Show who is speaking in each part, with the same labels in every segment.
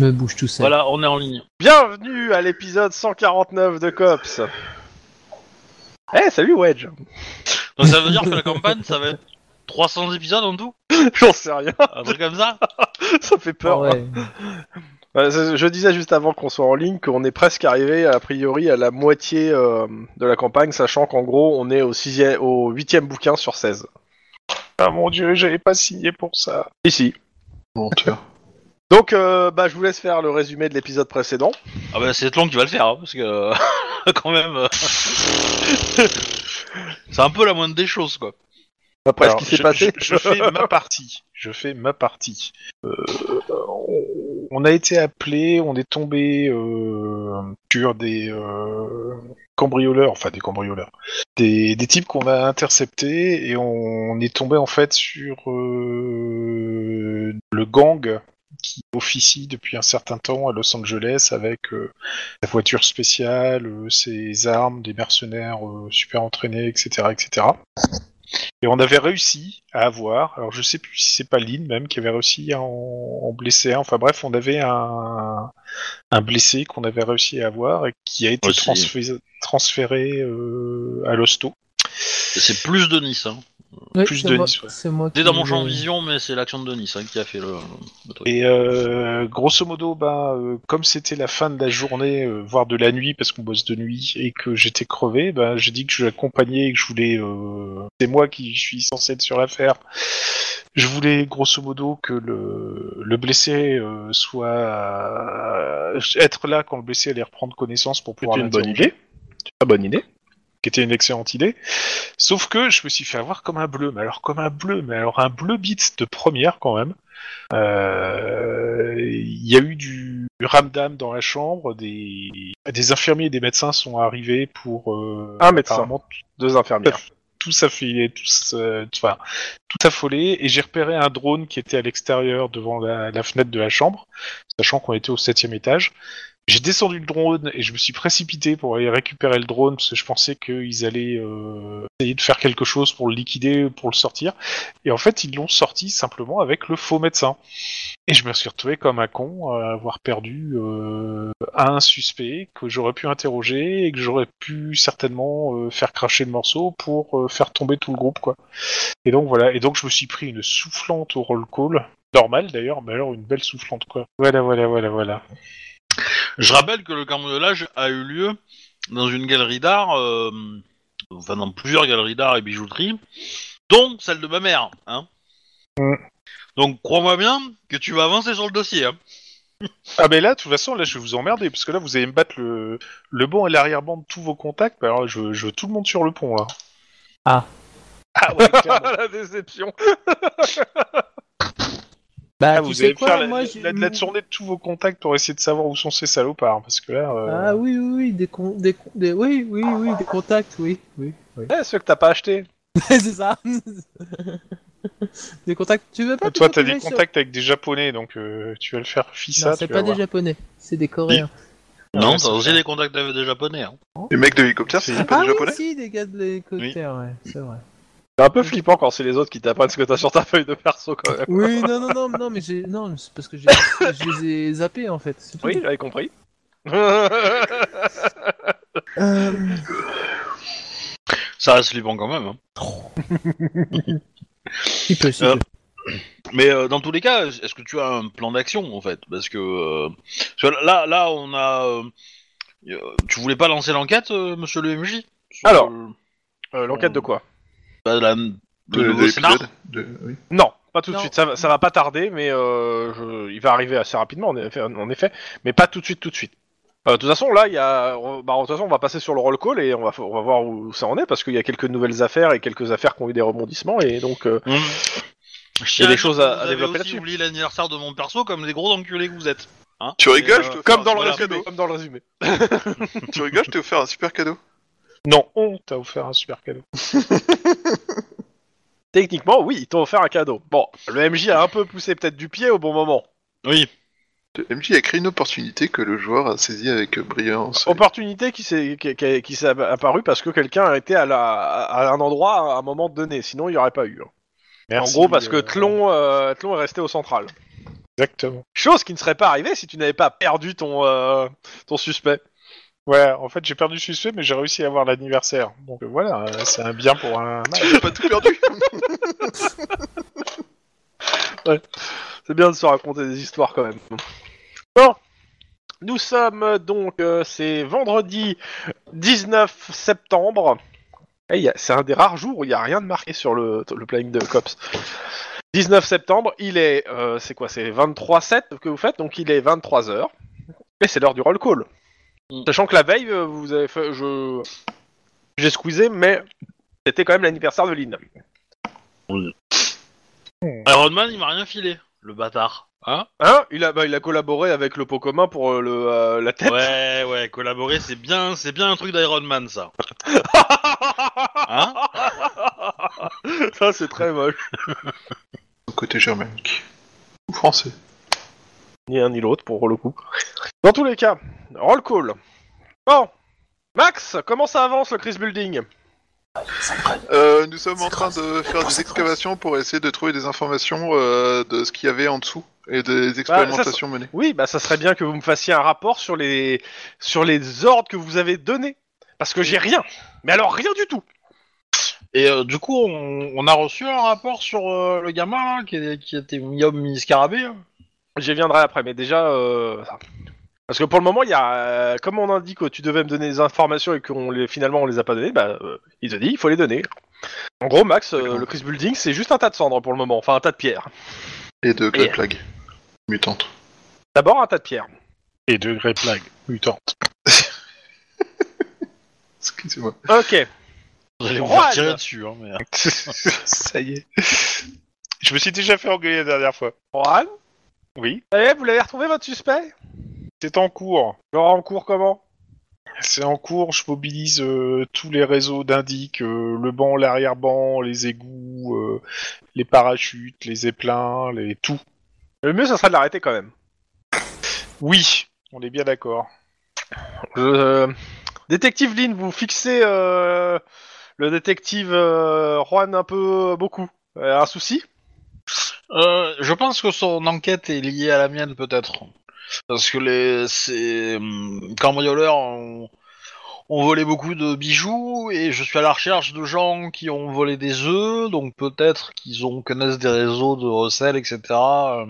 Speaker 1: se bouge tout
Speaker 2: Ah
Speaker 1: seul.
Speaker 3: Voilà, on est en ligne.
Speaker 4: Bienvenue à l'épisode 149 de Cops. Eh, salut Wedge.
Speaker 3: Donc ça veut dire que la campagne, ça va être 300 épisodes en tout
Speaker 4: J'en sais rien,
Speaker 3: Un truc comme ça
Speaker 4: ça fait peur.
Speaker 1: Ah Ouais.
Speaker 4: Ouais, c'est- Je disais juste avant qu'on soit en ligne qu'on est presque arrivé, a priori, à la moitié euh, de la campagne, sachant qu'en gros, on est au, sixième, au huitième bouquin sur 16.
Speaker 2: Ah mon dieu, j'avais pas signé pour ça.
Speaker 4: Ici.
Speaker 2: Menteur.
Speaker 4: Donc, euh, bah, je vous laisse faire le résumé de l'épisode précédent.
Speaker 3: Ah bah c'est Tlon qui va le faire, hein, parce que quand même... euh, c'est un peu la moindre des choses, quoi.
Speaker 4: Après
Speaker 2: Alors,
Speaker 4: ce qui s'est
Speaker 2: je-
Speaker 4: passé.
Speaker 2: je, je fais ma partie. Je fais ma partie. Euh, on, on a été appelé, on est tombé euh, sur des euh, cambrioleurs, enfin des cambrioleurs, des, des types qu'on a interceptés et on est tombé en fait sur euh, le gang qui officie depuis un certain temps à Los Angeles avec euh, sa voiture spéciale, euh, ses armes, des mercenaires euh, super entraînés, etc., etc. Et on avait réussi à avoir, alors je sais plus si c'est pas Lynn même qui avait réussi à en, en blesser un, enfin bref, on avait un, un blessé qu'on avait réussi à avoir et qui a été
Speaker 3: Aussi.
Speaker 2: transfé- transféré euh, à l'hosto.
Speaker 3: C'est plus de Nice. Hein.
Speaker 1: Ouais,
Speaker 2: plus
Speaker 1: c'est
Speaker 2: de
Speaker 1: moi-
Speaker 2: Nice, ouais.
Speaker 1: C'est moi
Speaker 3: C'est
Speaker 1: qui-
Speaker 3: dans mon champ de vision, mais c'est l'action de Nice hein, qui a fait le, le truc.
Speaker 2: Et euh, grosso modo, ben, euh, comme c'était la fin de la journée, euh, voire de la nuit, parce qu'on bosse de nuit, et que j'étais crevé, ben, j'ai dit que je l'accompagnais et que je voulais... euh, C'est moi qui suis censé être sur l'affaire. Je voulais grosso modo que le, le blessé euh, soit... euh, être là quand le blessé allait reprendre connaissance pour pouvoir... l'interroger,
Speaker 4: Très bonne idée.
Speaker 2: Qui était une excellente idée. Sauf que je me suis fait avoir comme un bleu, mais alors comme un bleu, mais alors un bleu bit de première quand même. Euh, Il y a eu du, du ramdam dans la chambre, des, des infirmiers et des médecins sont arrivés pour... euh,
Speaker 4: Un médecin.
Speaker 2: apparemment,
Speaker 4: Deux infirmières.
Speaker 2: Tous affilés, tous, euh, enfin, tout affolés, et j'ai repéré un drone qui était à l'extérieur devant la, la fenêtre de la chambre, sachant qu'on était au septième étage. J'ai descendu le drone et je me suis précipité pour aller récupérer le drone parce que je pensais qu'ils allaient euh, essayer de faire quelque chose pour le liquider, pour le sortir. Et en fait, ils l'ont sorti simplement avec le faux médecin. Et je me suis retrouvé comme un con à avoir perdu euh, un suspect que j'aurais pu interroger et que j'aurais pu certainement euh, faire cracher le morceau pour euh, faire tomber tout le groupe, quoi. Et donc voilà. Et donc je me suis pris une soufflante au roll call. Normal d'ailleurs, mais alors une belle soufflante, quoi. Voilà, voilà, voilà, voilà.
Speaker 3: Je rappelle que le cambriolage a eu lieu dans une galerie d'art, euh, enfin dans plusieurs galeries d'art et bijouterie, dont celle de ma mère. Hein
Speaker 2: Mm.
Speaker 3: Donc crois-moi bien que tu vas avancer sur le dossier. hein.
Speaker 2: Ah mais là, de toute façon, là, je vais vous emmerder parce que là, vous allez me battre le, le banc et l'arrière-banc de tous vos contacts. Bah, alors, je, veux- je veux tout le monde sur le pont là.
Speaker 1: Ah.
Speaker 2: Ah ouais, clairement.
Speaker 4: Ah, la déception.
Speaker 1: Bah,
Speaker 2: Ah,
Speaker 1: tu
Speaker 2: vous
Speaker 1: sais
Speaker 2: allez
Speaker 1: quoi,
Speaker 2: faire la,
Speaker 1: moi,
Speaker 2: la-
Speaker 1: j'ai-
Speaker 2: la- la tournée de tous vos contacts pour essayer de savoir où sont ces salopards parce que là. euh,
Speaker 1: Ah oui, oui, oui, des, con... des, con- des... Oui, oui, oui, des contacts, oui, oui. oui.
Speaker 4: Eh, ceux que t'as pas acheté.
Speaker 1: c'est ça. des contacts. Tu veux pas
Speaker 2: Toi,
Speaker 1: plutôt que
Speaker 2: t'as des
Speaker 1: j'aille sur-
Speaker 2: contacts avec des japonais, donc euh, tu vas le faire fissa.
Speaker 1: Non, c'est pas des japonais, c'est des coréens.
Speaker 2: Ouais,
Speaker 3: non,
Speaker 2: ouais,
Speaker 3: t'as
Speaker 2: c'est
Speaker 3: aussi
Speaker 2: clair.
Speaker 3: des contacts avec des japonais. hein.
Speaker 2: Les mecs de l'hélicoptère,
Speaker 4: c'est
Speaker 1: Ah
Speaker 2: pas
Speaker 1: oui, si, des gars de l'hélicoptère, ouais, c'est vrai.
Speaker 4: C'est un peu flippant quand c'est les autres qui t'apprennent ce que t'as sur ta feuille de perso quand même.
Speaker 1: Oui, non, non, non, non, mais j'ai... Non, mais c'est parce que j'ai... je les ai zappés, en fait. c'est tout.
Speaker 4: Oui, j'avais compris.
Speaker 1: Euh,
Speaker 3: Ça reste flippant quand même. hein.
Speaker 1: si peu, si
Speaker 3: Euh,
Speaker 1: peu.
Speaker 3: Mais euh, dans tous les cas, est-ce que tu as un plan d'action en fait Parce que euh, parce que là, là, on a. euh, euh, tu voulais pas lancer l'enquête, euh, monsieur le MJ Sur
Speaker 4: Alors.
Speaker 3: le-
Speaker 4: Euh, L'enquête de quoi
Speaker 3: bah, la- le nouveau scénar
Speaker 4: Non, pas tout de
Speaker 1: Non.
Speaker 4: suite. Ça, va- ça va pas tarder, mais euh, je- il va arriver assez rapidement, en effet, en effet, Mais pas tout de suite, tout de suite. Euh, de toute façon, là, il y a, on- bah, de toute façon, on va passer sur le roll call et on va, f- on va voir où ça en est parce qu'il y a quelques nouvelles affaires et quelques affaires qui ont eu des rebondissements et donc euh,
Speaker 3: Mmh.
Speaker 4: Il y a des
Speaker 3: Tiens,
Speaker 4: choses à- à
Speaker 3: vous avez
Speaker 4: développer
Speaker 3: aussi
Speaker 4: là-dessus.
Speaker 3: oublié l'anniversaire de mon perso comme des gros enculés que vous êtes. hein.
Speaker 5: Tu rigoles, je
Speaker 4: euh,
Speaker 5: te
Speaker 4: comme dans le
Speaker 3: voilà.
Speaker 4: résumé,
Speaker 5: cadeau.
Speaker 4: comme dans le résumé.
Speaker 5: Tu rigoles, je t'ai offert un super cadeau.
Speaker 2: Non, on t'a offert un super cadeau.
Speaker 4: Techniquement, oui, ils t'ont offert un cadeau. Bon, le MJ a un peu poussé peut-être du pied au bon moment.
Speaker 3: Oui.
Speaker 5: Le MJ a créé une opportunité que le joueur a saisie avec brillance.
Speaker 4: Opportunité qui s'est qui, qui- qui s'est apparue parce que quelqu'un a été à, la, à un endroit à un moment donné, sinon il n'y aurait pas eu. hein. en
Speaker 2: Merci,
Speaker 4: gros, parce que
Speaker 2: euh,
Speaker 4: Tlon, euh, Tlon est resté au central.
Speaker 2: Exactement.
Speaker 4: Chose qui ne serait pas arrivée si tu n'avais pas perdu ton, euh, ton suspect.
Speaker 2: Ouais, en fait, j'ai perdu le suspect, mais j'ai réussi à avoir l'anniversaire. Donc euh, voilà, euh, c'est un bien pour un mal.
Speaker 5: J'ai pas tout perdu.
Speaker 4: C'est bien de se raconter des histoires quand même. Bon, nous sommes donc, euh, c'est vendredi 19 septembre. Eh, il y a- c'est un des rares jours où il n'y a rien de marqué sur le, le planning de COPS. 19 septembre, il est, euh, c'est quoi, c'est 23-7 que vous faites, donc il est 23h. Et c'est l'heure du roll call.
Speaker 6: Mm.
Speaker 4: Sachant que la veille, euh, vous avez fait, je... J'ai squeezé, mais c'était quand même l'anniversaire de Lynn.
Speaker 6: Iron Man, il m'a rien filé, le bâtard. Hein
Speaker 4: Hein il a, bah, il a collaboré avec le pot commun pour euh, le, euh, la tête.
Speaker 6: Ouais, ouais, collaborer, c'est bien, c'est bien un truc d'Iron Man, ça. Hein
Speaker 4: Ça, c'est très moche.
Speaker 5: Côté germanique. Ou français.
Speaker 4: Ni un ni l'autre, pour le coup. Dans tous les cas, roll call. Bon. Max, comment ça avance le Chris Building
Speaker 5: Euh, nous sommes en train
Speaker 7: grosse.
Speaker 5: de faire
Speaker 7: grosse,
Speaker 5: des
Speaker 7: c'est
Speaker 5: excavations pour essayer de trouver des informations euh, de ce qu'il y avait en dessous et des expérimentations menées.
Speaker 4: Oui, bah ça serait bien que vous me fassiez un rapport sur les sur les ordres que vous avez donnés. Parce que j'ai rien. Mais alors rien du tout.
Speaker 6: Et euh, du coup, on, on a reçu un rapport sur euh, le gamin là, qui, est- qui était mi-homme mi-scarabée. hein.
Speaker 4: J'y viendrai après, mais déjà... euh, ça. Parce que pour le moment, il y a... euh, comme on indique que tu devais me donner des informations et qu'on les, finalement on les a pas données, bah euh, il te dit, il faut les donner. En gros, Max, euh,
Speaker 5: D'accord.
Speaker 4: le Chris Building, c'est juste un tas de cendres pour le moment. Enfin, un tas de pierres.
Speaker 5: Et de
Speaker 4: Et-
Speaker 5: Black Plague. Mutante.
Speaker 4: D'abord, un tas de pierres.
Speaker 2: Et de Grey Plague, mutante.
Speaker 5: Excusez-moi.
Speaker 4: Ok.
Speaker 6: Vous allez vous
Speaker 4: Juan
Speaker 6: faire tirer dessus. Hein, mais...
Speaker 2: Ça y est. Je me suis déjà fait engueuler la dernière fois.
Speaker 4: Juan,
Speaker 2: Oui,
Speaker 4: ça y est, vous l'avez retrouvé votre suspect
Speaker 2: c'est en cours.
Speaker 4: Genre en cours comment
Speaker 2: C'est en cours, je mobilise euh, tous les réseaux d'indic, euh, le banc, l'arrière-banc, les égouts, euh, les parachutes, les éplins, les tout.
Speaker 4: Le mieux, ça serait de l'arrêter quand même.
Speaker 2: Oui, on est bien d'accord.
Speaker 4: Euh, Détective Lynn, vous fixez euh, le détective euh, Juan un peu euh, beaucoup. Euh, un souci
Speaker 6: Euh, je pense que son enquête est liée à la mienne, peut-être. Parce que les ces hum, cambrioleurs ont, ont volé beaucoup de bijoux et je suis à la recherche de gens qui ont volé des œufs, donc peut-être qu'ils ont connaissent des réseaux de recel, etc. Euh,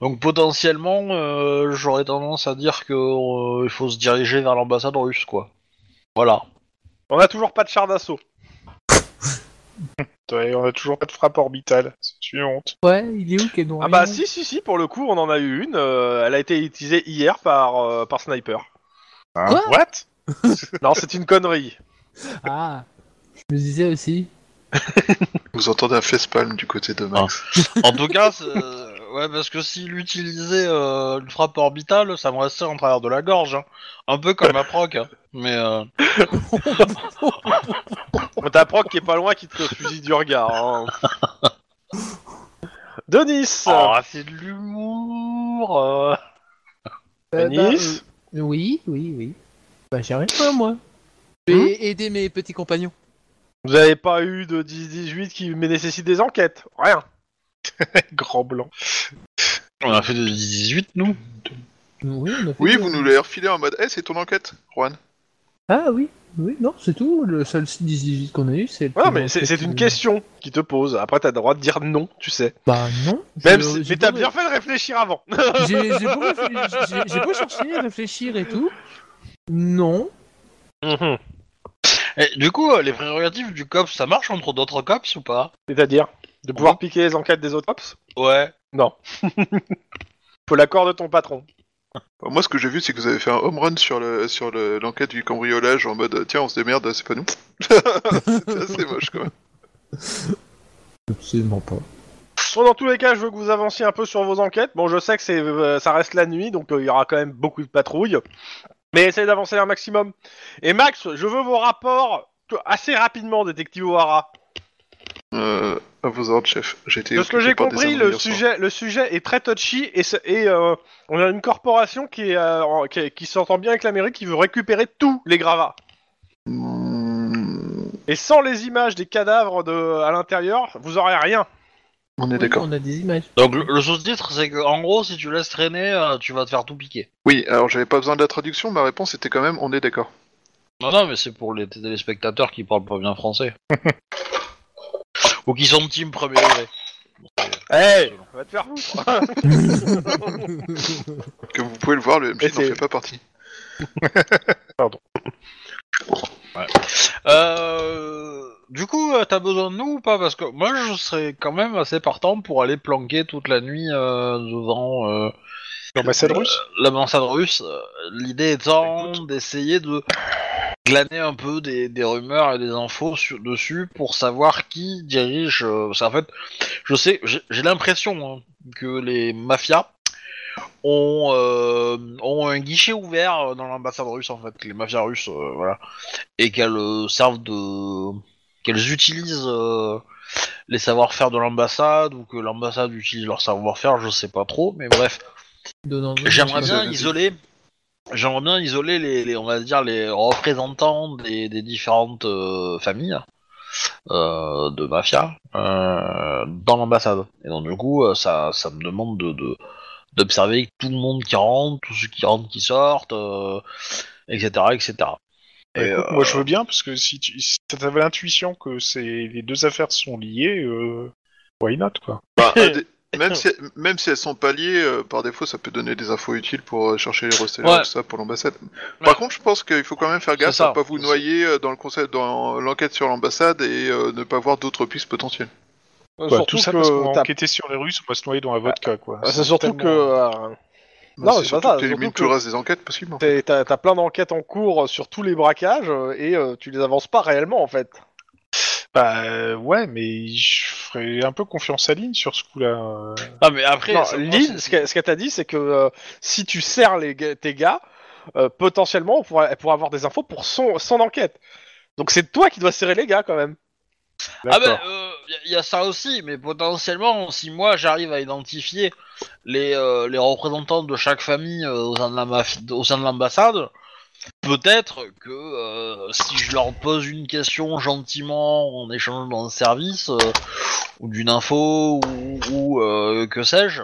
Speaker 6: Donc potentiellement, euh, j'aurais tendance à dire que euh, il faut se diriger vers l'ambassade russe, quoi. Voilà.
Speaker 4: On a toujours pas de char d'assaut.
Speaker 2: Ouais, on a toujours pas de frappe orbitale. C'est une honte.
Speaker 1: Ouais, il est où qu'elle nous
Speaker 4: Ah bah si, si, si, pour le coup, on en a eu une. euh, elle a été utilisée hier par, euh, par Sniper.
Speaker 1: Quoi
Speaker 2: What
Speaker 4: non, c'est une connerie.
Speaker 1: Ah, je me disais aussi.
Speaker 5: Vous entendez un facepalm du côté de
Speaker 3: Ah.
Speaker 5: Max.
Speaker 6: En tout cas, c'est- euh, ouais, parce que s'il utilisait euh, une frappe orbitale, ça me restait en travers de la gorge. hein. Un peu comme ma proc. hein. Mais euh,
Speaker 4: On t'apprend qui est pas loin qui te fusille du regard. hein. Denis
Speaker 1: Ah,
Speaker 6: oh, c'est de l'humour. euh.
Speaker 1: Euh,
Speaker 4: Denis
Speaker 1: bah, euh, oui, oui, oui. Hein Bah j'ai rien fait moi. Je vais aider mes petits compagnons.
Speaker 4: Vous avez pas eu de 10-18 qui me nécessite des enquêtes Rien.
Speaker 2: Grand blanc.
Speaker 6: On a fait des 18, nous.
Speaker 1: Oui, on a fait
Speaker 5: Oui,
Speaker 1: ça.
Speaker 5: vous nous l'avez refilé en mode Eh, c'est ton enquête, Juan.
Speaker 1: Ah oui, oui, non, c'est tout. Le seul 10 qu'on a eu, c'est. le
Speaker 4: Ouais,
Speaker 1: plus
Speaker 4: mais
Speaker 1: grand
Speaker 4: c'est
Speaker 1: fait
Speaker 4: c'est
Speaker 1: que-
Speaker 4: une question qui te pose. Après, t'as le droit de dire non, tu sais.
Speaker 1: Bah non.
Speaker 4: Même
Speaker 1: je-
Speaker 4: si-
Speaker 1: j'ai
Speaker 4: mais t'as
Speaker 1: beau-
Speaker 4: bien fait de réfléchir avant.
Speaker 1: J'ai j'ai beau, réfl- j'ai- j'ai beau chercher, réfléchir et tout. Non.
Speaker 2: Mhm.
Speaker 6: Et, du coup, euh, les prérogatives du COPS, ça marche entre d'autres COPS ou pas
Speaker 4: C'est-à-dire De pouvoir piquer les enquêtes des autres ops
Speaker 6: Ouais.
Speaker 4: Faut l'accord de ton patron.
Speaker 5: Bah, Moi, ce que j'ai vu, c'est que vous avez fait un home run sur le sur le- l'enquête du cambriolage en mode Tiens, on se démerde, c'est pas nous. C'était assez moche, quand même.
Speaker 1: Absolument pas.
Speaker 4: Bon, dans tous les cas, je veux que vous avanciez un peu sur vos enquêtes. Bon, je sais que c'est, euh, ça reste la nuit, donc euh, il y aura quand même beaucoup de patrouilles. Mais essayez d'avancer un maximum. Et Max, je veux vos rapports assez rapidement, détective O'Hara.
Speaker 5: Euh, à vos ordres, chef. J'étais
Speaker 4: De ce que
Speaker 5: occupé
Speaker 4: j'ai
Speaker 5: par des
Speaker 4: compris,
Speaker 5: amis
Speaker 4: le
Speaker 5: hier soir.
Speaker 4: sujet, le sujet est très touchy et, ce- et, euh, on a une corporation qui, est, euh, en- qui, est- qui s'entend bien avec la mairie qui veut récupérer tous les gravats.
Speaker 5: Mmh. Hmm,
Speaker 4: Et sans les images des cadavres de, à l'intérieur, vous aurez rien.
Speaker 5: On est
Speaker 1: Oui,
Speaker 5: d'accord.
Speaker 1: on a des images.
Speaker 3: Donc le, le sous-titre, c'est que en gros, si tu laisses traîner, euh, tu vas te faire tout piquer.
Speaker 5: Oui, alors j'avais pas besoin de la traduction, ma réponse était quand même on est d'accord.
Speaker 3: Non, non, mais c'est pour les téléspectateurs qui parlent pas bien français. Ou qui sont team premier degré.
Speaker 4: Hey Va te faire foutre
Speaker 5: Comme vous pouvez le voir, le
Speaker 4: Et
Speaker 5: MJ n'en
Speaker 4: c'est-
Speaker 5: fait pas partie.
Speaker 3: Euh, du coup, euh, t'as besoin de nous ou pas Parce que moi, je serais quand même assez partant pour aller planquer toute la nuit euh, devant euh,
Speaker 4: L'ambassade
Speaker 3: russe l'ambassade russe. euh, L'idée étant d'essayer de glaner un peu des, des rumeurs et des infos sur- dessus pour savoir qui dirige. euh, parce qu'en fait, je sais, j'ai j'ai l'impression hein, que les mafias ont, euh, ont un guichet ouvert euh, dans l'ambassade russe, en fait, les mafias russes, euh, voilà, et qu'elles euh, servent de. qu'elles utilisent euh, les savoir-faire de l'ambassade, ou que l'ambassade utilise leur savoir-faire, je sais pas trop, mais bref.
Speaker 1: Donnant-
Speaker 3: J'aimerais
Speaker 5: Je sais pas
Speaker 3: bien
Speaker 5: si-
Speaker 3: isoler. J'aimerais bien isoler les, les- on va dire les représentants des, des différentes euh, familles euh, de mafia euh, dans l'ambassade. Et donc du coup, euh, ça, ça me demande de de- d'observer tout le monde qui rentre, tous ceux qui rentrent, qui sortent, euh, etc., etc.
Speaker 2: Bah,
Speaker 3: Et,
Speaker 2: écoute,
Speaker 3: euh,
Speaker 2: Moi, je veux bien, parce que si tu si t'avais l'intuition que c'est les deux affaires sont liées, euh... why not, quoi
Speaker 5: Bah, à des- même, si, même si elles sont pas liées, euh, par défaut, ça peut donner des infos utiles pour euh, chercher les recélés
Speaker 3: Ouais.
Speaker 5: tout ça pour l'ambassade. Par contre, je pense qu'il faut quand même faire gaffe
Speaker 3: C'est ça.
Speaker 5: à pas vous noyer euh, dans le concept, dans l'enquête sur l'ambassade et euh, ne pas voir d'autres pistes potentielles.
Speaker 2: Quoi,
Speaker 4: Surtout
Speaker 2: Bah, Tout ça parce qu'on
Speaker 4: que
Speaker 2: va
Speaker 4: t'as-
Speaker 2: enquêter sur les Russes, on va se noyer dans la vodka, quoi.
Speaker 4: Ouais, C'est surtout
Speaker 2: tellement- hein.
Speaker 4: que euh,
Speaker 5: Bah,
Speaker 4: Non,
Speaker 5: c'est
Speaker 4: c'est
Speaker 5: surtout
Speaker 4: pas ça,
Speaker 5: que t'élimines
Speaker 4: surtout
Speaker 5: tout le
Speaker 4: que-
Speaker 5: reste des enquêtes possibles.
Speaker 4: t'es- t'as t'as plein d'enquêtes en cours sur tous les braquages euh, et euh, tu les avances pas réellement en fait.
Speaker 2: Bah euh, ouais, mais je ferais un peu confiance à Lynn sur ce coup-là. euh.
Speaker 3: Ah mais après,
Speaker 4: Non,
Speaker 3: ça- moi,
Speaker 4: Lynn,
Speaker 3: c'est-
Speaker 4: ce qu'elle ce qu'elle t'a dit, c'est que euh, si tu serres les, ga- tes gars, euh, potentiellement, on pourra, elle pourra avoir des infos pour son, son enquête. Donc c'est toi qui dois serrer les gars quand même.
Speaker 3: Ah
Speaker 2: D'accord.
Speaker 3: ben, il y, a ça aussi, mais potentiellement, si moi j'arrive à identifier les, euh, les représentants de chaque famille euh, au sein de la mafi- au sein de l'ambassade, peut-être que euh, si je leur pose une question gentiment en échange d'un service euh, ou d'une info ou, ou, euh, que sais-je,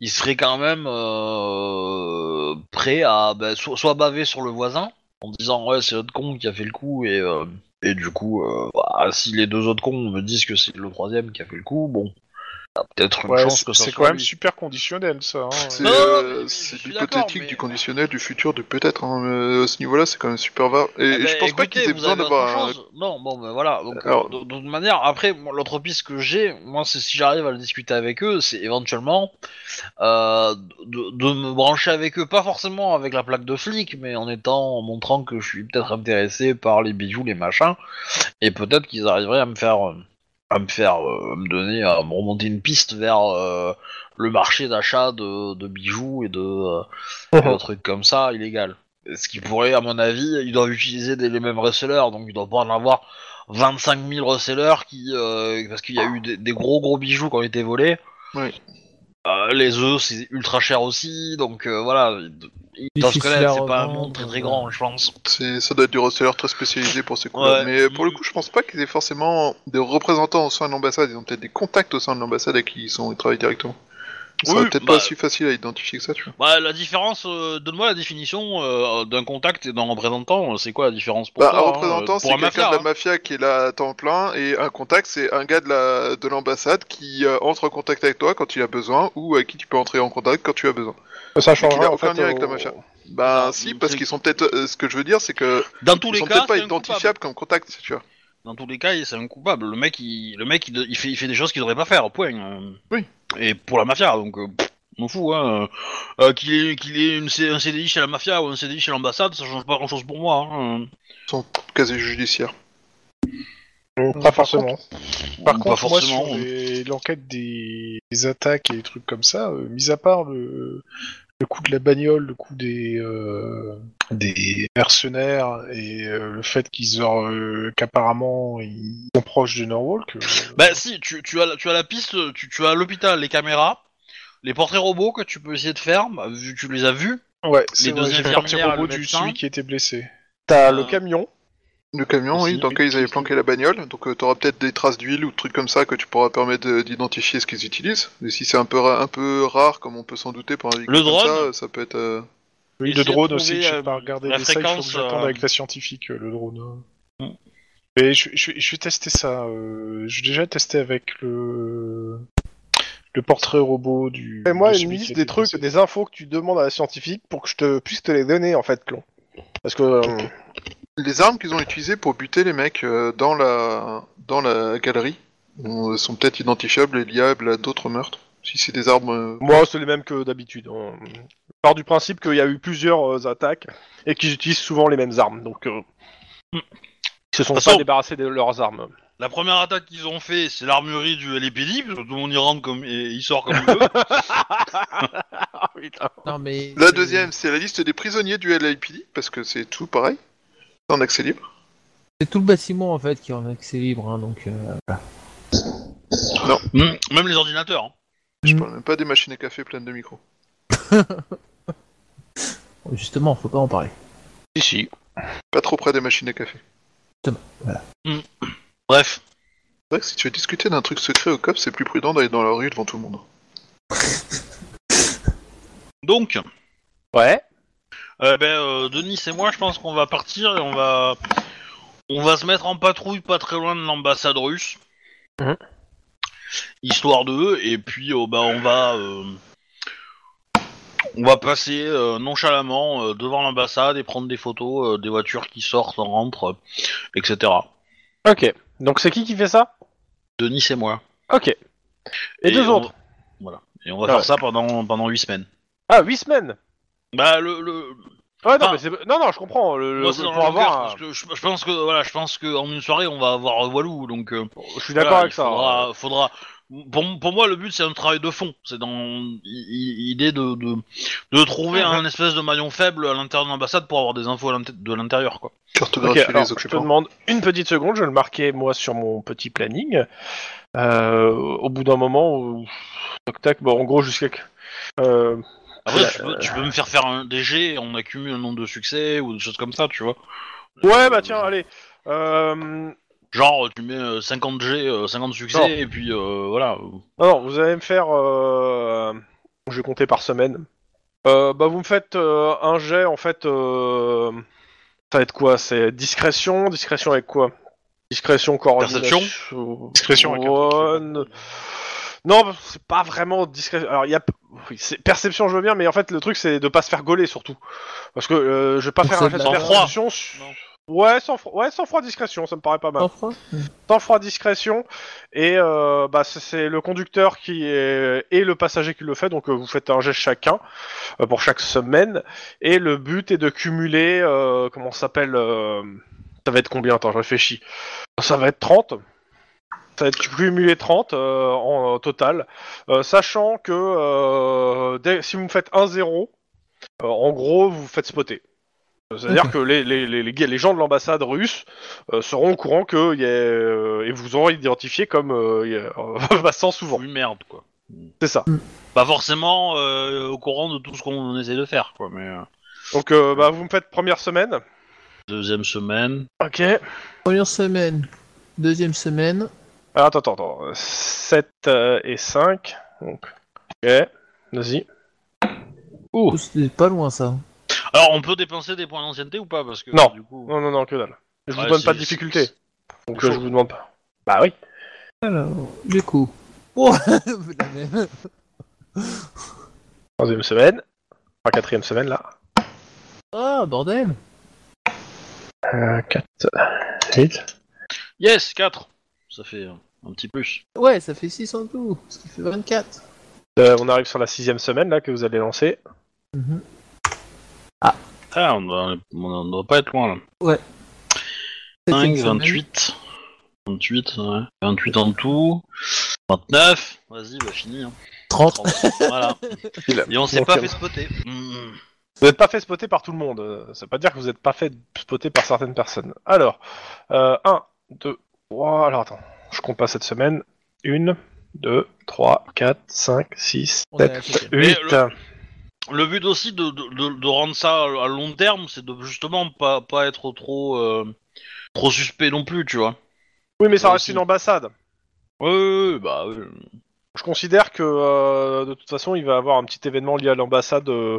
Speaker 3: ils seraient quand même euh, prêts à ben, so- soit baver sur le voisin en disant ouais c'est l'autre con qui a fait le coup et euh, et du coup, euh, bah, si les deux autres cons me disent que c'est le troisième qui a fait le coup, bon, y a peut-être une
Speaker 2: Ouais,
Speaker 3: chance
Speaker 2: c'est
Speaker 3: que ça
Speaker 2: c'est
Speaker 3: soit
Speaker 2: quand même
Speaker 3: lui.
Speaker 2: super conditionnel, ça. hein.
Speaker 5: C'est
Speaker 3: Non, non,
Speaker 5: euh,
Speaker 3: mais- mais
Speaker 5: c'est
Speaker 3: je suis d'accord,
Speaker 5: l'hypothétique,
Speaker 3: mais-
Speaker 5: du conditionnel, du futur, du peut-être. hein, euh, à ce niveau-là, c'est quand même super vague. Et,
Speaker 3: Eh ben,
Speaker 5: je pense pas qu'ils
Speaker 3: écoutez,
Speaker 5: aient
Speaker 3: vous
Speaker 5: besoin
Speaker 3: avez
Speaker 5: d'avoir
Speaker 3: autre
Speaker 5: un
Speaker 3: chose. Non, bon, ben voilà. Donc,
Speaker 5: Alors-
Speaker 3: euh, de, de toute manière, après, moi, l'autre piste que j'ai, moi, c'est si j'arrive à le discuter avec eux, c'est éventuellement euh, de, de me brancher avec eux, pas forcément avec la plaque de flic, mais en étant, en montrant que je suis peut-être intéressé par les bijoux, les machins, et peut-être qu'ils arriveraient à me faire, euh, à me faire, euh, à me donner, à me remonter une piste vers euh, le marché d'achat de, de bijoux et de, euh, et de trucs comme ça illégal. Ce qui pourrait, à mon avis, ils doivent utiliser des- les mêmes resellers, donc ils doivent pas en avoir 25 000 resellers qui, euh, parce qu'il y a eu des, des gros gros bijoux qui ont été volés.
Speaker 5: Oui.
Speaker 3: Euh, les œufs, c'est ultra cher aussi, donc euh, voilà. Ils
Speaker 1: Des
Speaker 3: doivent se connaître,
Speaker 1: ficeleurs
Speaker 3: c'est pas un
Speaker 1: revendent,
Speaker 3: monde très très
Speaker 1: euh,
Speaker 3: grand, je pense.
Speaker 5: C'est- ça doit être du reseller très spécialisé pour ces coups-là.
Speaker 3: Ouais.
Speaker 5: Mais euh, pour le coup, je pense pas qu'ils aient forcément des représentants au sein de l'ambassade. Ils ont peut-être des contacts au sein de l'ambassade à qui ils, sont, ils travaillent directement. Ça
Speaker 3: Oui,
Speaker 5: va peut-être
Speaker 3: bah-
Speaker 5: pas si facile à identifier que ça, tu vois.
Speaker 3: Bah, la différence, euh, donne-moi la définition euh, d'un contact et d'un représentant, euh, c'est quoi la différence pour
Speaker 5: Bah,
Speaker 3: toi,
Speaker 5: un
Speaker 3: hein,
Speaker 5: représentant,
Speaker 3: euh,
Speaker 5: c'est
Speaker 3: pour un
Speaker 5: quelqu'un
Speaker 3: mafia,
Speaker 5: de la
Speaker 3: hein.
Speaker 5: mafia qui est là à temps plein, et un contact, c'est un gars de la de l'ambassade qui euh, entre en contact avec toi quand il a besoin, ou à qui tu peux entrer en contact quand tu as besoin.
Speaker 4: Ça
Speaker 5: changera,
Speaker 4: changera
Speaker 5: qu'il a
Speaker 4: en
Speaker 5: en aucun
Speaker 4: fait.
Speaker 5: fait, lien avec la au- mafia. Bah, si, parce
Speaker 3: Ah, c'est-
Speaker 5: qu'ils sont peut-être. euh, ce que je veux dire, c'est que
Speaker 3: hein Dans tous
Speaker 5: ils
Speaker 3: les
Speaker 5: sont
Speaker 3: cas,
Speaker 5: peut-être pas
Speaker 3: c'est un coupable.
Speaker 5: identifiables comme contacts, tu vois.
Speaker 3: dans tous les cas, il- c'est un coupable. Le mec, il, le mec, il, de- il fait, il fait des choses qu'il devrait pas faire. Point. Euh,
Speaker 5: Oui.
Speaker 3: Et pour la mafia, donc. Euh, pff, on m'en fout, hein. Euh, euh, qu'il ait, qu'il ait une C- un CDI chez la mafia ou un CDI chez l'ambassade, ça change pas grand chose pour moi. hein.
Speaker 5: Quasi judiciaire.
Speaker 4: Pas forcément.
Speaker 2: Par contre,
Speaker 3: Ou pas
Speaker 2: moi,
Speaker 3: forcément.
Speaker 2: sur les- l'enquête des... des attaques et des trucs comme ça, euh, mis à part le... le coup de la bagnole, le coup des, euh, des mercenaires et euh, le fait qu'ils ont euh, qu'apparemment ils sont proches de Norwalk, euh,
Speaker 3: Bah si, tu, tu as, la- tu as la piste, tu, tu as l'hôpital, les caméras, les portraits robots que tu peux essayer de faire, bah, vu que tu les as vus.
Speaker 2: ouais, c'est
Speaker 3: deux
Speaker 2: vrai, je vais partir
Speaker 3: infirmières,
Speaker 2: au bout
Speaker 3: le
Speaker 2: du
Speaker 3: médecin.
Speaker 2: celui qui était blessé.
Speaker 4: T'as
Speaker 3: Euh,
Speaker 4: le camion
Speaker 5: Le camion, oui,
Speaker 4: Aussi,
Speaker 5: dans
Speaker 4: oui,
Speaker 5: lequel ils avaient
Speaker 4: oui,
Speaker 5: planqué la bagnole. Donc tu t'auras peut-être des traces d'huile ou de trucs comme ça que tu pourras permettre de- d'identifier ce qu'ils utilisent. Mais si c'est un peu, ra- un peu rare, comme on peut s'en douter pour un véhicule
Speaker 6: Le
Speaker 5: comme
Speaker 6: drone
Speaker 5: ça, ça peut être... euh,
Speaker 2: Oui,
Speaker 6: Essayer
Speaker 2: le
Speaker 6: de
Speaker 2: drone
Speaker 6: trouver,
Speaker 2: aussi, je
Speaker 6: euh,
Speaker 2: sais pas regarder
Speaker 6: la
Speaker 2: les ça, il faut que
Speaker 6: fréquence,
Speaker 2: j'attende
Speaker 6: euh,
Speaker 2: avec la scientifique, euh, le drone.
Speaker 6: Hmm.
Speaker 2: Mais je, je, je vais tester ça. euh, J'ai déjà testé avec le le portrait robot du.
Speaker 4: Et moi,
Speaker 2: de
Speaker 4: une
Speaker 2: celui
Speaker 4: liste
Speaker 2: qui a
Speaker 4: des
Speaker 2: été
Speaker 4: trucs,
Speaker 2: blessé.
Speaker 4: des infos que tu demandes à la scientifique pour que je te puisse te les donner en fait, Clon. Parce que euh,
Speaker 5: Les armes qu'ils ont utilisées pour buter les mecs euh, dans la dans la galerie euh, sont peut-être identifiables et liables à d'autres meurtres. Si c'est des armes, euh,
Speaker 4: moi, c'est les mêmes que d'habitude. hein. Je pars du principe qu'il y a eu plusieurs euh, attaques et qu'ils utilisent souvent les mêmes armes. Donc, euh,
Speaker 6: Hmm.
Speaker 4: ils se sont
Speaker 6: De toute façon-
Speaker 4: pas débarrassés de leurs armes.
Speaker 6: La première attaque qu'ils ont fait, c'est l'armurerie du LAPD, parce que tout le monde y rentre comme et il sort comme il veut. Ah
Speaker 1: Non, mais.
Speaker 5: La deuxième, c'est la liste des prisonniers du LAPD, parce que c'est tout pareil, en accès libre.
Speaker 1: C'est tout le bâtiment en fait qui est en accès libre, hein, donc. euh, voilà.
Speaker 6: Mm. Même les ordinateurs. hein.
Speaker 5: Je
Speaker 1: Mm.
Speaker 5: parle même pas des machines à café pleines de micros.
Speaker 1: Justement, faut pas en parler.
Speaker 4: Ici.
Speaker 5: Pas trop près des machines à café.
Speaker 6: Bref.
Speaker 5: C'est vrai que si tu veux discuter d'un truc secret au cop, c'est plus prudent d'aller dans la rue devant tout le monde.
Speaker 6: Donc,
Speaker 4: Ouais.
Speaker 6: euh, ben, euh, Denis et moi, je pense qu'on va partir et on va, on va se mettre en patrouille pas très loin de l'ambassade russe,
Speaker 4: Mhm.
Speaker 6: histoire de, et puis euh, ben, on va, euh, on va passer euh, nonchalamment euh, devant l'ambassade et prendre des photos euh, des voitures qui sortent, en rentrent, euh, etc.
Speaker 4: Ok. Donc c'est qui qui fait ça
Speaker 6: Denis et moi.
Speaker 4: Ok. Et, deux
Speaker 6: on-
Speaker 4: autres.
Speaker 6: Voilà. Et on va
Speaker 4: Ah
Speaker 6: faire
Speaker 4: ouais.
Speaker 6: ça pendant pendant huit semaines.
Speaker 4: Ah, huit semaines.
Speaker 6: Bah le, le...
Speaker 4: Ouais, non,
Speaker 6: Enfin,
Speaker 4: mais c'est- non, non, je comprends. Le,
Speaker 6: Ah. moi,
Speaker 4: le-
Speaker 6: c'est
Speaker 4: pour
Speaker 6: dans la longueur,
Speaker 4: avoir,
Speaker 6: parce que je, je pense que voilà, je pense que en une soirée on va avoir Walou donc. euh,
Speaker 4: un- je suis d'accord
Speaker 6: voilà,
Speaker 4: avec
Speaker 6: il
Speaker 4: ça. hein.
Speaker 6: Faudra, faudra... Pour, pour moi le but c'est un travail de fond. C'est dans l'idée de, de de trouver
Speaker 4: Mhm.
Speaker 6: un espèce de maillon faible à l'intérieur de l'ambassade pour avoir des infos à l'int- de l'intérieur quoi.
Speaker 4: Ok,
Speaker 5: Cartographier
Speaker 4: alors,
Speaker 5: les
Speaker 4: je te
Speaker 5: occupants.
Speaker 4: demande une petite seconde, je vais le marquais moi sur mon petit planning. Euh, au bout d'un moment, où... tac tac, bon, en gros jusqu'à que- euh,
Speaker 6: Après
Speaker 4: Ouais,
Speaker 6: tu, peux, tu peux me faire faire un DG et on accumule un nombre de succès ou des choses comme ça tu vois.
Speaker 4: Ouais, bah tiens, allez. Euh,
Speaker 6: Genre tu mets euh, 50 G, euh, 50 succès
Speaker 4: Non.
Speaker 6: et puis euh, voilà.
Speaker 4: Non, non, vous allez me faire. euh, Je vais compter par semaine. Euh, bah, vous me faites euh, un jet, en fait. euh, Ça va être quoi C'est discrétion Discrétion avec quoi Discrétion, coordination.
Speaker 2: Discrétion avec un
Speaker 4: Ouais, ne- Non, c'est pas vraiment discrétion. Alors, il y a. oui, c'est perception, je veux bien, mais en fait, le truc, c'est de pas se faire gauler surtout. Parce que euh, je vais pas
Speaker 1: Pour
Speaker 4: faire
Speaker 1: ça,
Speaker 4: un jet de
Speaker 1: de la-
Speaker 4: perception. Ouais, sans froid, ouais, sans froid, discrétion, ça me paraît pas mal
Speaker 1: Sans froid
Speaker 4: temps froid discrétion et euh, bah, c'est- c'est le conducteur qui est et le passager qui le fait donc euh, vous faites un geste chacun euh, pour chaque semaine et le but est de cumuler euh, comment ça s'appelle euh, ça va être combien attends je réfléchis ça va être 30 ça va être cumulé 30 euh, en euh, total Euh, sachant que euh, dès- si vous me faites 1-0 euh, en gros vous vous faites spotter Euh, c'est-à-dire que les, les, les, les gars- les gens de l'ambassade russe euh, seront au courant que y a, euh, et vous auront identifié comme euh, y a- euh, passant souvent.
Speaker 6: Une merde quoi.
Speaker 4: C'est ça.
Speaker 6: pas forcément euh, au courant de tout ce qu'on essaie de faire, quoi. Mais euh,
Speaker 4: Donc euh, bah, vous me faites première semaine.
Speaker 6: deuxième semaine,
Speaker 4: Ok. Alors,
Speaker 1: Première semaine, deuxième semaine.
Speaker 4: Ah, attends, attends, attends. 7 euh, et 5. Donc. Ok. Vas-y.
Speaker 1: Oh, C'était pas loin ça.
Speaker 6: alors on peut dépenser des points d'ancienneté ou pas Parce que
Speaker 4: Non.
Speaker 6: du coup,
Speaker 4: Non, non, non, que dalle. Je
Speaker 6: Ouais,
Speaker 4: vous donne
Speaker 6: c'est-
Speaker 4: pas de difficulté.
Speaker 6: c'est-
Speaker 4: Donc euh, je vous demande pas. Bah oui.
Speaker 1: Alors, du coup. Oh, la même.
Speaker 4: Troisième semaine. Enfin, quatrième semaine là.
Speaker 1: Ah, bordel
Speaker 4: 4, 8.
Speaker 6: yes, 4 ça fait euh, un petit plus.
Speaker 1: Ouais, ça fait 6 en tout, ce qui fait 24.
Speaker 4: Euh, on arrive sur la sixième semaine là que vous allez lancer.
Speaker 1: Mhm.
Speaker 6: Ah, on doit, on doit pas être loin là.
Speaker 1: Septième
Speaker 6: 5,
Speaker 1: semaine.
Speaker 6: 28, 28, ouais. 28 en tout, 29. Vas-y, bah fini. Hein.
Speaker 1: 30.
Speaker 6: 30, voilà.
Speaker 4: Il a-
Speaker 6: Et on s'est
Speaker 4: Donc,
Speaker 6: pas
Speaker 4: euh,
Speaker 6: fait spotter. Mm.
Speaker 4: Vous n'êtes pas fait spotter par tout le monde. euh, Ça veut pas dire que vous n'êtes pas fait spotter par certaines personnes. Alors, euh, 1, 2, 3. Alors attends, je compte pas cette semaine. 1, 2, 3, 4, 5, 6,
Speaker 1: On est à
Speaker 4: 7,
Speaker 1: la septième.
Speaker 4: 8.
Speaker 6: Mais Le but aussi de, de, de- de rendre ça à long terme, c'est de justement pas, pas être trop. euh,
Speaker 3: trop suspect non plus, tu vois.
Speaker 4: Oui, mais ça
Speaker 3: Ouais,
Speaker 4: reste
Speaker 3: aussi.
Speaker 4: une ambassade.
Speaker 3: Ouais, ouais,
Speaker 6: Euh,
Speaker 3: ouais, bah. ouais.
Speaker 4: Je considère que euh, de toute façon, il va avoir un petit événement lié à l'ambassade. euh,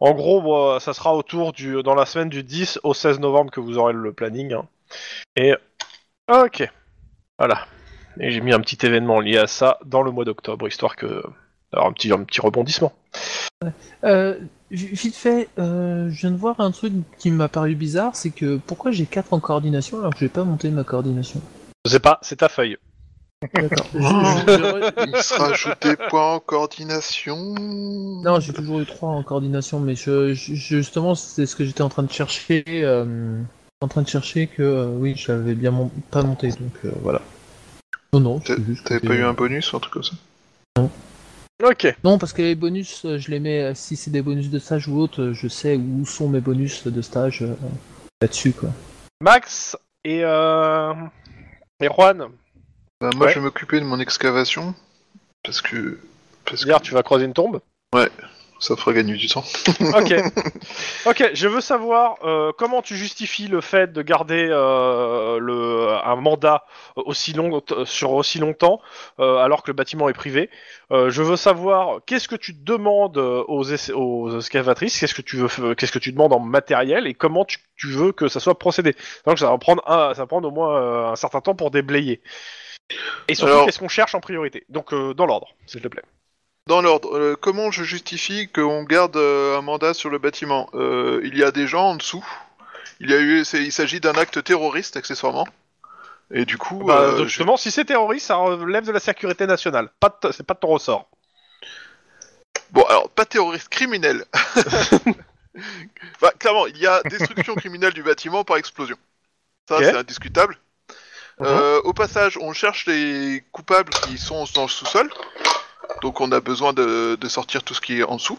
Speaker 4: en gros, moi, ça sera autour du dans la semaine du 10 au 16 novembre que vous aurez le planning. hein. Et ok, voilà. Et j'ai mis un petit événement lié à ça dans le mois d'octobre, histoire que d'avoir un petit un petit rebondissement.
Speaker 1: Euh, vi- vite fait, euh, je viens de voir un truc qui m'a paru bizarre, c'est que pourquoi j'ai 4 en coordination alors que j'ai pas monté ma coordination
Speaker 4: Je sais pas, c'est ta feuille.
Speaker 1: D'accord. Je- je- je-
Speaker 5: Il sera ajouté point en coordination.
Speaker 1: Non, j'ai toujours eu 3 en coordination, mais je, je- justement, c'est ce que j'étais en train de chercher. euh, en train de chercher que euh, oui, je l'avais bien mon- pas monté, donc euh, voilà. Non, non. c'est juste que-
Speaker 5: T'avais pas eu un bonus ou un truc comme ça
Speaker 4: Ok.
Speaker 1: Non, parce que les bonus, euh, je les mets, euh, si c'est des bonus de stage ou autre, euh, je sais où sont mes bonus de stage euh, là-dessus, quoi.
Speaker 4: Max et euh, et Juan,
Speaker 5: Bah, Moi,
Speaker 4: Ouais.
Speaker 5: je vais m'occuper de mon excavation. Parce que. Parce que
Speaker 4: c'est-à-dire tu vas croiser une tombe.
Speaker 5: ça fera gagner du temps.
Speaker 4: Ok. Ok, je veux savoir euh, comment tu justifies le fait de garder euh, le, un mandat aussi long, sur aussi longtemps euh, alors que le bâtiment est privé. Euh, je veux savoir qu'est-ce que tu demandes euh, aux, es- aux excavatrices, qu'est-ce que tu veux, f- qu'est-ce que tu demandes en matériel et comment tu, tu veux que ça soit procédé. Donc ça va prendre, un- ça va prendre au moins euh, un certain temps pour déblayer. Et surtout,
Speaker 5: Alors-
Speaker 4: qu'est-ce qu'on cherche en priorité Donc euh, dans l'ordre, s'il te plaît.
Speaker 5: Dans l'ordre, euh, comment je justifie qu'on garde euh, un mandat sur le bâtiment Euh, Il y a des gens en dessous. Il y a eu, c'est- il s'agit d'un acte terroriste accessoirement. Et du coup,
Speaker 4: Bah,
Speaker 5: euh, je-
Speaker 4: justement, si c'est terroriste, ça relève de la sécurité nationale. Pas de t- c'est pas de ton ressort.
Speaker 5: bon, alors pas terroriste, criminel. Bah, clairement, il y a destruction criminelle du bâtiment par explosion. Ça,
Speaker 4: Ok.
Speaker 5: c'est indiscutable. Euh, au passage, on cherche les coupables qui sont dans le sous-sol. Donc, on a besoin de- de sortir tout ce qui est en dessous.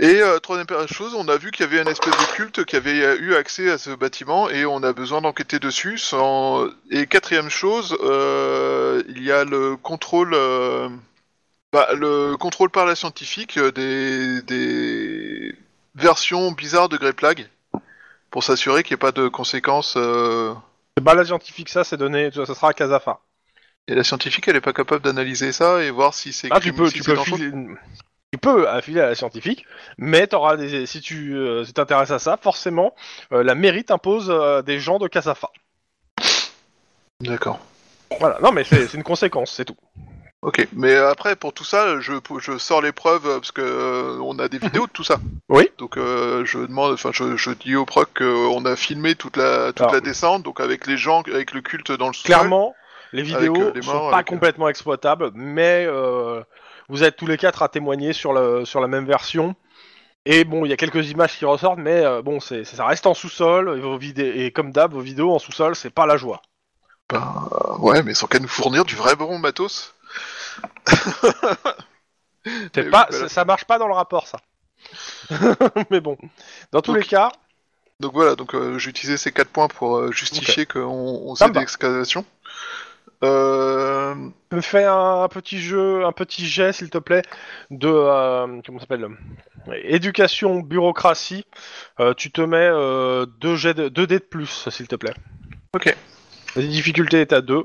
Speaker 5: Et euh, troisième pa- chose, on a vu qu'il y avait une espèce de culte qui avait euh, eu accès à ce bâtiment et on a besoin d'enquêter dessus. Sans... Et quatrième chose, euh, il y a le contrôle, euh, bah, le contrôle par la scientifique euh, des, des versions bizarres de Grey Plague pour s'assurer qu'il n'y ait pas de conséquences. euh,
Speaker 4: C'est pas la scientifique, ça, c'est donné, ça sera à Casafa.
Speaker 5: Et la scientifique, elle n'est pas capable d'analyser ça et voir si c'est
Speaker 4: Ah, tu
Speaker 5: crime-
Speaker 4: peux,
Speaker 5: si
Speaker 4: tu
Speaker 5: c'est
Speaker 4: peux
Speaker 5: dangereux.
Speaker 4: filer, tu peux affiler à la scientifique, mais t'auras des, si tu euh, si t'intéresses à ça, forcément, euh, la mérite impose euh, des gens de Casafa.
Speaker 5: D'accord.
Speaker 4: Voilà, non, mais c'est c'est une conséquence, c'est tout.
Speaker 5: Ok, mais après pour tout ça, je, je sors les preuves euh, parce que euh, on a des vidéos de tout ça.
Speaker 4: Oui.
Speaker 5: Donc euh, je demande, enfin je, je dis au proc qu'on a filmé toute la toute
Speaker 4: Alors-
Speaker 5: la descente, donc avec les gens, avec le culte dans le sous-sol.
Speaker 4: Ah, Clairement, les vidéos
Speaker 5: euh, les
Speaker 4: sont
Speaker 5: morts,
Speaker 4: pas
Speaker 5: avec, euh,
Speaker 4: complètement exploitables, mais euh, vous êtes tous les quatre à témoigner sur, le, sur la même version. Et bon, il y a quelques images qui ressortent, mais euh, bon, c'est ça reste en sous-sol, et, vos vidé- et comme d'hab, vos vidéos en sous-sol, c'est pas la joie.
Speaker 5: Ben, euh, ouais, mais sans qu'à nous fournir du vrai bon matos.
Speaker 4: C'est
Speaker 5: Eh
Speaker 4: pas,
Speaker 5: oui, voilà.
Speaker 4: ça, ça marche pas dans le rapport, ça. Mais bon, dans tous
Speaker 5: Ok.
Speaker 4: les cas,
Speaker 5: Donc voilà, donc euh, j'utilisais ces quatre points pour euh, justifier qu'on on
Speaker 4: Ça
Speaker 5: sait
Speaker 4: me va.
Speaker 5: des excavations. Euh,
Speaker 4: me fais un petit jeu, un petit jet, s'il te plaît, de euh, comment ça s'appelle Éducation, bureaucratie. Euh, tu te mets euh, deux jets, de, deux dés de plus, s'il te plaît.
Speaker 5: Ok.
Speaker 4: La difficulté est à deux.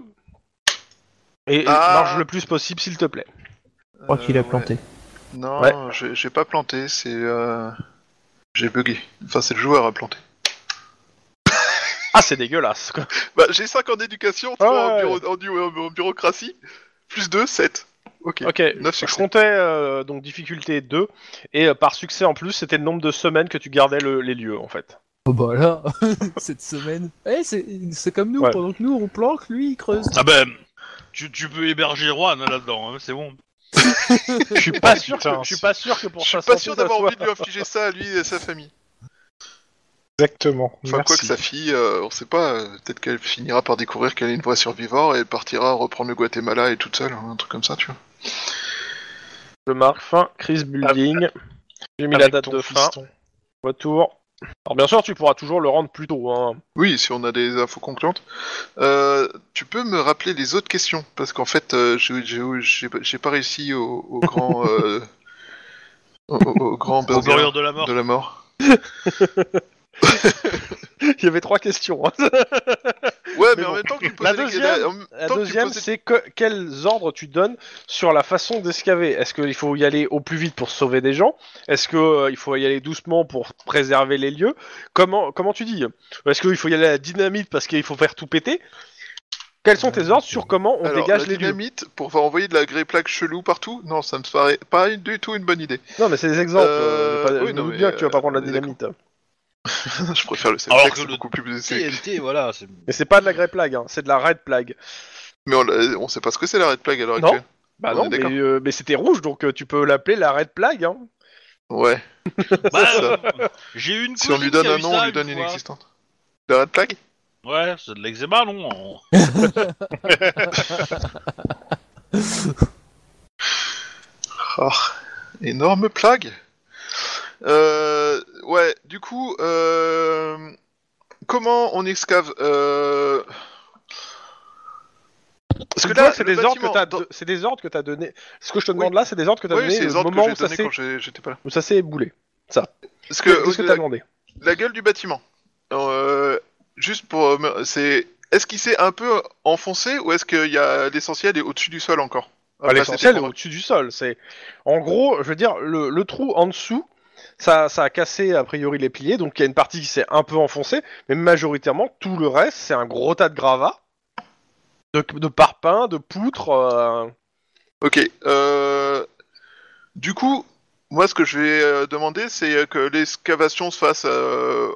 Speaker 4: Et, et
Speaker 5: Ah.
Speaker 4: marche le plus possible, s'il te plaît.
Speaker 1: Je crois qu'il a
Speaker 5: euh, ouais.
Speaker 1: planté.
Speaker 5: Non,
Speaker 4: Ouais.
Speaker 5: j'ai j'ai pas planté, c'est euh, j'ai bugué. Enfin c'est le joueur à planter.
Speaker 4: Ah, c'est dégueulasse. quoi.
Speaker 5: Bah, j'ai 5 en éducation, 3
Speaker 4: Ah ouais.
Speaker 5: en, bureau- en du- en- en bureaucratie, plus 2, 7. Ok.
Speaker 4: Ok.
Speaker 5: Neuf
Speaker 4: Je
Speaker 5: succès.
Speaker 4: comptais euh, donc difficulté 2 et euh, par succès en plus, c'était le nombre de semaines que tu gardais le- les lieux en fait.
Speaker 1: Oh bah là, cette semaine. Eh, c'est c'est comme nous,
Speaker 4: Ouais.
Speaker 1: pendant que nous on planque, lui il creuse.
Speaker 5: bah.
Speaker 3: Ah ben, tu, tu peux héberger Juan hein, là-dedans, hein, c'est bon.
Speaker 4: Je suis pas sûr
Speaker 2: putain,
Speaker 4: que je suis pas sûr que pour
Speaker 5: Eh ben, Je
Speaker 4: sa
Speaker 5: suis pas
Speaker 4: santé,
Speaker 5: sûr
Speaker 4: ça
Speaker 5: d'avoir
Speaker 4: soit-
Speaker 5: envie de lui infliger ça à lui et à sa famille.
Speaker 2: Exactement.
Speaker 5: Enfin, quoi que
Speaker 2: Merci.
Speaker 5: sa fille, euh, on sait pas, euh, peut-être qu'elle finira par découvrir qu'elle est une voie survivante et elle partira reprendre le Guatemala et toute seule, hein, un truc comme ça, tu vois.
Speaker 4: Je marque fin, Chris Building. J'ai mis la
Speaker 2: Avec
Speaker 4: date
Speaker 2: ton
Speaker 4: de fin.
Speaker 2: fiston.
Speaker 4: Retour. Alors bien sûr, tu pourras toujours le rendre plus tôt. Hein.
Speaker 5: Oui, si on a des infos concluantes. Euh, tu peux me rappeler les autres questions Parce qu'en fait, euh, j'ai- j'ai j'ai- j'ai pas réussi au, au grand. euh, au, au- au grand
Speaker 3: Au
Speaker 5: burger
Speaker 3: de la mort.
Speaker 5: de la mort.
Speaker 4: Il y avait trois questions. hein.
Speaker 5: Ouais, mais,
Speaker 4: Mais
Speaker 5: en
Speaker 4: bon.
Speaker 5: même temps que tu me
Speaker 4: La
Speaker 5: posais des-
Speaker 4: deuxième-
Speaker 5: en même
Speaker 4: La
Speaker 5: temps que tu
Speaker 4: deuxième,
Speaker 5: posais-
Speaker 4: c'est que, quels ordres tu donnes sur la façon d'escaver. Est-ce qu'il faut y aller au plus vite pour sauver des gens Est-ce que euh, il faut y aller doucement pour préserver les lieux Comment comment tu dis Est-ce qu'il faut y aller à la dynamite parce qu'il faut faire tout péter Quels sont tes ordres sur comment on
Speaker 5: Alors,
Speaker 4: dégage
Speaker 5: la
Speaker 4: les lieux
Speaker 5: dynamite pour faire envoyer de la grès plaque chelou partout Non, ça me paraît pas du tout une bonne idée.
Speaker 4: Non, mais c'est des exemples. euh,
Speaker 5: Euh,
Speaker 4: pas-
Speaker 5: oui,
Speaker 4: je me
Speaker 5: non,
Speaker 4: doute
Speaker 5: mais,
Speaker 4: bien que tu vas pas prendre la
Speaker 5: euh, d'accord.
Speaker 4: dynamite.
Speaker 5: Je préfère le
Speaker 3: Alors
Speaker 5: septex,
Speaker 3: que
Speaker 5: c'est
Speaker 3: le-
Speaker 5: beaucoup plus. c'est-
Speaker 3: TNT, voilà. c'est-
Speaker 4: Mais c'est pas de la grey plague, hein, c'est de la red plague.
Speaker 5: Mais on, l'a- on sait pas ce que c'est la red plague à l'heure
Speaker 4: Non.
Speaker 5: actuelle.
Speaker 4: Bah
Speaker 5: On
Speaker 4: non,
Speaker 5: est
Speaker 4: mais,
Speaker 5: d'accord.
Speaker 4: euh, mais c'était rouge, donc euh, tu peux l'appeler la red plague. Hein.
Speaker 5: Ouais.
Speaker 3: Bah,
Speaker 5: ça.
Speaker 3: euh, J'ai eu une
Speaker 5: Si on
Speaker 3: cousine
Speaker 5: lui donne
Speaker 3: qui a
Speaker 5: un
Speaker 3: eu
Speaker 5: nom,
Speaker 3: ça
Speaker 5: on lui donne une
Speaker 3: fois.
Speaker 5: existante. La red plague
Speaker 3: Ouais, c'est de l'eczéma, non On-
Speaker 5: Ah, énorme plague. Euh, ouais, du coup, euh, comment on excave euh... Parce
Speaker 4: Parce que là, c'est
Speaker 5: le
Speaker 4: des, ordres que
Speaker 5: bâtiment-
Speaker 4: t'as
Speaker 5: dans-
Speaker 4: do- c'est des ordres que t'as donné. Ce que je te demande là, c'est des ordres que t'as
Speaker 5: Oui,
Speaker 4: donné
Speaker 5: c'est les
Speaker 4: au
Speaker 5: ordres
Speaker 4: moment où
Speaker 5: que j'ai
Speaker 4: ça
Speaker 5: donnés
Speaker 4: s'est
Speaker 5: quand j'ai- j'étais pas là.
Speaker 4: où ça s'est éboulé.
Speaker 5: Parce que,
Speaker 4: Qu'est-ce que t'as
Speaker 5: la,
Speaker 4: demandé
Speaker 5: la gueule du bâtiment, euh, juste pour... euh, me- C'est... Est-ce qu'il s'est un peu enfoncé ou est-ce qu'il y a l'essentiel est au-dessus du sol encore
Speaker 4: Enfin, Bah, L'essentiel est
Speaker 5: c'était Ah, bah, pour-
Speaker 4: au-dessus du sol. C'est en gros, je veux dire, le, le trou en dessous, ça, ça a cassé a priori les piliers, donc il y a une partie qui s'est un peu enfoncée, mais majoritairement tout le reste, c'est un gros tas de gravats, de, de parpaings, de poutres. euh,
Speaker 5: Ok. euh, Du coup, moi, ce que je vais euh, demander, c'est euh, que l'excavation se fasse euh,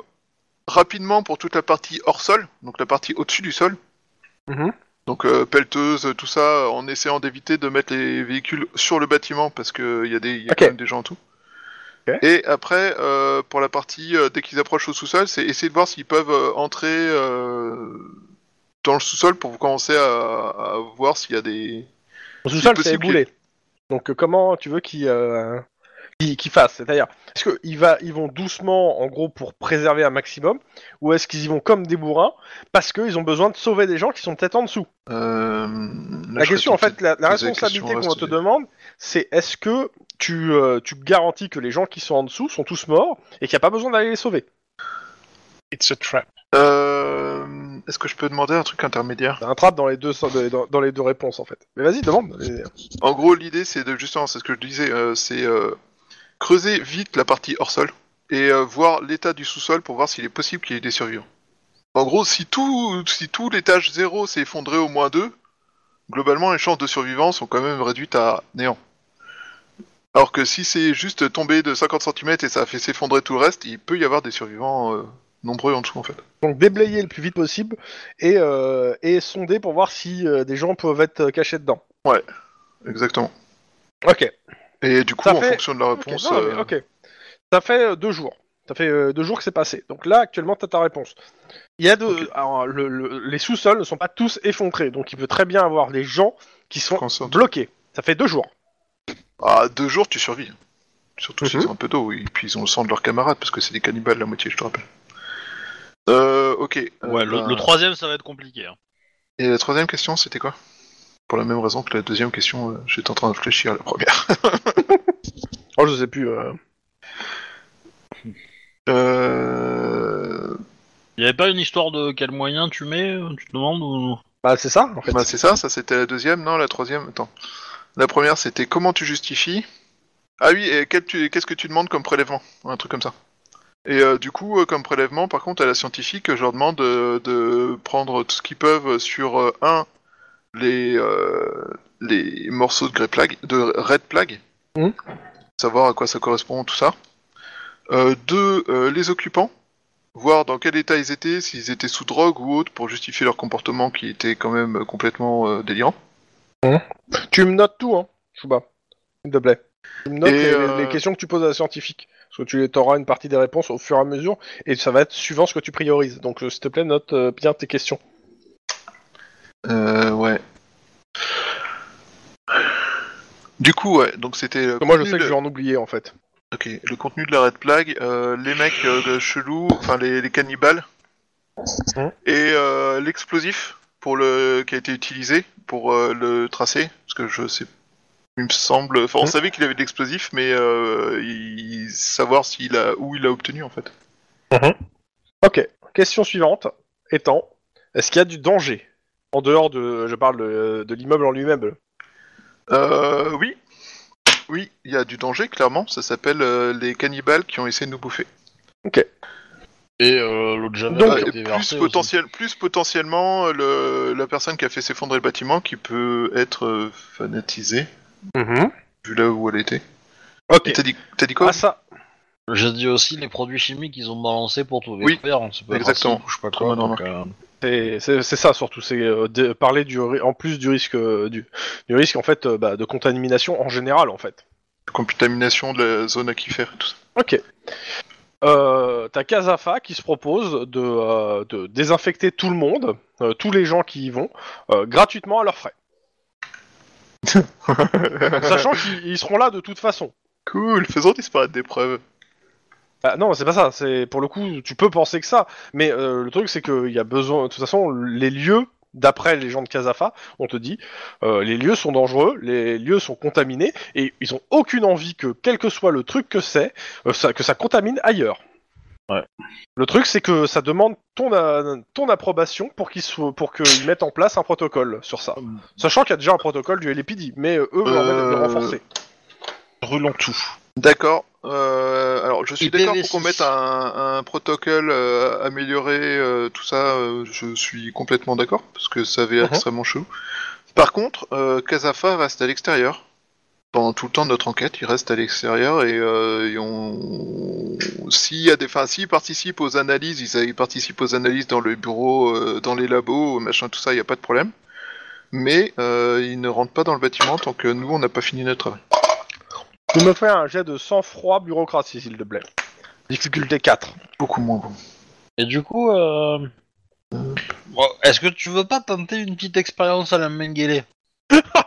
Speaker 5: rapidement pour toute la partie hors sol, donc la partie au-dessus du sol.
Speaker 4: Mhm.
Speaker 5: Donc euh, pelleteuse, tout ça, euh, en essayant d'éviter de mettre les véhicules sur le bâtiment parce qu'il y a, des, y a
Speaker 4: Ok.
Speaker 5: quand même des gens en tout.
Speaker 4: Ok.
Speaker 5: Et après, euh, pour la partie, euh, dès qu'ils approchent au sous-sol, c'est essayer de voir s'ils peuvent euh, entrer euh, dans le sous-sol pour commencer à, à voir s'il y a des...
Speaker 4: Le sous-sol,
Speaker 5: possible
Speaker 4: c'est éboulé. Donc euh, comment tu veux qu'ils euh, qu'ils- qu'ils fassent C'est-à-dire, est-ce qu'ils va, ils vont doucement, en gros, pour préserver un maximum, ou est-ce qu'ils y vont comme des bourrins parce qu'ils ont besoin de sauver des gens qui sont peut-être en dessous
Speaker 5: Euh, là,
Speaker 4: La
Speaker 5: je
Speaker 4: question, en
Speaker 5: réfléchis.
Speaker 4: fait, la, la
Speaker 5: poser la
Speaker 4: responsabilité
Speaker 5: question,
Speaker 4: qu'on
Speaker 5: reste
Speaker 4: te
Speaker 5: des-
Speaker 4: demande, c'est est-ce que tu, euh, tu garantis que les gens qui sont en dessous sont tous morts et qu'il n'y a pas besoin d'aller les sauver
Speaker 2: It's a trap.
Speaker 5: Euh, Est-ce que je peux demander un truc intermédiaire
Speaker 4: T'as un trap dans les deux dans, dans les deux réponses en fait. Mais vas-y, demande.
Speaker 5: En gros, l'idée, c'est de justement, c'est ce que je disais, euh, c'est euh, creuser vite la partie hors sol et euh, voir l'état du sous-sol pour voir s'il est possible qu'il y ait des survivants. En gros, si tout, si tout l'étage 0 s'est effondré au moins 2, globalement, les chances de survivants sont quand même réduites à néant. Alors que si c'est juste tombé de 50 cm et ça a fait s'effondrer tout le reste, il peut y avoir des survivants euh, nombreux en dessous, en fait.
Speaker 4: Donc déblayer le plus vite possible et, euh, et sonder pour voir si euh, des gens peuvent être euh, cachés dedans.
Speaker 5: Exactement.
Speaker 4: Ok.
Speaker 5: Et du coup,
Speaker 4: Ça
Speaker 5: en
Speaker 4: fait-
Speaker 5: fonction de la
Speaker 4: Ok,
Speaker 5: réponse...
Speaker 4: non, mais
Speaker 5: euh,
Speaker 4: ok. Ça fait euh, deux jours. Ça fait euh, deux jours que c'est passé. Donc là, actuellement, tu as ta réponse. Il y a de, alors, le- le- les sous-sols ne sont pas tous effondrés, donc il peut très bien avoir des gens qui sont
Speaker 5: Consent.
Speaker 4: bloqués. Ça fait deux jours.
Speaker 5: Ah, deux jours, tu survis. Surtout s'ils
Speaker 4: Mhm.
Speaker 5: ont un peu d'eau, et puis ils ont le sang de leurs camarades, parce que c'est des cannibales la moitié, je te rappelle. Euh, ok. Euh,
Speaker 3: Ouais, le,
Speaker 5: bah,
Speaker 3: le troisième, ça va être compliqué. hein.
Speaker 5: Et la troisième question, c'était quoi Pour la même raison que la deuxième question, euh, j'étais en train de réfléchir à la première.
Speaker 4: Oh, je sais plus. euh.
Speaker 5: Euh...
Speaker 3: Il y avait pas une histoire de quel moyen tu mets, euh, tu te demandes ou...
Speaker 4: Bah, c'est ça, en fait.
Speaker 5: Bah, c'est ça, ça c'était la deuxième, non, la troisième, attends. La première, c'était comment tu justifies Ah oui, et quel tu- qu'est-ce que tu demandes comme prélèvement Un truc comme ça. Et euh, du coup, euh, comme prélèvement, par contre, à la scientifique, je leur demande euh, de prendre tout ce qu'ils peuvent sur, euh, un, les, euh, les morceaux de, grey plague, de red plague,
Speaker 4: Mhm.
Speaker 5: savoir à quoi ça correspond, tout ça. Euh, deux, euh, les occupants, voir dans quel état ils étaient, s'ils étaient sous drogue ou autre, pour justifier leur comportement qui était quand même euh, complètement euh, délirant.
Speaker 4: Tu me notes tout, hein, Chouba. S'il te plaît. Tu me notes
Speaker 5: Et,
Speaker 4: les,
Speaker 5: euh,
Speaker 4: les questions que tu poses à la scientifique. Parce que tu auras une partie des réponses au fur et à mesure, et ça va être suivant ce que tu priorises. Donc, euh, s'il te plaît, note euh, bien tes questions.
Speaker 5: Euh, ouais. Du coup, ouais, donc c'était. euh,
Speaker 4: Parce que moi, je
Speaker 5: contenu
Speaker 4: sais que
Speaker 5: de-
Speaker 4: je vais en oublier, en fait.
Speaker 5: Ok, le contenu de la Red Plague, euh, les mecs euh, de chelous, enfin les, les cannibales,
Speaker 4: Hein
Speaker 5: et euh, l'explosif pour le qui a été utilisé pour euh, le tracer, parce que je sais, il me semble, enfin on
Speaker 4: Hein
Speaker 5: savait qu'il avait de l'explosif, mais euh, il- savoir s'il a où il l'a obtenu en fait.
Speaker 4: Ok, Question suivante étant, est-ce qu'il y a du danger En dehors de, je parle de, de l'immeuble en lui-même.
Speaker 5: Euh, oui. Oui, il y a du danger, clairement. Ça s'appelle euh, les cannibales qui ont essayé de nous bouffer.
Speaker 3: Et euh, l'autre javel
Speaker 5: Donc,
Speaker 3: qui a
Speaker 5: plus,
Speaker 3: été versé aussi.
Speaker 5: potentiel, plus potentiellement euh, le- la personne qui a fait s'effondrer le bâtiment qui peut être euh, fanatisée, vu là où elle était.
Speaker 4: Ok.
Speaker 5: Et T'as dit, t'as dit quoi
Speaker 4: Ah ça,
Speaker 3: J'ai dit aussi les produits chimiques qu'ils ont balancés pour tout
Speaker 5: Oui,
Speaker 3: détruire. ça peut être
Speaker 5: exactement.
Speaker 3: acide ou Je sais pas
Speaker 5: Très
Speaker 3: quoi.
Speaker 5: bonne
Speaker 3: donc, euh,
Speaker 4: c'est c'est- c'est ça surtout, c'est euh, de- parler du, ri- en plus du risque euh, du, du risque en fait euh, bah, de contamination en général en fait.
Speaker 5: Contamination de la zone aquifère et tout ça.
Speaker 4: Ok. Euh, T'as Kazafa qui se propose de, euh, de désinfecter tout le monde, euh, tous les gens qui y vont, euh, gratuitement à leurs frais. Sachant qu'ils ils seront là de toute façon.
Speaker 5: Cool, faisons disparaître des preuves.
Speaker 4: Ah, non, c'est pas ça. C'est pour le coup, tu peux penser que ça, mais euh, le truc c'est qu'il y a besoin. De toute façon, les lieux, d'après les gens de Casafa, on te dit, euh, les lieux sont dangereux, les lieux sont contaminés, et ils ont aucune envie que, quel que soit le truc que c'est, euh, ça- que ça contamine ailleurs.
Speaker 3: Ouais.
Speaker 4: Le truc c'est que ça demande ton a- ton approbation pour qu'ils soient- pour qu'ils mettent en place un protocole sur ça, sachant qu'il y a déjà un protocole du LPD, mais euh, eux veulent en fait le
Speaker 5: Euh,
Speaker 4: renforcer.
Speaker 2: Relons tout.
Speaker 5: D'accord. Euh, alors, je suis
Speaker 3: IPv6.
Speaker 5: d'accord pour qu'on mette un, un protocole euh, amélioré, euh, tout ça, euh, je suis complètement d'accord, parce que ça avait
Speaker 4: Mhm.
Speaker 5: extrêmement chelou. Par contre, euh, Kazafa reste à l'extérieur. Pendant tout le temps de notre enquête, il reste à l'extérieur et, euh, et on... S'il y a des... Enfin, s'il participe aux analyses, il, il participe aux analyses dans le bureau, euh, dans les labos, machin, tout ça, il n'y a pas de problème. Mais euh, il ne rentre pas dans le bâtiment tant que nous, on n'a pas fini notre travail.
Speaker 4: Tu me fais un jet de sang-froid bureaucratie, s'il te plaît. Difficulté 4.
Speaker 5: Beaucoup moins bon.
Speaker 3: Et du coup, euh, bon, est-ce que tu veux pas tenter une petite expérience à la Mengele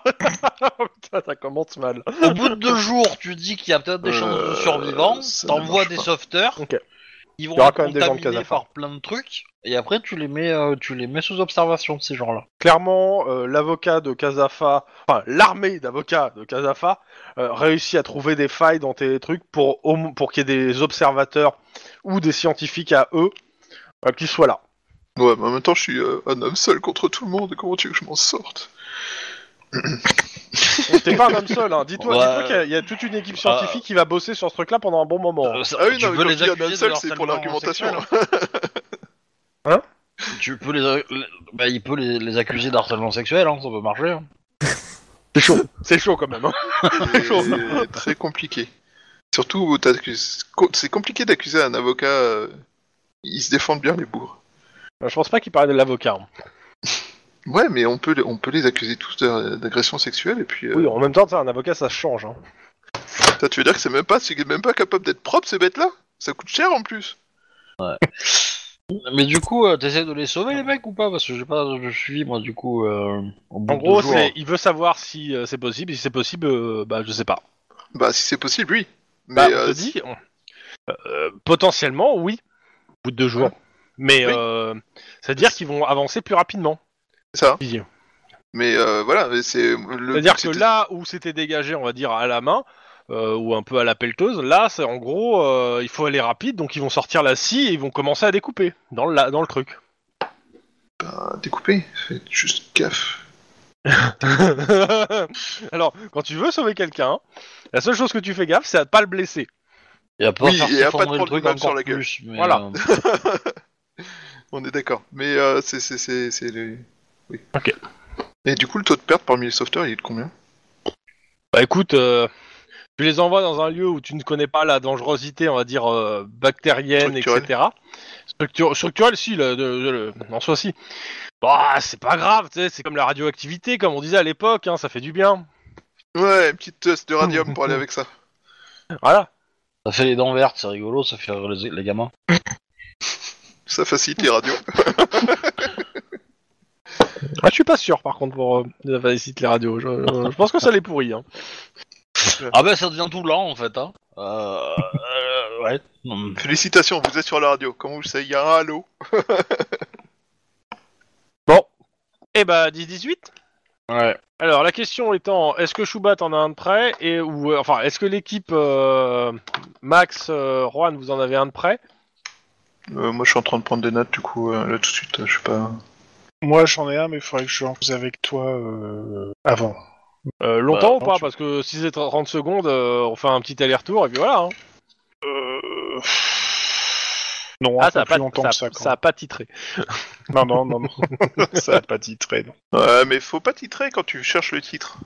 Speaker 4: Putain, ça commence mal.
Speaker 3: Au bout de deux jours, tu dis qu'il y a peut-être des chances de
Speaker 5: Euh,
Speaker 3: survivants,
Speaker 5: ça ne
Speaker 3: t'envoies
Speaker 5: marche
Speaker 3: des
Speaker 5: pas.
Speaker 3: sauveteurs,
Speaker 4: Ok.
Speaker 3: ils
Speaker 4: Il y
Speaker 3: vont
Speaker 4: aura
Speaker 3: être
Speaker 4: quand même des gens de
Speaker 3: contaminés
Speaker 4: Casafa.
Speaker 3: par plein de trucs, et après tu les mets, euh, tu les mets sous observation ces gens-là.
Speaker 4: Clairement, euh, l'avocat de Casafa, enfin l'armée d'avocats de Casafa, euh, réussit à trouver des failles dans tes trucs pour, au mo- pour qu'il y ait des observateurs ou des scientifiques à eux euh, qui soient là.
Speaker 5: Ouais, mais en même temps, je suis euh, un homme seul contre tout le monde. Comment tu veux que je m'en sorte
Speaker 4: T'es pas un homme seul, hein. dis-toi
Speaker 3: Ouais.
Speaker 4: dis-toi qu'il y a- il y, a toute une équipe scientifique qui va bosser sur ce truc-là pendant un bon moment. hein.
Speaker 3: Euh, ça-
Speaker 5: Ah oui,
Speaker 3: tu
Speaker 5: non, mais
Speaker 3: peux
Speaker 5: quand
Speaker 3: les
Speaker 5: je dis un
Speaker 3: accuser
Speaker 5: homme
Speaker 3: de
Speaker 5: seul, c'est
Speaker 3: harcèlement
Speaker 5: pour l'argumentation.
Speaker 3: sexuel, hein.
Speaker 4: Hein
Speaker 3: Tu peux les, le- bah, il peut les, les accuser d'harcèlement sexuel, hein, ça peut marcher. hein.
Speaker 4: C'est chaud, c'est chaud quand même. hein.
Speaker 5: C'est très compliqué. Surtout, t'accuses- co- c'est compliqué d'accuser un avocat. euh, Ils se défendent bien, les bourgs.
Speaker 4: Euh, Je pense pas qu'il parlait de l'avocat. hein.
Speaker 5: Ouais, mais on peut, les- on peut les accuser tous d'a- d'agression sexuelle, et puis... euh,
Speaker 4: Oui, en même temps, ça, un avocat ça se change. hein.
Speaker 5: ça, tu veux dire que c'est même pas, c'est même pas capable d'être propre, ces bêtes-là Ça coûte cher, en plus
Speaker 3: Mais du coup, euh, t'essaies de les sauver les mecs ou pas Parce que j'ai pas de suivi moi du coup. euh, au bout
Speaker 4: En
Speaker 3: de
Speaker 4: gros,
Speaker 3: deux jours.
Speaker 5: hein.
Speaker 4: c'est, il veut savoir si euh, c'est possible. Si c'est possible, euh, bah je sais pas.
Speaker 5: Bah, si c'est possible, oui.
Speaker 4: Bah,
Speaker 5: Mais
Speaker 4: on te
Speaker 5: euh,
Speaker 4: dit, on- euh, potentiellement, oui, au bout de deux jours. Mais
Speaker 5: Oui.
Speaker 4: euh, ça veut dire qu'ils vont avancer plus rapidement.
Speaker 5: c'est ça.
Speaker 4: Didier.
Speaker 5: Mais euh, voilà, mais c'est... le-
Speaker 4: C'est-à-dire que
Speaker 5: c'était-
Speaker 4: là où c'était dégagé, on va dire à la main euh, ou un peu à la pelleteuse, là, c'est en gros, euh, il faut aller rapide, donc ils vont sortir la scie et ils vont commencer à découper dans le, la- dans le truc.
Speaker 5: Ah, Découpé, faites juste gaffe.
Speaker 4: Alors, quand tu veux sauver quelqu'un, la seule chose que tu fais gaffe, c'est à pas le blesser.
Speaker 3: Il y a pas
Speaker 5: Oui,
Speaker 3: faire
Speaker 5: il y a pas de
Speaker 3: s'effondrer le
Speaker 5: problème
Speaker 3: truc
Speaker 5: même
Speaker 3: encore
Speaker 5: sur la gueule.
Speaker 3: plus. mais,
Speaker 4: Voilà.
Speaker 3: euh,
Speaker 5: On est d'accord. Mais euh, c'est, c'est, c'est, c'est le... Oui.
Speaker 4: Ok.
Speaker 5: Et du coup, le taux de perte parmi les sauveteurs, il est de combien
Speaker 4: Bah écoute, euh, tu les envoies dans un lieu où tu ne connais pas la dangerosité, on va dire, euh, bactérienne,
Speaker 5: Structurelle.
Speaker 4: etc. Structure, structurelle, si, le, le- le- en soi, si. Bah, c'est pas grave, tu sais, c'est comme la radioactivité, comme on disait à l'époque, hein, ça fait du bien.
Speaker 5: Ouais, une petite dose de radium pour aller avec ça.
Speaker 4: Voilà.
Speaker 3: Ça fait les dents vertes, c'est rigolo, ça fait rire les, les gamins.
Speaker 5: Ça facilite les radios.
Speaker 4: Ah, je suis pas sûr, par contre, pour euh, la facilite les radios. Je, je- je pense que ça les pourrit. Hein.
Speaker 3: Ah ben ça devient tout blanc en fait. Hein. Euh, euh, ouais. Hmm.
Speaker 5: Félicitations, vous êtes sur la radio. Comment vous savez, il y a un halo
Speaker 4: Eh bah, 10-18
Speaker 3: Ouais.
Speaker 4: Alors, la question étant, est-ce que Choubat en a un de près et, ou, euh, Enfin, est-ce que l'équipe euh, Max, euh, Juan, vous en avez un de près
Speaker 5: Euh, moi, je suis en train de prendre des notes, du coup, euh, là tout de suite, euh, je sais pas.
Speaker 2: Moi, j'en ai un, mais il faudrait que je fasse avec toi euh, avant.
Speaker 4: Euh, longtemps
Speaker 2: Bah,
Speaker 4: ou pas
Speaker 2: tu-
Speaker 4: Parce que si c'est 30 secondes, euh, on fait un petit aller-retour et puis voilà. hein.
Speaker 2: Euh... Non,
Speaker 4: Ah,
Speaker 2: un
Speaker 4: ça
Speaker 2: peu
Speaker 4: a
Speaker 2: plus
Speaker 4: pas,
Speaker 2: longtemps
Speaker 4: ça,
Speaker 2: que ça.
Speaker 4: a-
Speaker 2: quand
Speaker 4: ça a pas titré.
Speaker 2: même. Non, non, non, non. ça a pas titré, non.
Speaker 5: Ouais, mais faut pas titrer quand tu cherches le titre.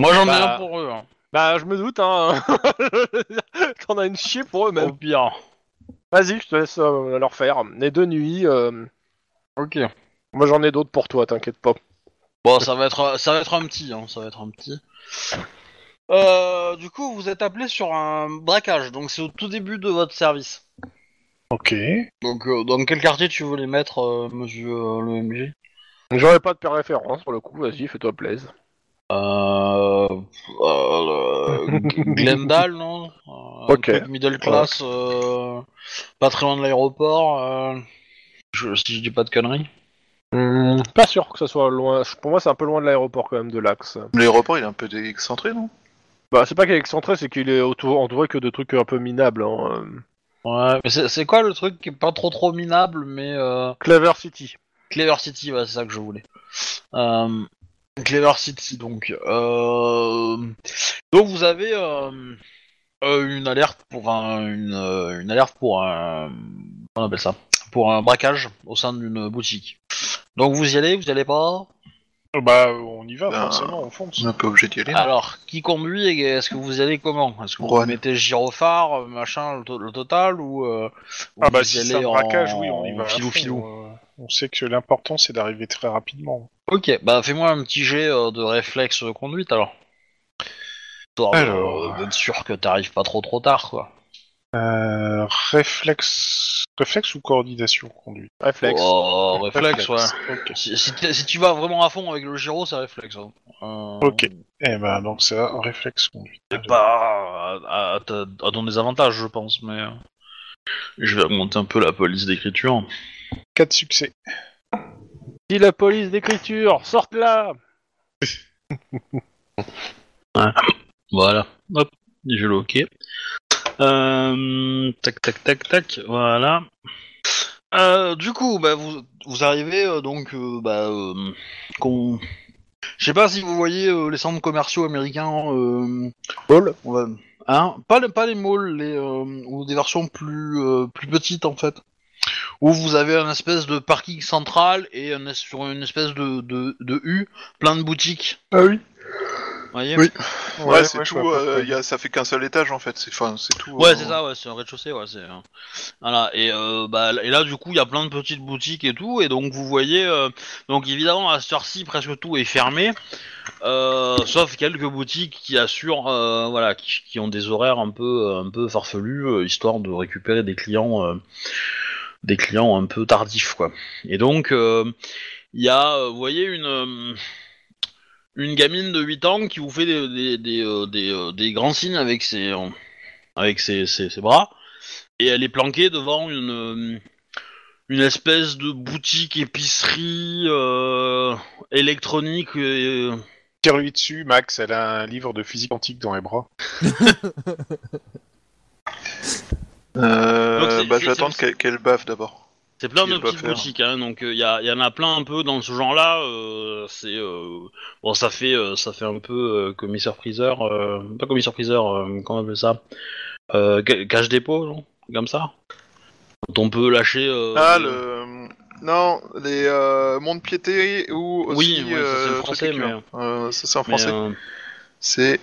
Speaker 6: Moi j'en ai
Speaker 4: Bah,
Speaker 6: un pour eux, hein.
Speaker 4: Bah, je me doute, hein. T'en as une chier pour
Speaker 6: au
Speaker 4: eux
Speaker 2: Oh,
Speaker 4: même.
Speaker 6: pire.
Speaker 4: Vas-y, je te laisse euh, leur faire. Les deux nuits, euh,
Speaker 6: Ok.
Speaker 4: moi j'en ai d'autres pour toi, t'inquiète pas.
Speaker 6: Bon, ça va être, ça va être un petit, hein, ça va être un petit. Euh, du coup, vous êtes appelé sur un braquage, donc c'est au tout début de votre service.
Speaker 2: Ok.
Speaker 6: Donc, euh, dans quel quartier tu veux les mettre, euh, monsieur euh, le MJ
Speaker 4: J'aurais pas de référence pour le coup, vas-y, fais-toi plaisir.
Speaker 6: euh, euh, G- Glendale, non Euh, un
Speaker 4: Ok.
Speaker 6: truc middle class, euh, pas très loin de l'aéroport, euh, je- si je dis pas de conneries.
Speaker 4: Hmm, pas sûr que ça soit loin. Pour moi, c'est un peu loin de l'aéroport quand même de l'axe.
Speaker 5: L'aéroport, il est un peu excentré, non
Speaker 4: Bah, c'est pas qu'il est excentré, c'est qu'il est autour, entouré que de trucs un peu minables. Hein. euh.
Speaker 6: Ouais, mais c'est c'est quoi le truc qui est pas trop trop minable, mais euh,
Speaker 4: Clever City.
Speaker 6: Clever City, ouais, c'est ça que je voulais. Euh, Clever City, donc. euh, donc vous avez euh, euh, une alerte pour un, une, euh, une alerte pour un, on appelle ça, pour un braquage au sein d'une boutique. Donc vous y allez, vous y allez pas
Speaker 2: Euh, Bah, on y va,
Speaker 5: Ben,
Speaker 2: forcément, on fonce.
Speaker 5: On est un peu obligé d'y aller. non
Speaker 6: Alors, qui conduit et Est-ce que vous y allez comment Est-ce que vous
Speaker 5: Juan.
Speaker 6: mettez gyrophare, machin, le, to- le total ou euh,
Speaker 2: Ah bah,
Speaker 6: vous
Speaker 2: si
Speaker 6: y
Speaker 2: c'est
Speaker 6: allez
Speaker 2: un braquage,
Speaker 6: en
Speaker 2: oui, on y va. à
Speaker 6: Filou
Speaker 2: fond,
Speaker 6: filou.
Speaker 2: euh, On sait que l'important, c'est d'arriver très rapidement.
Speaker 6: Ok, bah fais-moi un petit jet euh, de réflexe conduite alors. Histoire de,
Speaker 2: Alors.
Speaker 6: euh, d'être sûr que t'arrives pas trop trop tard quoi.
Speaker 2: Euh, réflexe... réflexe ou coordination conduite
Speaker 4: Réflexe.
Speaker 6: Oh, réflexe, ouais.
Speaker 2: Ok.
Speaker 6: Si, si t'es- si tu vas vraiment à fond avec le gyro, c'est réflexe. hein. Euh,
Speaker 2: Ok. Eh ben, donc c'est un réflexe conduite.
Speaker 6: t'es pas à, à, ta- à ton désavantage, je pense, mais. euh, Je vais augmenter un peu la police d'écriture.
Speaker 2: 4 succès.
Speaker 4: Dis la police d'écriture, sorte là
Speaker 6: Voilà. Hop, je le OK. Euh, tac, tac, tac, tac. Voilà. Euh, du coup, bah, vous, vous arrivez euh, donc. euh, bah, euh, qu'on- Je sais pas si vous voyez euh, les centres commerciaux américains. Euh,
Speaker 4: Mall
Speaker 6: on va- hein, pas, les- pas les malls, les, euh, ou des versions plus, euh, plus petites en fait. Où vous avez un espèce de parking central et un es- sur une espèce de, de, de U, plein de boutiques.
Speaker 4: Ah oui.
Speaker 6: Vous voyez
Speaker 5: Oui.
Speaker 2: Ouais,
Speaker 5: Ouais, c'est
Speaker 2: ouais, je
Speaker 5: tout.
Speaker 2: vois à peu
Speaker 5: euh,
Speaker 2: près.
Speaker 5: y a- ça fait qu'un seul étage en fait. C'est enfin, c'est tout.
Speaker 6: Ouais,
Speaker 5: euh,
Speaker 6: c'est ça, ouais, c'est un rez-de-chaussée, ouais, c'est. euh, Voilà, et, euh, bah, et là, du coup, il y a plein de petites boutiques et tout, et donc vous voyez, euh, donc évidemment, à cette heure-ci, presque tout est fermé, euh, sauf quelques boutiques qui assurent, euh, voilà, qui, qui ont des horaires un peu, un peu farfelus, euh, histoire de récupérer des clients, euh, des clients un peu tardifs, quoi. Et donc, euh, il y a, euh, vous voyez, une. euh, une gamine de 8 ans qui vous fait des, des, des, euh, des, euh, des grands signes avec ses, euh, avec ses, ses- ses bras, et elle est planquée devant une, euh, une espèce de boutique épicerie euh, électronique. et, euh,
Speaker 2: Tire-lui dessus, Max, elle a un livre de physique quantique dans les bras.
Speaker 5: euh,
Speaker 6: Donc, c'est-
Speaker 5: bah,
Speaker 6: c'est-
Speaker 5: je vais attendre
Speaker 6: c'est-
Speaker 5: qu'elle qu'elle baffe d'abord.
Speaker 6: c'est plein
Speaker 5: Qui
Speaker 6: de
Speaker 5: est pas
Speaker 6: petites
Speaker 5: faire.
Speaker 6: boutiques, hein, donc il y, a- y en a plein un peu dans ce genre-là. euh, c'est euh, bon, ça fait euh, ça fait un peu euh, commissaire priseur, euh, pas commissaire priseur, euh, comment on appelle ça, euh, ca- cache dépôt, non comme ça. Quand on peut lâcher. euh,
Speaker 5: Ah,
Speaker 6: des-
Speaker 5: le. Non, les euh, mondes piétés ou aussi.
Speaker 6: Oui, ouais, ça,
Speaker 5: euh,
Speaker 6: c'est le
Speaker 5: truc
Speaker 6: français,
Speaker 5: avec,
Speaker 6: mais-
Speaker 5: hein. Euh, ça, c'est en
Speaker 6: mais,
Speaker 5: français.
Speaker 6: euh,
Speaker 5: C'est.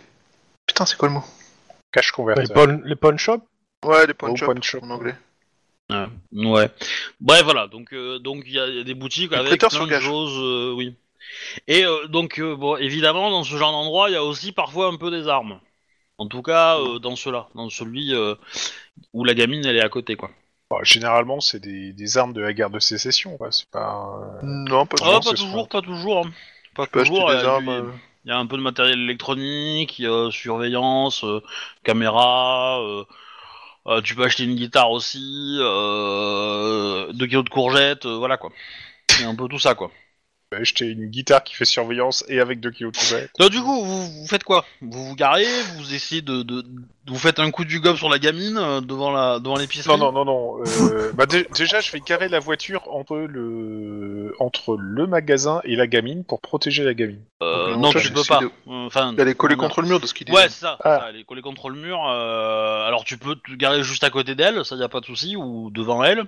Speaker 5: Putain, c'est quoi le mot
Speaker 2: Cache
Speaker 4: Les
Speaker 2: converteur.
Speaker 4: pawn, les pawn shops
Speaker 5: Ouais, les pawn
Speaker 2: Ou
Speaker 5: shop,
Speaker 2: pawn shop.
Speaker 5: en anglais.
Speaker 6: Ouais. ouais. Bref, voilà. Donc, euh, donc il y, a il y a des boutiques
Speaker 5: Les
Speaker 6: avec
Speaker 5: prêteurs
Speaker 6: plein
Speaker 5: sur
Speaker 6: de
Speaker 5: gage.
Speaker 6: choses, euh, oui. Et euh, donc, euh, bon, évidemment, dans ce genre d'endroit, il y a aussi parfois un peu des armes. En tout cas, euh, dans ceux-là, dans celui euh, où la gamine elle est à côté, quoi.
Speaker 2: Bah, généralement, c'est des, des armes de la guerre de sécession. quoi, C'est pas. euh,
Speaker 5: Non, pas
Speaker 6: Ah,
Speaker 5: toujours.
Speaker 2: ce
Speaker 6: pas
Speaker 2: sera-
Speaker 6: toujours, pas toujours, hein. pas
Speaker 5: Tu peux acheter
Speaker 6: toujours.
Speaker 5: des
Speaker 6: euh,
Speaker 5: armes.
Speaker 6: puis-
Speaker 5: euh,
Speaker 6: Il y a un peu de matériel électronique, il y a surveillance, euh, caméra, euh, euh, tu peux acheter une guitare aussi, euh, deux kilos de courgettes, euh, voilà quoi. Il y a un peu tout ça quoi.
Speaker 2: bah, Acheter une guitare qui fait surveillance et avec 2 kilos de couvert.
Speaker 6: Donc du coup, vous, vous faites quoi Vous vous garez, vous essayez de, de, vous faites un coup du gobe sur la gamine euh, devant la devant l'épicerie.
Speaker 2: Non, non, non, non. euh, bah, dé- déjà, je vais carrer la voiture entre le... entre le magasin et la gamine pour protéger la gamine.
Speaker 6: Euh,
Speaker 5: Donc,
Speaker 6: non,
Speaker 5: toi,
Speaker 6: tu
Speaker 5: je
Speaker 6: peux
Speaker 5: sais
Speaker 6: pas.
Speaker 5: de-
Speaker 6: Enfin,
Speaker 5: Elle est collée
Speaker 6: comment
Speaker 5: contre le mur de ce qu'il dit.
Speaker 6: Ouais, c'est ça,
Speaker 2: Ah.
Speaker 6: ça, elle est collée contre le mur. euh, alors tu peux te garer juste à côté d'elle, ça y a pas de souci, ou devant elle, ou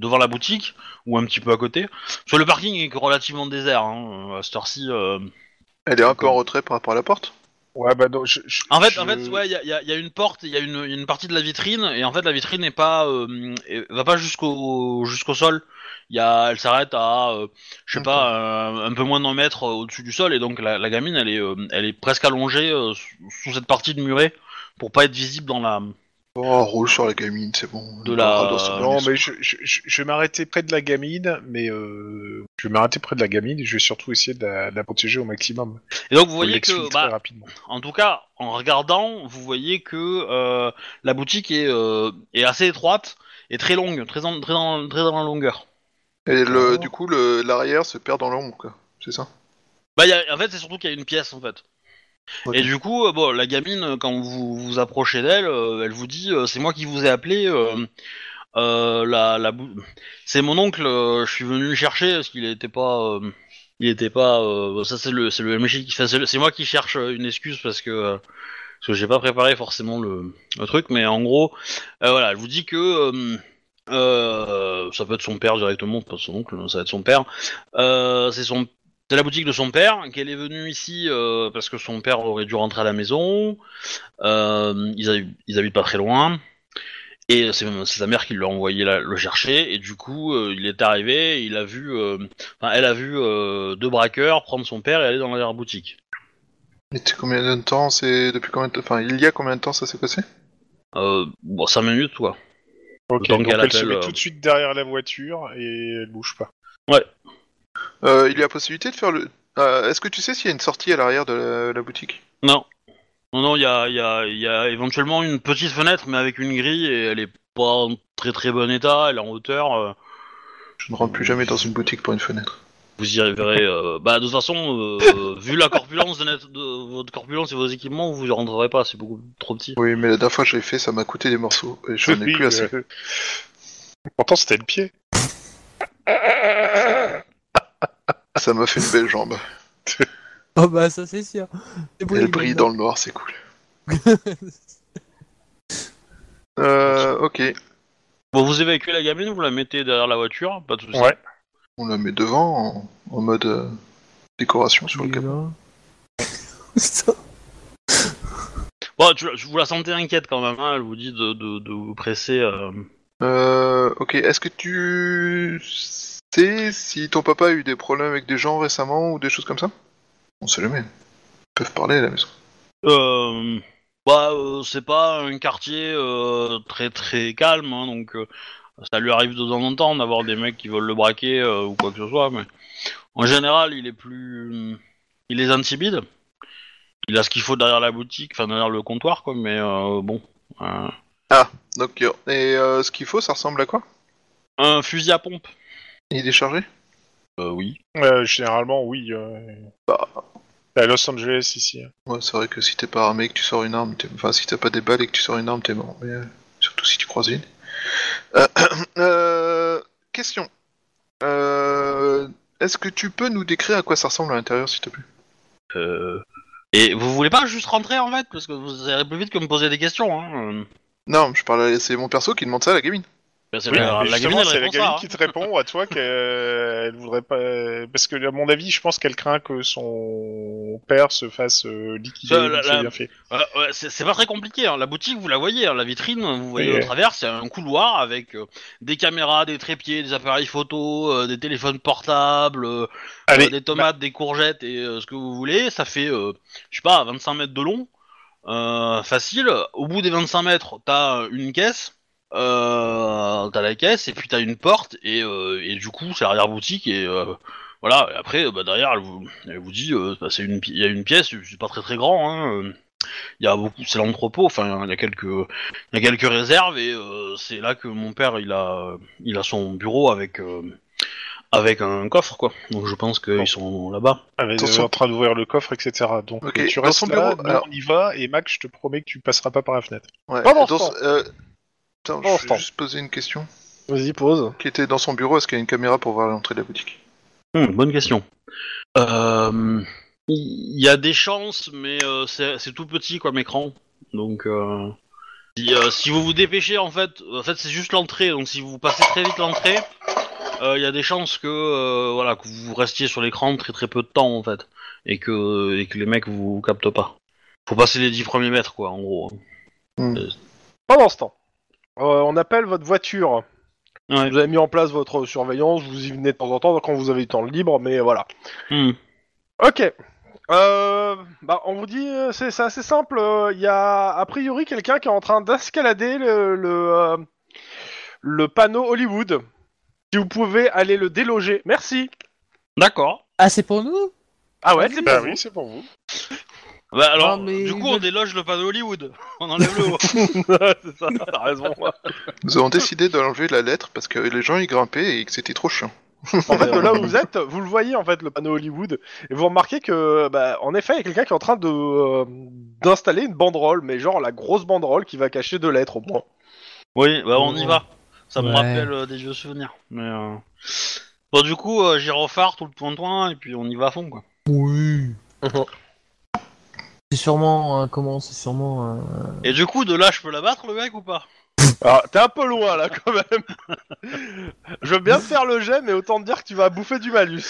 Speaker 6: devant la boutique, ou un petit peu à côté. Sur le parking est relativement désert hein, à cette heure-ci. euh.
Speaker 5: Elle est un peu en retrait par rapport à la porte.
Speaker 2: Ouais, bah non, je. je-
Speaker 6: En fait,
Speaker 2: je-
Speaker 6: en fait, ouais, il y a, il y a- il y a une porte, il y, a une il y a une partie de la vitrine, et en fait la vitrine n'est pas, euh, et- va pas jusqu'au jusqu'au sol. Il y a, elle s'arrête à, euh, je sais pas, euh, un peu moins d'un mètre euh, au-dessus du sol, et donc la, la gamine, elle est, euh, elle est presque allongée euh, sous- sous cette partie de muret pour pas être visible dans la.
Speaker 5: Oh, roule sur la gamine, c'est bon.
Speaker 6: De la-
Speaker 5: On doit se-
Speaker 2: Non, mais je, je, je- je vais m'arrêter près de la gamine, mais euh, je vais m'arrêter près de la gamine et je vais surtout essayer de la, de la protéger au maximum.
Speaker 6: Et donc vous
Speaker 2: Faut
Speaker 6: voyez
Speaker 2: l'exfiltrer
Speaker 6: que, bah,
Speaker 2: rapidement.
Speaker 6: en tout cas, en regardant, vous voyez que euh, la boutique est, euh, est assez étroite et très longue, très, en- très, dans, très dans la longueur.
Speaker 5: Et le,
Speaker 2: Oh.
Speaker 5: du coup, le- l'arrière se perd dans l'ombre, quoi. C'est ça
Speaker 6: Bah, il y a- en fait, c'est surtout qu'il y a une pièce en fait.
Speaker 5: Ok.
Speaker 6: Et du coup, euh, bon, la gamine, euh, quand vous vous approchez d'elle, euh, elle vous dit euh, C'est moi qui vous ai appelé. euh, euh, la, la bou- c'est mon oncle, euh, je suis venu le chercher parce qu'il était pas. euh, il était pas. euh, ça, c'est le, c'est le MJ qui. enfin, c'est le- c'est moi qui cherche euh, une excuse parce que. euh, parce que j'ai pas préparé forcément le, le truc, mais en gros, euh, voilà, elle vous dit que. euh, euh, ça peut être son père directement, pas son oncle, hein, ça va être son père. Euh, c'est son c'est la boutique de son père, qu'elle est venue ici euh, parce que son père aurait dû rentrer à la maison. Euh, ils, habitent, ils habitent pas très loin. Et c'est c'est sa mère qui lui a envoyé la- le chercher. Et du coup, euh, il est arrivé, il a vu, euh, enfin, elle a vu euh, deux braqueurs prendre son père et aller dans la boutique.
Speaker 5: Mais c'est combien de temps c'est depuis combien de... enfin il y a combien de temps ça s'est passé
Speaker 6: Euh, bon, cinq minutes, quoi.
Speaker 2: Ok,
Speaker 6: temps
Speaker 2: donc
Speaker 6: qu'elle
Speaker 2: elle se
Speaker 6: appelle,
Speaker 2: met
Speaker 6: euh,
Speaker 2: tout de suite derrière la voiture et elle bouge pas.
Speaker 5: euh, Il y a possibilité de faire le Euh, est-ce que tu sais s'il y a une sortie à l'arrière de la, la boutique
Speaker 6: Non. Non, non, il y a, il y, a, il y a éventuellement une petite fenêtre, mais avec une grille, et elle est pas en très très bon état, elle est en hauteur. euh,
Speaker 5: Je ne rentre plus jamais dans une boutique pour une fenêtre.
Speaker 6: Vous y arriverez. euh, bah, de toute façon, euh, vu la corpulence de, net- de votre corpulence et vos équipements, vous y rentrerez pas. C'est beaucoup trop petit.
Speaker 5: Oui, mais la dernière fois que je l'ai fait, ça m'a coûté des morceaux et j'en ai
Speaker 2: Oui,
Speaker 5: plus assez.
Speaker 2: euh, Pourtant, c'était le pied.
Speaker 5: Ça m'a fait une belle jambe.
Speaker 1: Oh bah ça c'est sûr. C'est
Speaker 5: Elle brille dans le noir, c'est cool. Euh, ok,
Speaker 6: Bon, vous évacuez la gamine, vous la mettez derrière la voiture, pas de soucis.
Speaker 2: Ouais.
Speaker 5: on la met devant en, en mode euh, décoration sur le capot.
Speaker 6: Bon, tu, la- vous la sentez inquiète quand même. hein, elle vous dit de, de, de vous presser. euh.
Speaker 5: Euh, ok, est-ce que tu sais si ton papa a eu des problèmes avec des gens récemment ou des choses comme ça On sait jamais. Ils peuvent parler à la maison.
Speaker 6: Euh, bah, euh, c'est pas un quartier euh, très très calme, hein, donc euh, ça lui arrive de temps en temps d'avoir des mecs qui veulent le braquer euh, ou quoi que ce soit. Mais en général, il est plus, il les intimide. Il a ce qu'il faut derrière la boutique, enfin derrière le comptoir, quoi. Mais euh, bon, euh,
Speaker 5: Donc, euh, et euh, ce qu'il faut, ça ressemble à quoi
Speaker 6: un fusil à pompe.
Speaker 5: Il est chargé
Speaker 6: Euh, oui.
Speaker 2: Euh, généralement, oui. euh,
Speaker 5: Bah.
Speaker 2: À Los Angeles, ici. hein.
Speaker 5: Ouais, c'est vrai que si t'es pas armé et que tu sors une arme, t'es... enfin si t'as pas des balles et que tu sors une arme, t'es mort. Mais euh, surtout si tu croises une. Euh, euh, question. Euh, est-ce que tu peux nous décrire à quoi ça ressemble à l'intérieur, s'il te plaît
Speaker 6: Euh, Et vous voulez pas juste rentrer en fait, parce que vous irez plus vite que me poser des questions. Hein. euh.
Speaker 5: Non, je parle. à- C'est mon perso qui demande ça à la gamine.
Speaker 6: Ben, c'est
Speaker 2: Oui,
Speaker 6: la,
Speaker 2: mais
Speaker 6: la
Speaker 2: justement,
Speaker 6: gamine, elle
Speaker 2: c'est la
Speaker 6: répond ça,
Speaker 2: gamine
Speaker 6: hein.
Speaker 2: qui te répond à toi qu'elle voudrait pas. Parce que, à mon avis, je pense qu'elle craint que son père se fasse euh, liquider.
Speaker 6: Euh, la-
Speaker 2: donc c'est
Speaker 6: la-
Speaker 2: bien fait.
Speaker 6: Euh, ouais, c'est c'est pas très compliqué. hein. La boutique, vous la voyez, hein. la vitrine, vous voyez
Speaker 2: Oui,
Speaker 6: au
Speaker 2: oui.
Speaker 6: travers, c'est un couloir avec euh, des caméras, des trépieds, des appareils photo, euh, des téléphones portables, euh,
Speaker 2: Allez,
Speaker 6: des tomates, des courgettes et euh, ce que vous voulez. Ça fait, euh, je sais pas, 25 mètres de long, euh, facile. Au bout des 25 mètres, t'as une caisse, euh, t'as la caisse et puis t'as une porte et, euh, et du coup c'est l'arrière boutique et euh, voilà. Et après, euh, bah, derrière, elle vous, elle vous dit, euh, bah, c'est une, pi- il y a une pièce, c'est pas très très grand. Hein, euh, il y a beaucoup, c'est l'entrepôt. Enfin, il y a quelques, il y a quelques réserves et euh, c'est là que mon père il a, il a son bureau avec euh, avec un coffre, quoi. Donc je pense qu'ils sont là-bas.
Speaker 2: Avec,
Speaker 5: Attention.
Speaker 2: euh, en train d'ouvrir le coffre, etc. Donc
Speaker 5: Ok,
Speaker 2: euh, tu
Speaker 5: dans
Speaker 2: restes
Speaker 5: son
Speaker 2: là,
Speaker 5: bureau,
Speaker 2: nous,
Speaker 5: alors-
Speaker 2: on y va, et Mac, je te promets que tu passeras pas par la fenêtre.
Speaker 5: Ouais.
Speaker 4: Pendant
Speaker 5: dans
Speaker 4: ce
Speaker 5: son- euh, Attends,
Speaker 4: Pendant
Speaker 5: je
Speaker 4: ce
Speaker 5: vais
Speaker 4: temps.
Speaker 5: juste poser une question.
Speaker 4: Vas-y, pose.
Speaker 5: Qui était dans son bureau, est-ce qu'il y a une caméra pour voir l'entrée de la boutique
Speaker 6: Hum, bonne question. Euh, Il y a des chances, mais euh, c'est c'est tout petit comme écran. Donc, euh, si, euh, si vous vous dépêchez, en fait, en fait c'est juste l'entrée. Donc, si vous passez très vite l'entrée, euh, il y a des chances que euh, voilà que vous restiez sur l'écran très très peu de temps, en fait, et que, et que les mecs vous captent pas. Faut passer les 10 premiers mètres, quoi, en gros.
Speaker 5: Hmm.
Speaker 4: Euh. Pendant ce temps, euh, on appelle votre voiture.
Speaker 6: Ouais.
Speaker 4: Vous avez mis en place votre surveillance, vous y venez de temps en temps quand vous avez du temps libre, mais voilà. Hmm.
Speaker 6: Hum.
Speaker 4: Ok. Euh, bah, on vous dit, euh, c'est c'est assez simple. euh, Il y a a priori quelqu'un qui est en train d'escalader le le, euh, le panneau Hollywood. Si vous pouvez aller le déloger, merci.
Speaker 6: D'accord.
Speaker 1: Ah, c'est pour nous
Speaker 4: Ah ouais, c'est
Speaker 2: Bah
Speaker 4: pas
Speaker 2: oui, c'est pour vous.
Speaker 6: Bah,
Speaker 4: Ah,
Speaker 6: alors,
Speaker 1: Non, mais
Speaker 6: du
Speaker 1: ils
Speaker 6: coup, on
Speaker 1: veulent-
Speaker 6: déloge le panneau Hollywood. On enlève le haut.
Speaker 4: c'est ça, t'as raison.
Speaker 5: Nous avons décidé d'enlever la lettre parce que les gens y grimpaient et que c'était trop chiant.
Speaker 4: En fait, de là où vous êtes, vous le voyez en fait le panneau Hollywood et vous remarquez que, bah, en effet, il y a quelqu'un qui est en train de euh, d'installer une banderole, mais genre la grosse banderole qui va cacher deux lettres au moins.
Speaker 6: Oui, bah on y
Speaker 1: Ouais.
Speaker 6: va. Ça me
Speaker 1: Ouais.
Speaker 6: rappelle euh, des vieux souvenirs. Mais euh, bon, du coup, euh, gyrophare, tout le point-point, et puis on y va à fond, quoi.
Speaker 1: Oui.
Speaker 6: Mhm.
Speaker 1: c'est sûrement un. Comment C'est sûrement euh, un.
Speaker 6: Et du coup, de là, je peux la battre, le mec, ou pas
Speaker 4: Alors, Ah, t'es un peu loin là quand même. Je veux bien te faire le jet, mais autant te dire que tu vas bouffer du malus.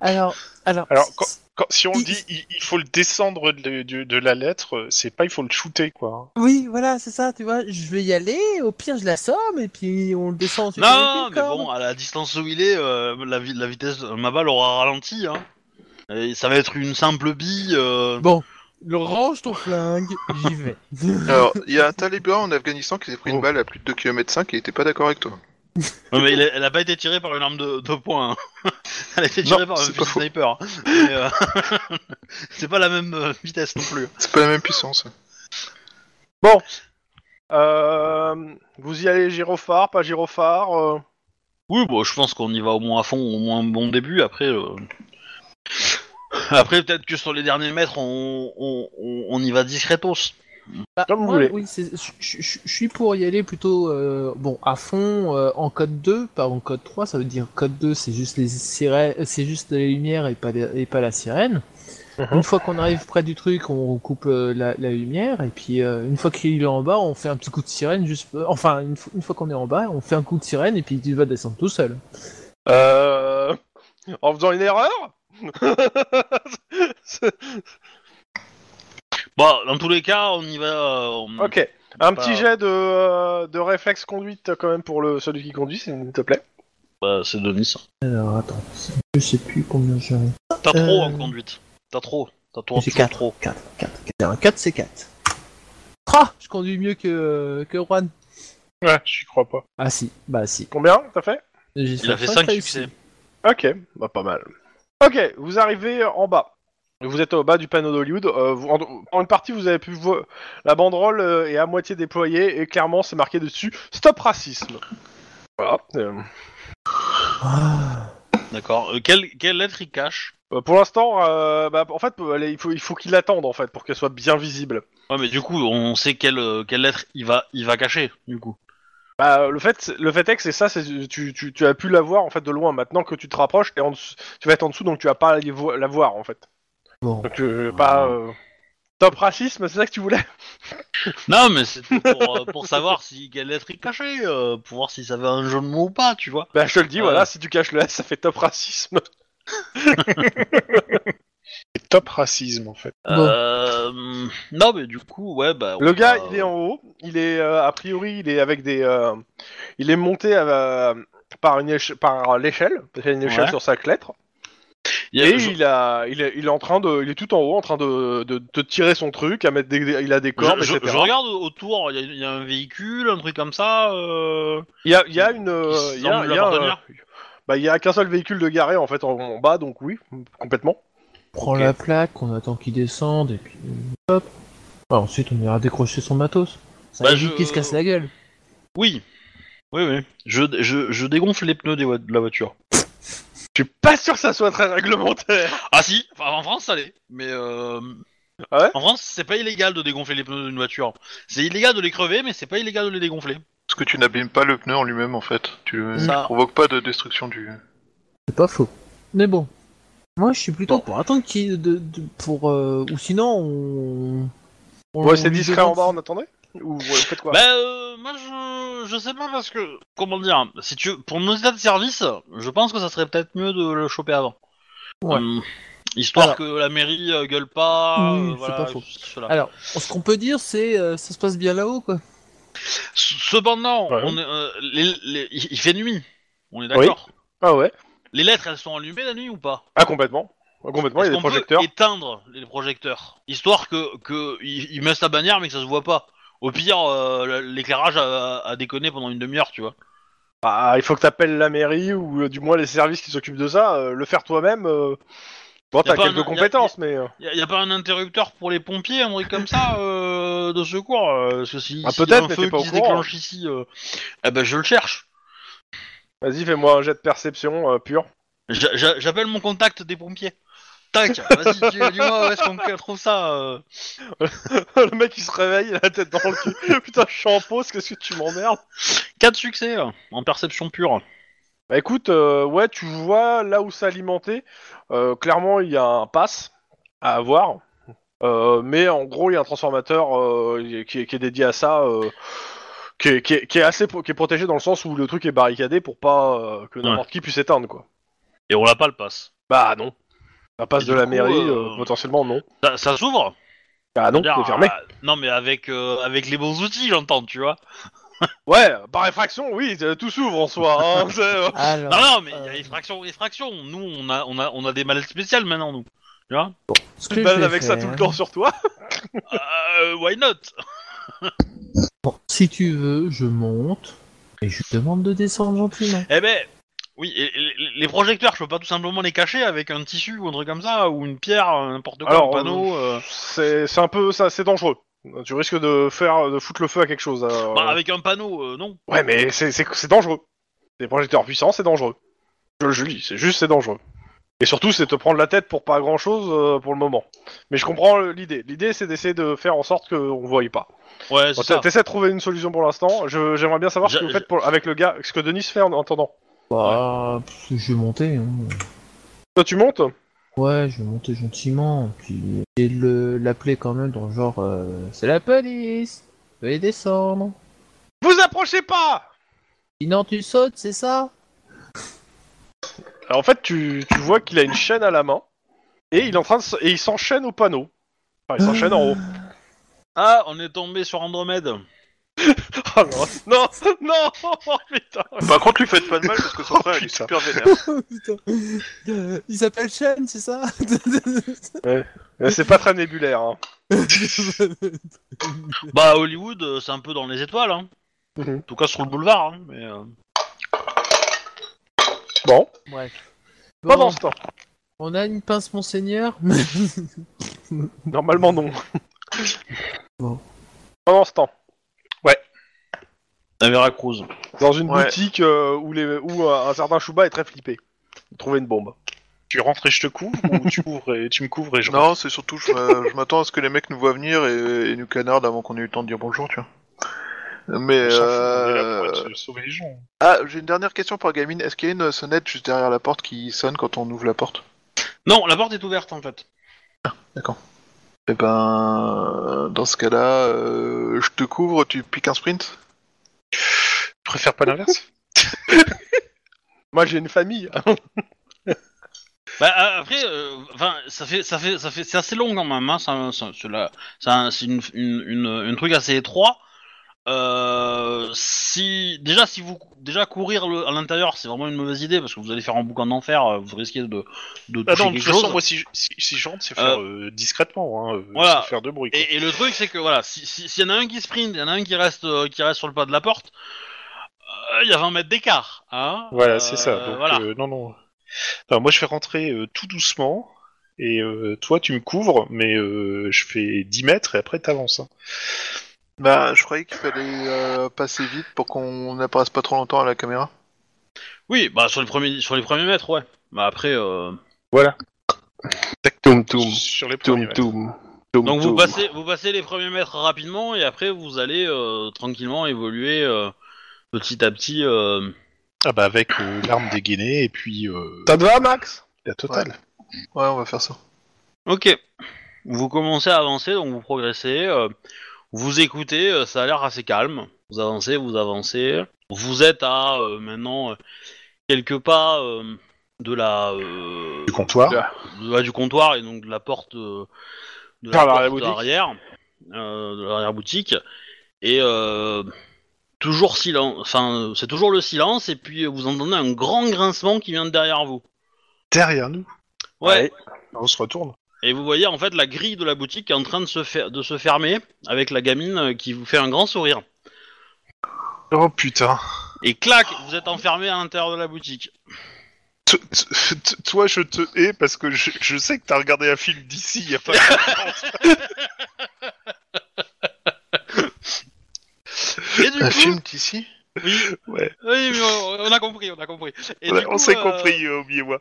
Speaker 1: Alors, alors.
Speaker 2: Alors, Quand- si on dit il, il faut le descendre de, de- de la lettre, euh, c'est pas il faut le shooter, quoi.
Speaker 1: Oui, voilà, c'est ça, tu vois. Je vais y aller, au pire, je la somme, et puis on le descend ensuite.
Speaker 6: Non, mais bon, à la distance où il est, euh, la, vi- la vitesse, euh, ma balle aura ralenti, hein. Et ça va être une simple bille. euh,
Speaker 1: range ton flingue, j'y vais.
Speaker 5: Alors, il y a un taliban en Afghanistan qui s'est pris
Speaker 2: Oh.
Speaker 5: une balle à plus de 2 km 5 et était pas d'accord avec toi.
Speaker 6: ouais, mais il a- elle a pas été tirée par une arme de, de poing. hein. Elle a été tirée
Speaker 5: Non,
Speaker 6: par un
Speaker 5: c'est pas
Speaker 6: fusil
Speaker 5: faux.
Speaker 6: sniper. hein. Mais, euh, c'est pas la même euh, vitesse non plus.
Speaker 5: C'est pas la même puissance.
Speaker 4: Euh, vous y allez gyrophare, pas gyrophare. euh.
Speaker 6: Oui, bon, je pense qu'on y va au moins à fond, au moins un bon début. Après, euh, après peut-être que sur les derniers mètres, on, on, on- on y va discretos.
Speaker 1: Bah,
Speaker 4: Comme vous
Speaker 1: moi,
Speaker 4: voulez.
Speaker 1: Oui, c'est- je- je je- je suis pour y aller plutôt euh, bon à fond euh, en code 2, pas en code 3. Ça veut dire code 2, c'est juste les sirènes, euh, c'est juste les lumières et pas, les- et pas la sirène.
Speaker 4: Mhm.
Speaker 1: Une fois qu'on arrive près du truc, on coupe euh, la, la lumière et puis euh, une fois qu'il est en bas, on fait un petit coup de sirène juste. euh, enfin, une, fo- une fois qu'on est en bas, on fait un coup de sirène et puis il va descendre tout seul.
Speaker 4: Euh, En faisant une erreur
Speaker 6: Bon, Bah, dans tous les cas, on y va. euh, on-
Speaker 4: Ok. Un
Speaker 6: Pas-
Speaker 4: petit jet de, euh, de réflexe conduite quand même pour le, celui qui conduit, s'il te plaît.
Speaker 6: bah, c'est Denis.
Speaker 1: Alors attends, je sais plus combien j'ai.
Speaker 6: T'as trop en
Speaker 1: Euh.
Speaker 6: conduite. T'as trop. T'as trop.
Speaker 1: J'ai
Speaker 6: toujours
Speaker 1: 4,
Speaker 6: trop.
Speaker 1: 4, 4, 4, 4, c'est 4. Ah, je conduis mieux que que Juan.
Speaker 2: Ouais, j'y crois pas.
Speaker 1: Ah si, bah si.
Speaker 4: Combien t'as fait
Speaker 1: J'ai
Speaker 6: Il a fait
Speaker 1: cinq
Speaker 6: 5
Speaker 1: réussites.
Speaker 6: succès.
Speaker 4: Ok, bah pas mal. Ok, vous arrivez en bas. Vous êtes au bas du panneau d'Hollywood. euh, vous- en, en une partie, vous avez pu voir la banderole euh, est à moitié déployée et clairement, c'est marqué dessus Stop racisme. Voilà. euh,
Speaker 1: Ah,
Speaker 6: D'accord. Euh, quelle, quelle lettre il cache
Speaker 4: euh, pour l'instant, euh, bah, en fait, euh, allez, il faut il faut qu'il l'attende en fait pour qu'elle soit bien visible.
Speaker 6: Ouais, mais du coup, on sait quelle, euh, quelle lettre il va, il va cacher, du coup.
Speaker 4: Bah, le fait, le fait est que c'est ça. c'est- Tu, tu, tu as pu la voir en fait de loin. Maintenant que tu te rapproches, et en dessous- tu vas être en dessous, donc tu vas pas la vo- la voir en fait.
Speaker 1: bon.
Speaker 4: Donc euh, pas euh, Stop racisme, c'est ça que tu voulais.
Speaker 6: Non, mais c'était pour, euh, pour savoir si quelle lettre il cachait, euh, pour voir si ça avait un jeu de mots ou pas, tu vois.
Speaker 4: Bah je te le dis,
Speaker 6: Euh.
Speaker 4: voilà, si tu caches le S, ça fait top racisme.
Speaker 2: C'est top racisme, en fait.
Speaker 1: Bon.
Speaker 6: Euh, non, mais du coup, ouais, bah. on
Speaker 4: Le gars,
Speaker 6: va-
Speaker 4: il est en haut, il est euh, a priori, il est avec des, euh, il est monté euh, par une éche- par l'échelle, parce qu'il y a une échelle
Speaker 6: Ouais.
Speaker 4: sur chaque lettre,
Speaker 6: Il y a-
Speaker 4: et
Speaker 6: je-
Speaker 4: il a, il est, il est en train de, il est tout en haut, en train de, de, de tirer son truc, à mettre des, des- il a des cordes,
Speaker 6: je- je,
Speaker 4: etc.
Speaker 6: je regarde autour, il y a- il y, a un véhicule, un truc comme ça. euh,
Speaker 4: Il y a, il y a une, euh,
Speaker 6: semble
Speaker 4: il y a, il y a,
Speaker 6: l'appartenir.
Speaker 4: euh, bah il y a qu'un seul véhicule de garé en fait en, en bas, donc oui, complètement.
Speaker 1: Prends la plaque, on attend qu'il descende et puis euh, hop. Ah, ensuite, on ira décrocher son matos. Ça
Speaker 6: Bah,
Speaker 1: évite
Speaker 6: je-
Speaker 1: qu'il se casse la gueule.
Speaker 6: Oui. Oui, oui. Je, je, je dégonfle les pneus des voi- de la voiture.
Speaker 4: Je suis pas sûr que ça soit très réglementaire.
Speaker 6: Ah si, enfin, en France ça l'est, mais euh,
Speaker 4: Ah ouais
Speaker 6: en France c'est pas illégal de dégonfler les pneus d'une voiture. C'est illégal de les crever, mais c'est pas illégal de les dégonfler.
Speaker 5: Parce que tu n'abîmes pas le pneu en lui-même en fait. Tu ne
Speaker 6: Ça.
Speaker 5: provoques pas de destruction du.
Speaker 1: C'est pas faux. Mais bon. Moi, je suis plutôt pour attendre qu'il. De, de- pour, euh, ou sinon, on. on-
Speaker 4: Ouais, c'est
Speaker 1: on lui
Speaker 4: discret
Speaker 1: demande
Speaker 4: en bas, on attendait Ou ouais, faites quoi
Speaker 6: Bah euh, moi je je sais pas parce que comment dire si tu pour nos états de service je pense que ça serait peut-être mieux de le choper avant.
Speaker 1: Ouais.
Speaker 6: Hum, histoire
Speaker 1: Alors.
Speaker 6: que la mairie euh, gueule pas.
Speaker 1: Oui,
Speaker 6: euh,
Speaker 1: c'est
Speaker 6: voilà,
Speaker 1: pas faux.
Speaker 6: cela.
Speaker 1: Alors, ce qu'on peut dire, c'est euh, ça se passe bien là-haut, quoi.
Speaker 6: C- Cependant
Speaker 4: Ouais.
Speaker 6: on est, euh, les- les- il il fait nuit. On est d'accord.
Speaker 4: Ah ouais
Speaker 6: Les lettres elles sont allumées la nuit ou pas?
Speaker 4: Ah complètement. Ah, complètement, il y
Speaker 6: Est-ce
Speaker 4: a des
Speaker 6: qu'on peut
Speaker 4: projecteurs.
Speaker 6: éteindre les projecteurs Histoire que, que ils ils mettent la bannière mais que ça se voit pas. Au pire, euh, l'éclairage a, a déconné pendant une demi-heure, tu vois.
Speaker 4: Bah, il faut que t'appelles la mairie ou euh, du moins les services qui s'occupent de ça. euh, le faire toi-même, euh,
Speaker 6: Y
Speaker 4: bon,
Speaker 6: a
Speaker 4: t'as
Speaker 6: pas
Speaker 4: quelques
Speaker 6: un- y a-
Speaker 4: compétences, mais euh,
Speaker 6: Y a, y a pas un interrupteur pour les pompiers, un truc comme ça, euh, de secours euh, Parce que si,
Speaker 4: Ah,
Speaker 6: s'il y a
Speaker 4: peut-être,
Speaker 6: un
Speaker 4: mais
Speaker 6: feu
Speaker 4: t'es pas
Speaker 6: qui
Speaker 4: au
Speaker 6: se
Speaker 4: courant. hein.
Speaker 6: déclenche ici, euh, eh ben je le cherche.
Speaker 4: vas-y, fais-moi un jet de perception euh, pur.
Speaker 6: J'a- j'a- J'appelle mon contact des pompiers. Tac, vas-y, dis- dis-moi où est-ce qu'on trouve ça euh.
Speaker 4: le mec il se réveille, il a la tête dans le cul. Putain, je suis en pause, qu'est-ce que tu m'emmerdes
Speaker 6: Quatre succès euh, en perception pure.
Speaker 4: Bah écoute, euh, ouais, tu vois là où s'alimenter. Euh, clairement, il y a un pass à avoir. Euh, mais en gros, il y a un transformateur euh, qui, est, qui est dédié à ça, euh, qui, est, qui est- qui est assez pro- qui est protégé dans le sens où le truc est barricadé pour pas euh, que n'importe qui puisse éteindre quoi.
Speaker 6: Et on l'a pas le passe.
Speaker 4: Bah non. La passe
Speaker 6: Et
Speaker 4: de
Speaker 6: du
Speaker 4: la
Speaker 6: coup,
Speaker 4: mairie,
Speaker 6: euh,
Speaker 4: euh, potentiellement non.
Speaker 6: Ça, ça s'ouvre
Speaker 4: Ah non, c'est
Speaker 6: C'est-à-dire,
Speaker 4: fermé.
Speaker 6: euh, Non, mais avec, euh, avec les bons outils, j'entends, tu vois.
Speaker 4: Ouais, par effraction, oui, euh, tout s'ouvre en soi. hein, c'est, euh,
Speaker 1: Alors,
Speaker 6: Non, non, mais il y
Speaker 1: euh,
Speaker 6: a effraction, effraction. Nous, on a, on a, on a des malades spéciales maintenant, nous. Tu vois
Speaker 1: ce
Speaker 4: tu
Speaker 1: que hein. je
Speaker 4: te balades
Speaker 1: vais
Speaker 4: avec ça tout
Speaker 1: faire-
Speaker 4: le temps sur toi.
Speaker 6: Euh, why not
Speaker 1: Bon, si tu veux, je monte et je te demande de descendre gentiment.
Speaker 6: Eh ben, oui, et- et les- les projecteurs, je peux pas tout simplement les cacher avec un tissu ou un truc comme ça, ou une pierre, euh, n'importe quoi,
Speaker 4: Alors,
Speaker 6: un panneau. euh.
Speaker 4: C'est c'est un peu ça, c'est dangereux. Tu risques de faire de foutre le feu à quelque chose. euh,
Speaker 6: Bah, avec un panneau, euh, non.
Speaker 4: Ouais, mais c'est- c'est c'est dangereux. Des projecteurs puissants, c'est dangereux. Je le dis, c'est juste c'est dangereux. Et surtout, c'est te prendre la tête pour pas grand chose pour le moment. Mais je comprends euh, l'idée. L'idée, c'est d'essayer de faire en sorte qu'on ne voie pas.
Speaker 6: Ouais,
Speaker 4: Bon,
Speaker 6: c'est
Speaker 4: t'a-
Speaker 6: ça.
Speaker 4: T'essaies de trouver une solution pour l'instant. Je- J'aimerais bien savoir ce que
Speaker 6: Je-
Speaker 4: vous faites pour- avec le gars, ce que Denis fait en attendant.
Speaker 1: Bah, pff, je vais monter. hein.
Speaker 4: Toi, tu montes
Speaker 1: Ouais, je vais monter gentiment. Puis, et le- l'appeler quand même dans le genre euh, C'est la police Veuillez descendre
Speaker 4: Vous approchez pas
Speaker 1: Sinon, tu sautes, c'est ça
Speaker 4: Alors, En fait, tu, tu vois qu'il a une chaîne à la main et il est en train de s- et il s'enchaîne au panneau. Enfin, il s'enchaîne en haut.
Speaker 6: Ah, on est tombé sur Andromède.
Speaker 4: Oh non, non, non, oh, putain.
Speaker 5: Par contre, lui faites pas de mal parce que son frère il est
Speaker 4: putain.
Speaker 5: super vénère.
Speaker 1: Oh, Putain. Euh, Il s'appelle Shane, c'est ça
Speaker 4: Euh, C'est pas très nébulaire. Hein.
Speaker 6: Bah, Hollywood, euh, c'est un peu dans les étoiles, hein.
Speaker 4: Mhm.
Speaker 6: En tout cas, sur le boulevard, hein. Mais, euh,
Speaker 4: Bon,
Speaker 1: Bref.
Speaker 4: pas
Speaker 1: Bon,
Speaker 4: dans ce temps.
Speaker 1: on a une pince, monseigneur
Speaker 4: Normalement non.
Speaker 1: Bon.
Speaker 4: Pas dans ce temps.
Speaker 6: la Veracruz.
Speaker 4: Dans une
Speaker 5: Ouais.
Speaker 4: boutique euh, où, les, où euh, un certain Chouba est très flippé. Trouver une bombe.
Speaker 2: Tu rentres et je te couvre ou tu, couvres et, tu me couvres et je rentre
Speaker 5: Non, c'est surtout, je m'a- je m'attends à ce que les mecs nous voient venir et, et nous canardent avant qu'on ait eu le temps de dire bonjour, tu vois. Mais.
Speaker 2: On s'en fout, on est là pour
Speaker 5: euh,
Speaker 2: être- sauver les gens.
Speaker 5: Ah, j'ai une dernière question pour Gamine. Est-ce qu'il y a une sonnette juste derrière la porte qui sonne quand on ouvre la porte
Speaker 6: Non, la porte est ouverte, en fait.
Speaker 5: Eh ben. Dans ce cas-là, euh, je te couvre, tu piques un sprint
Speaker 2: Je préfère pas l'inverse.
Speaker 4: Moi j'ai une famille.
Speaker 6: Bah euh, après, euh, enfin, ça fait, ça fait, ça fait, c'est assez long quand même. Hein, ça- ça- c'est la- c'est un- c'est une, une, une, une truc assez étroit. Euh, si déjà, si vous déjà courir le- à l'intérieur, c'est vraiment une mauvaise idée parce que vous allez faire un boucan d'enfer. euh, Vous risquez de de
Speaker 2: Bah
Speaker 6: toucher
Speaker 2: non, de
Speaker 6: quelque
Speaker 2: toute façon,
Speaker 6: chose.
Speaker 2: moi, si je, si, si je rentre, c'est faire euh, discrètement, hein, euh,
Speaker 6: Voilà.
Speaker 2: sans faire de bruit. quoi.
Speaker 6: Et, et le truc, c'est que voilà, si- si- s'il y en a un qui sprint, il y en a un qui reste, euh, qui reste sur le pas de la porte, euh, il y a 20 mètres d'écart. Hein
Speaker 2: Voilà,
Speaker 6: Euh,
Speaker 2: c'est ça. Donc,
Speaker 6: voilà.
Speaker 2: euh, non, non. Alors, moi, je fais rentrer euh, tout doucement, et euh, toi, tu me couvres, mais euh, je fais 10 mètres, et après, t'avances. hein.
Speaker 5: Bah, je croyais qu'il fallait euh, passer vite pour qu'on n'apparaisse pas trop longtemps à la caméra.
Speaker 6: Oui, bah sur les premiers, sur les premiers mètres, ouais. Mais après, euh,
Speaker 8: Toum toum.
Speaker 2: Sur les premiers.
Speaker 8: Toum toum. Toum,
Speaker 6: donc vous
Speaker 8: toum.
Speaker 6: passez, vous passez les premiers mètres rapidement et après vous allez euh, tranquillement évoluer euh, petit à petit. euh,
Speaker 2: Ah bah avec euh, l'arme dégainée et puis euh,
Speaker 4: Ça te va, Max
Speaker 2: la totale.
Speaker 5: Ouais, on va faire ça.
Speaker 6: Ok. Vous commencez à avancer, donc vous progressez, euh, vous écoutez, euh, ça a l'air assez calme. Vous avancez, vous avancez. Vous êtes à euh, maintenant euh, quelques pas euh, de la euh,
Speaker 2: Du comptoir.
Speaker 6: de- ouais, du comptoir et donc de la porte euh, de
Speaker 4: Par
Speaker 6: porte
Speaker 4: l'arrière-boutique.
Speaker 6: arrière, euh, de l'arrière boutique et euh, toujours silence. Enfin, euh, c'est toujours le silence et puis euh, vous entendez un grand grincement qui vient de derrière vous.
Speaker 2: Derrière nous.
Speaker 6: Ouais.
Speaker 2: On se retourne.
Speaker 6: Et vous voyez en fait la grille de la boutique qui est en train de se, fer- de se fermer avec la gamine euh, qui vous fait un grand sourire.
Speaker 2: Oh putain.
Speaker 6: Et clac, vous êtes enfermé à l'intérieur de la boutique.
Speaker 2: T- t- t- Toi, je te hais parce que je, je sais que t'as regardé un film d'ici il y a pas
Speaker 6: Et du
Speaker 5: Un
Speaker 6: coup,
Speaker 5: film d'ici
Speaker 6: oui,
Speaker 2: Ouais.
Speaker 6: oui, mais on, on a compris, on a compris. Et
Speaker 2: Ouais,
Speaker 6: du
Speaker 2: on
Speaker 6: coup,
Speaker 2: s'est
Speaker 6: euh,
Speaker 2: compris, euh, oubliez-moi.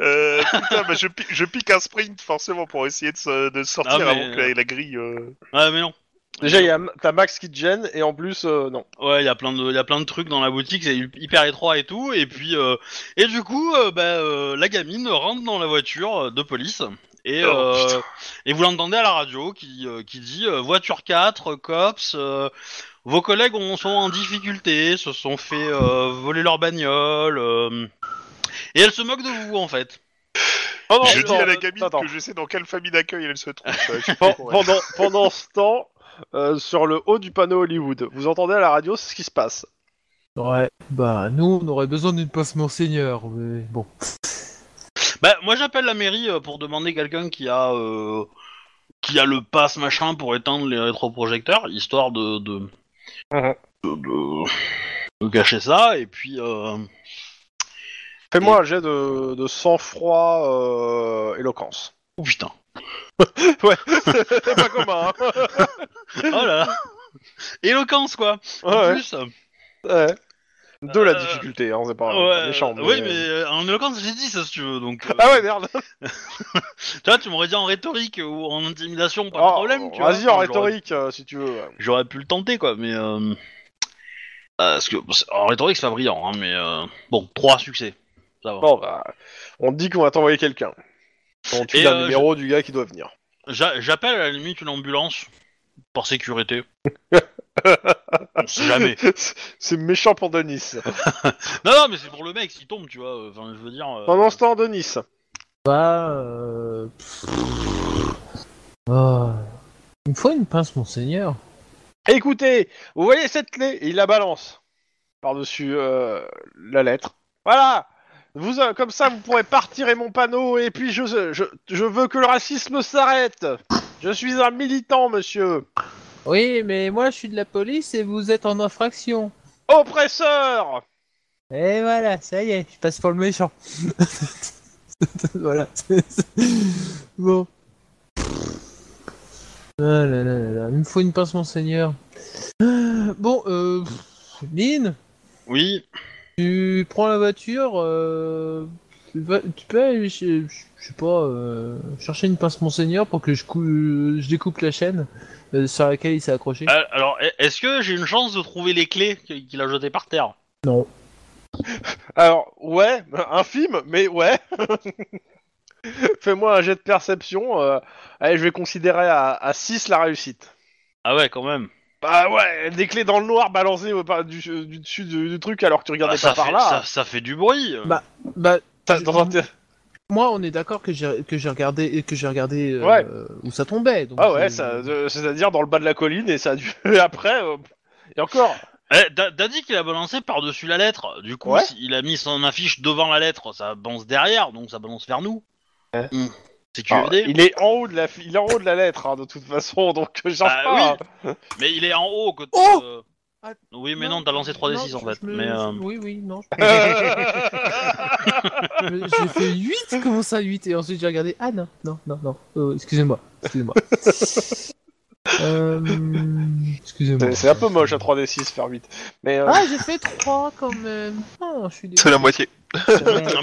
Speaker 2: Euh, putain, bah, je, pi- je pique un sprint forcément pour essayer de, se- de sortir
Speaker 6: Ah, mais-
Speaker 2: avant que la, la grille. euh,
Speaker 6: Ouais, mais non.
Speaker 4: Déjà, il y a- euh, t'as Max qui te gêne et en plus, euh, non.
Speaker 6: Ouais, il y a plein de, il y a plein de trucs dans la boutique, c'est hyper étroit et tout. Et puis, euh, et du coup, euh, bah, euh, la gamine rentre dans la voiture euh, de police. Et,
Speaker 2: Oh,
Speaker 6: euh,
Speaker 2: putain.
Speaker 6: et vous l'entendez à la radio qui, euh, qui dit euh, voiture 4, cops, euh, vos collègues ont, sont en difficulté, se sont fait euh, voler leur bagnole. euh. et elle se moque de vous en fait.
Speaker 4: Oh,
Speaker 6: euh,
Speaker 4: non,
Speaker 2: je dis
Speaker 4: attends,
Speaker 2: à la
Speaker 4: attends,
Speaker 2: gamine
Speaker 4: attends.
Speaker 2: que je sais dans quelle famille d'accueil elle se trouve. ça, je-
Speaker 4: Pen- pendant, pendant ce temps, euh, sur le haut du panneau Hollywood, vous entendez à la radio ce qui se passe.
Speaker 1: Ouais, bah nous on aurait besoin d'une poste monseigneur, mais bon.
Speaker 6: Bah, moi j'appelle la mairie euh, pour demander quelqu'un qui a euh, qui a le pass machin pour éteindre les rétroprojecteurs, histoire de de,
Speaker 4: Mhm.
Speaker 6: de- de- de cacher ça. Et puis euh,
Speaker 4: Fais-moi un jet de, de sang-froid euh, éloquence.
Speaker 6: oh putain,
Speaker 4: C'est pas commun, hein
Speaker 6: oh là, là. éloquence quoi. En
Speaker 4: ouais,
Speaker 6: plus,
Speaker 4: ouais. De la
Speaker 6: Euh,
Speaker 4: difficulté, hein, c'est pas
Speaker 6: ouais,
Speaker 4: méchant.
Speaker 6: oui mais euh, en éloquence j'ai dit ça si tu veux. Donc euh,
Speaker 4: Ah ouais, merde
Speaker 6: tu vois, tu m'aurais dit en rhétorique euh, ou en intimidation, pas de
Speaker 4: Oh,
Speaker 6: problème. tu
Speaker 4: Vas-y,
Speaker 6: vois.
Speaker 4: en
Speaker 6: J'aurais-
Speaker 4: rhétorique, euh, si tu veux. ouais.
Speaker 6: J'aurais pu le tenter quoi, mais euh, euh, parce que bon, c'est- en rhétorique c'est pas brillant, hein, mais euh, bon, trois succès. Ça va.
Speaker 4: Bon, bah, on te dit qu'on va t'envoyer quelqu'un. On tue
Speaker 6: Et,
Speaker 4: le
Speaker 6: euh,
Speaker 4: numéro du gars qui doit venir.
Speaker 6: J'a- J'appelle à la limite une ambulance par sécurité. On sait jamais.
Speaker 4: c'est méchant pour Denis.
Speaker 6: Non, non, mais c'est pour le mec s'il tombe, tu vois. euh, Enfin, je veux dire. euh,
Speaker 4: Pendant ce temps, Denis.
Speaker 1: Bah. Euh... pff, ah, Il me faut une pince, monseigneur.
Speaker 4: Écoutez, vous voyez cette clé Et il la balance par-dessus euh, la lettre. Voilà vous, euh, Comme ça, vous pourrez partir et mon panneau, et puis je, je, je veux que le racisme s'arrête Je suis un militant, monsieur
Speaker 1: Oui, mais moi je suis de la police et vous êtes en infraction.
Speaker 4: Oppresseur
Speaker 1: Et voilà, ça y est, je passe pour le méchant. voilà. bon. Ah là là là là, il me faut une pince, monseigneur. Ah, Bon, euh. pff, Lynn,
Speaker 6: Oui.
Speaker 1: tu prends la voiture, euh, tu, vas- tu peux aller, chez- je, sais pas, euh, chercher une pince, monseigneur, pour que je, cou- je découpe la chaîne euh, sur laquelle il s'est accroché.
Speaker 4: Ah.
Speaker 6: Euh, Alors, e- est-ce que j'ai une chance de trouver les clés qu- qu'il a jetées par terre
Speaker 4: Alors, ouais, infime, mais ouais Fais-moi un jet de perception. euh, allez, je vais considérer à, à 6 la réussite.
Speaker 6: Ah ouais, quand même.
Speaker 4: Bah ouais, des clés dans le noir balancées au- par- du, du dessus du, du truc alors que tu regardais
Speaker 6: Ah, ça,
Speaker 4: pas par
Speaker 6: fait,
Speaker 4: là.
Speaker 6: ça, ça fait du bruit. euh.
Speaker 1: Bah, Bah,
Speaker 4: T'as- dans un-
Speaker 1: Moi, on est d'accord que j'ai que j'ai regardé que j'ai regardé euh,
Speaker 4: Ouais.
Speaker 1: où ça tombait. donc,
Speaker 4: Ah ouais,
Speaker 1: euh,
Speaker 4: ça- euh, c'est-à-dire dans le bas de la colline et ça a dû. Et après, euh, et encore.
Speaker 6: Eh, t'as t'as dit qu'il a balancé par-dessus la lettre. Du coup,
Speaker 4: Ouais.
Speaker 6: si- il a mis son affiche devant la lettre. Ça balance derrière, donc ça balance vers nous. Hmm. C'est QFD.
Speaker 4: Ah, il est en haut de la, fi- il est en haut de la lettre hein, de toute façon, donc je cherche
Speaker 6: Ah
Speaker 4: pas.
Speaker 6: Mais il est en haut. Que
Speaker 1: Oh
Speaker 6: euh,
Speaker 1: Ah,
Speaker 6: Oui, mais non, t'as lancé 3d6 en
Speaker 1: je-
Speaker 6: fait.
Speaker 1: je me-
Speaker 6: Mais, euh,
Speaker 1: Oui, oui, non.
Speaker 4: hein.
Speaker 1: je- je- J'ai fait 8, comment ça 8 Et ensuite j'ai regardé. Ah non, non, non, non. euh, excusez-moi, excusez-moi. Euh, excusez-moi.
Speaker 4: C'est- C'est un peu moche à 3D6 faire vite. Mais euh,
Speaker 1: Ah, j'ai fait 3 quand même. Ah, je suis dé-
Speaker 5: C'est la moitié.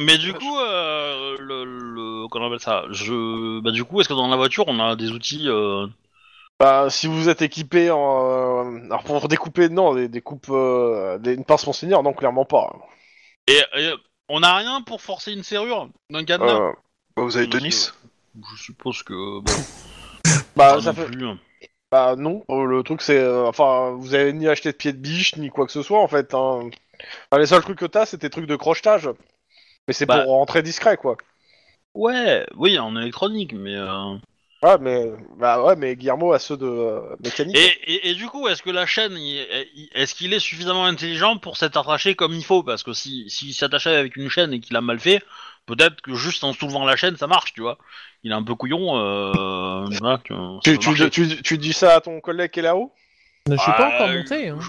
Speaker 6: Mais du coup, euh, le, le- comment on appelle ça Je, bah du coup, est-ce que dans la voiture on a des outils euh,
Speaker 4: Bah, si vous êtes équipé en. euh, Alors, pour découper, non, des, des coupes. euh, des- une pince monseigneur, non, clairement pas.
Speaker 6: et, et on a rien pour forcer une serrure d'un cadenas
Speaker 4: Euh,
Speaker 5: Bah, vous avez
Speaker 6: Monsieur.
Speaker 5: Denis
Speaker 6: Je suppose que bon,
Speaker 4: bah,
Speaker 6: pas
Speaker 4: ça
Speaker 6: Ah, non
Speaker 4: fait...
Speaker 6: plus.
Speaker 4: bah, non, euh, le truc c'est. euh, Enfin, vous avez ni acheté de pied de biche, ni quoi que ce soit en fait. hein. Enfin, les seuls trucs que t'as, c'est tes trucs de crochetage. Mais c'est
Speaker 6: Bah.
Speaker 4: pour rentrer discret, quoi.
Speaker 6: Ouais, oui, en électronique, mais. euh,
Speaker 4: Ouais, mais. Bah, ouais, mais Guillermo a ceux de euh, mécanique.
Speaker 6: Et, et- et du coup, est-ce que la chaîne, il- il- est-ce qu'il est suffisamment intelligent pour s'être attaché comme il faut Parce que si s'il s'attachait avec une chaîne et qu'il a mal fait, peut-être que juste en soulevant la chaîne, ça marche, tu vois. Il est un peu couillon. Euh, voilà, tu, vois, ça
Speaker 4: Tu,
Speaker 6: peut
Speaker 4: tu-
Speaker 6: marcher.
Speaker 4: tu- tu dis ça à ton collègue qui est là-haut
Speaker 1: Je suis pas
Speaker 6: Ah,
Speaker 1: encore
Speaker 6: euh,
Speaker 1: monté. Hein.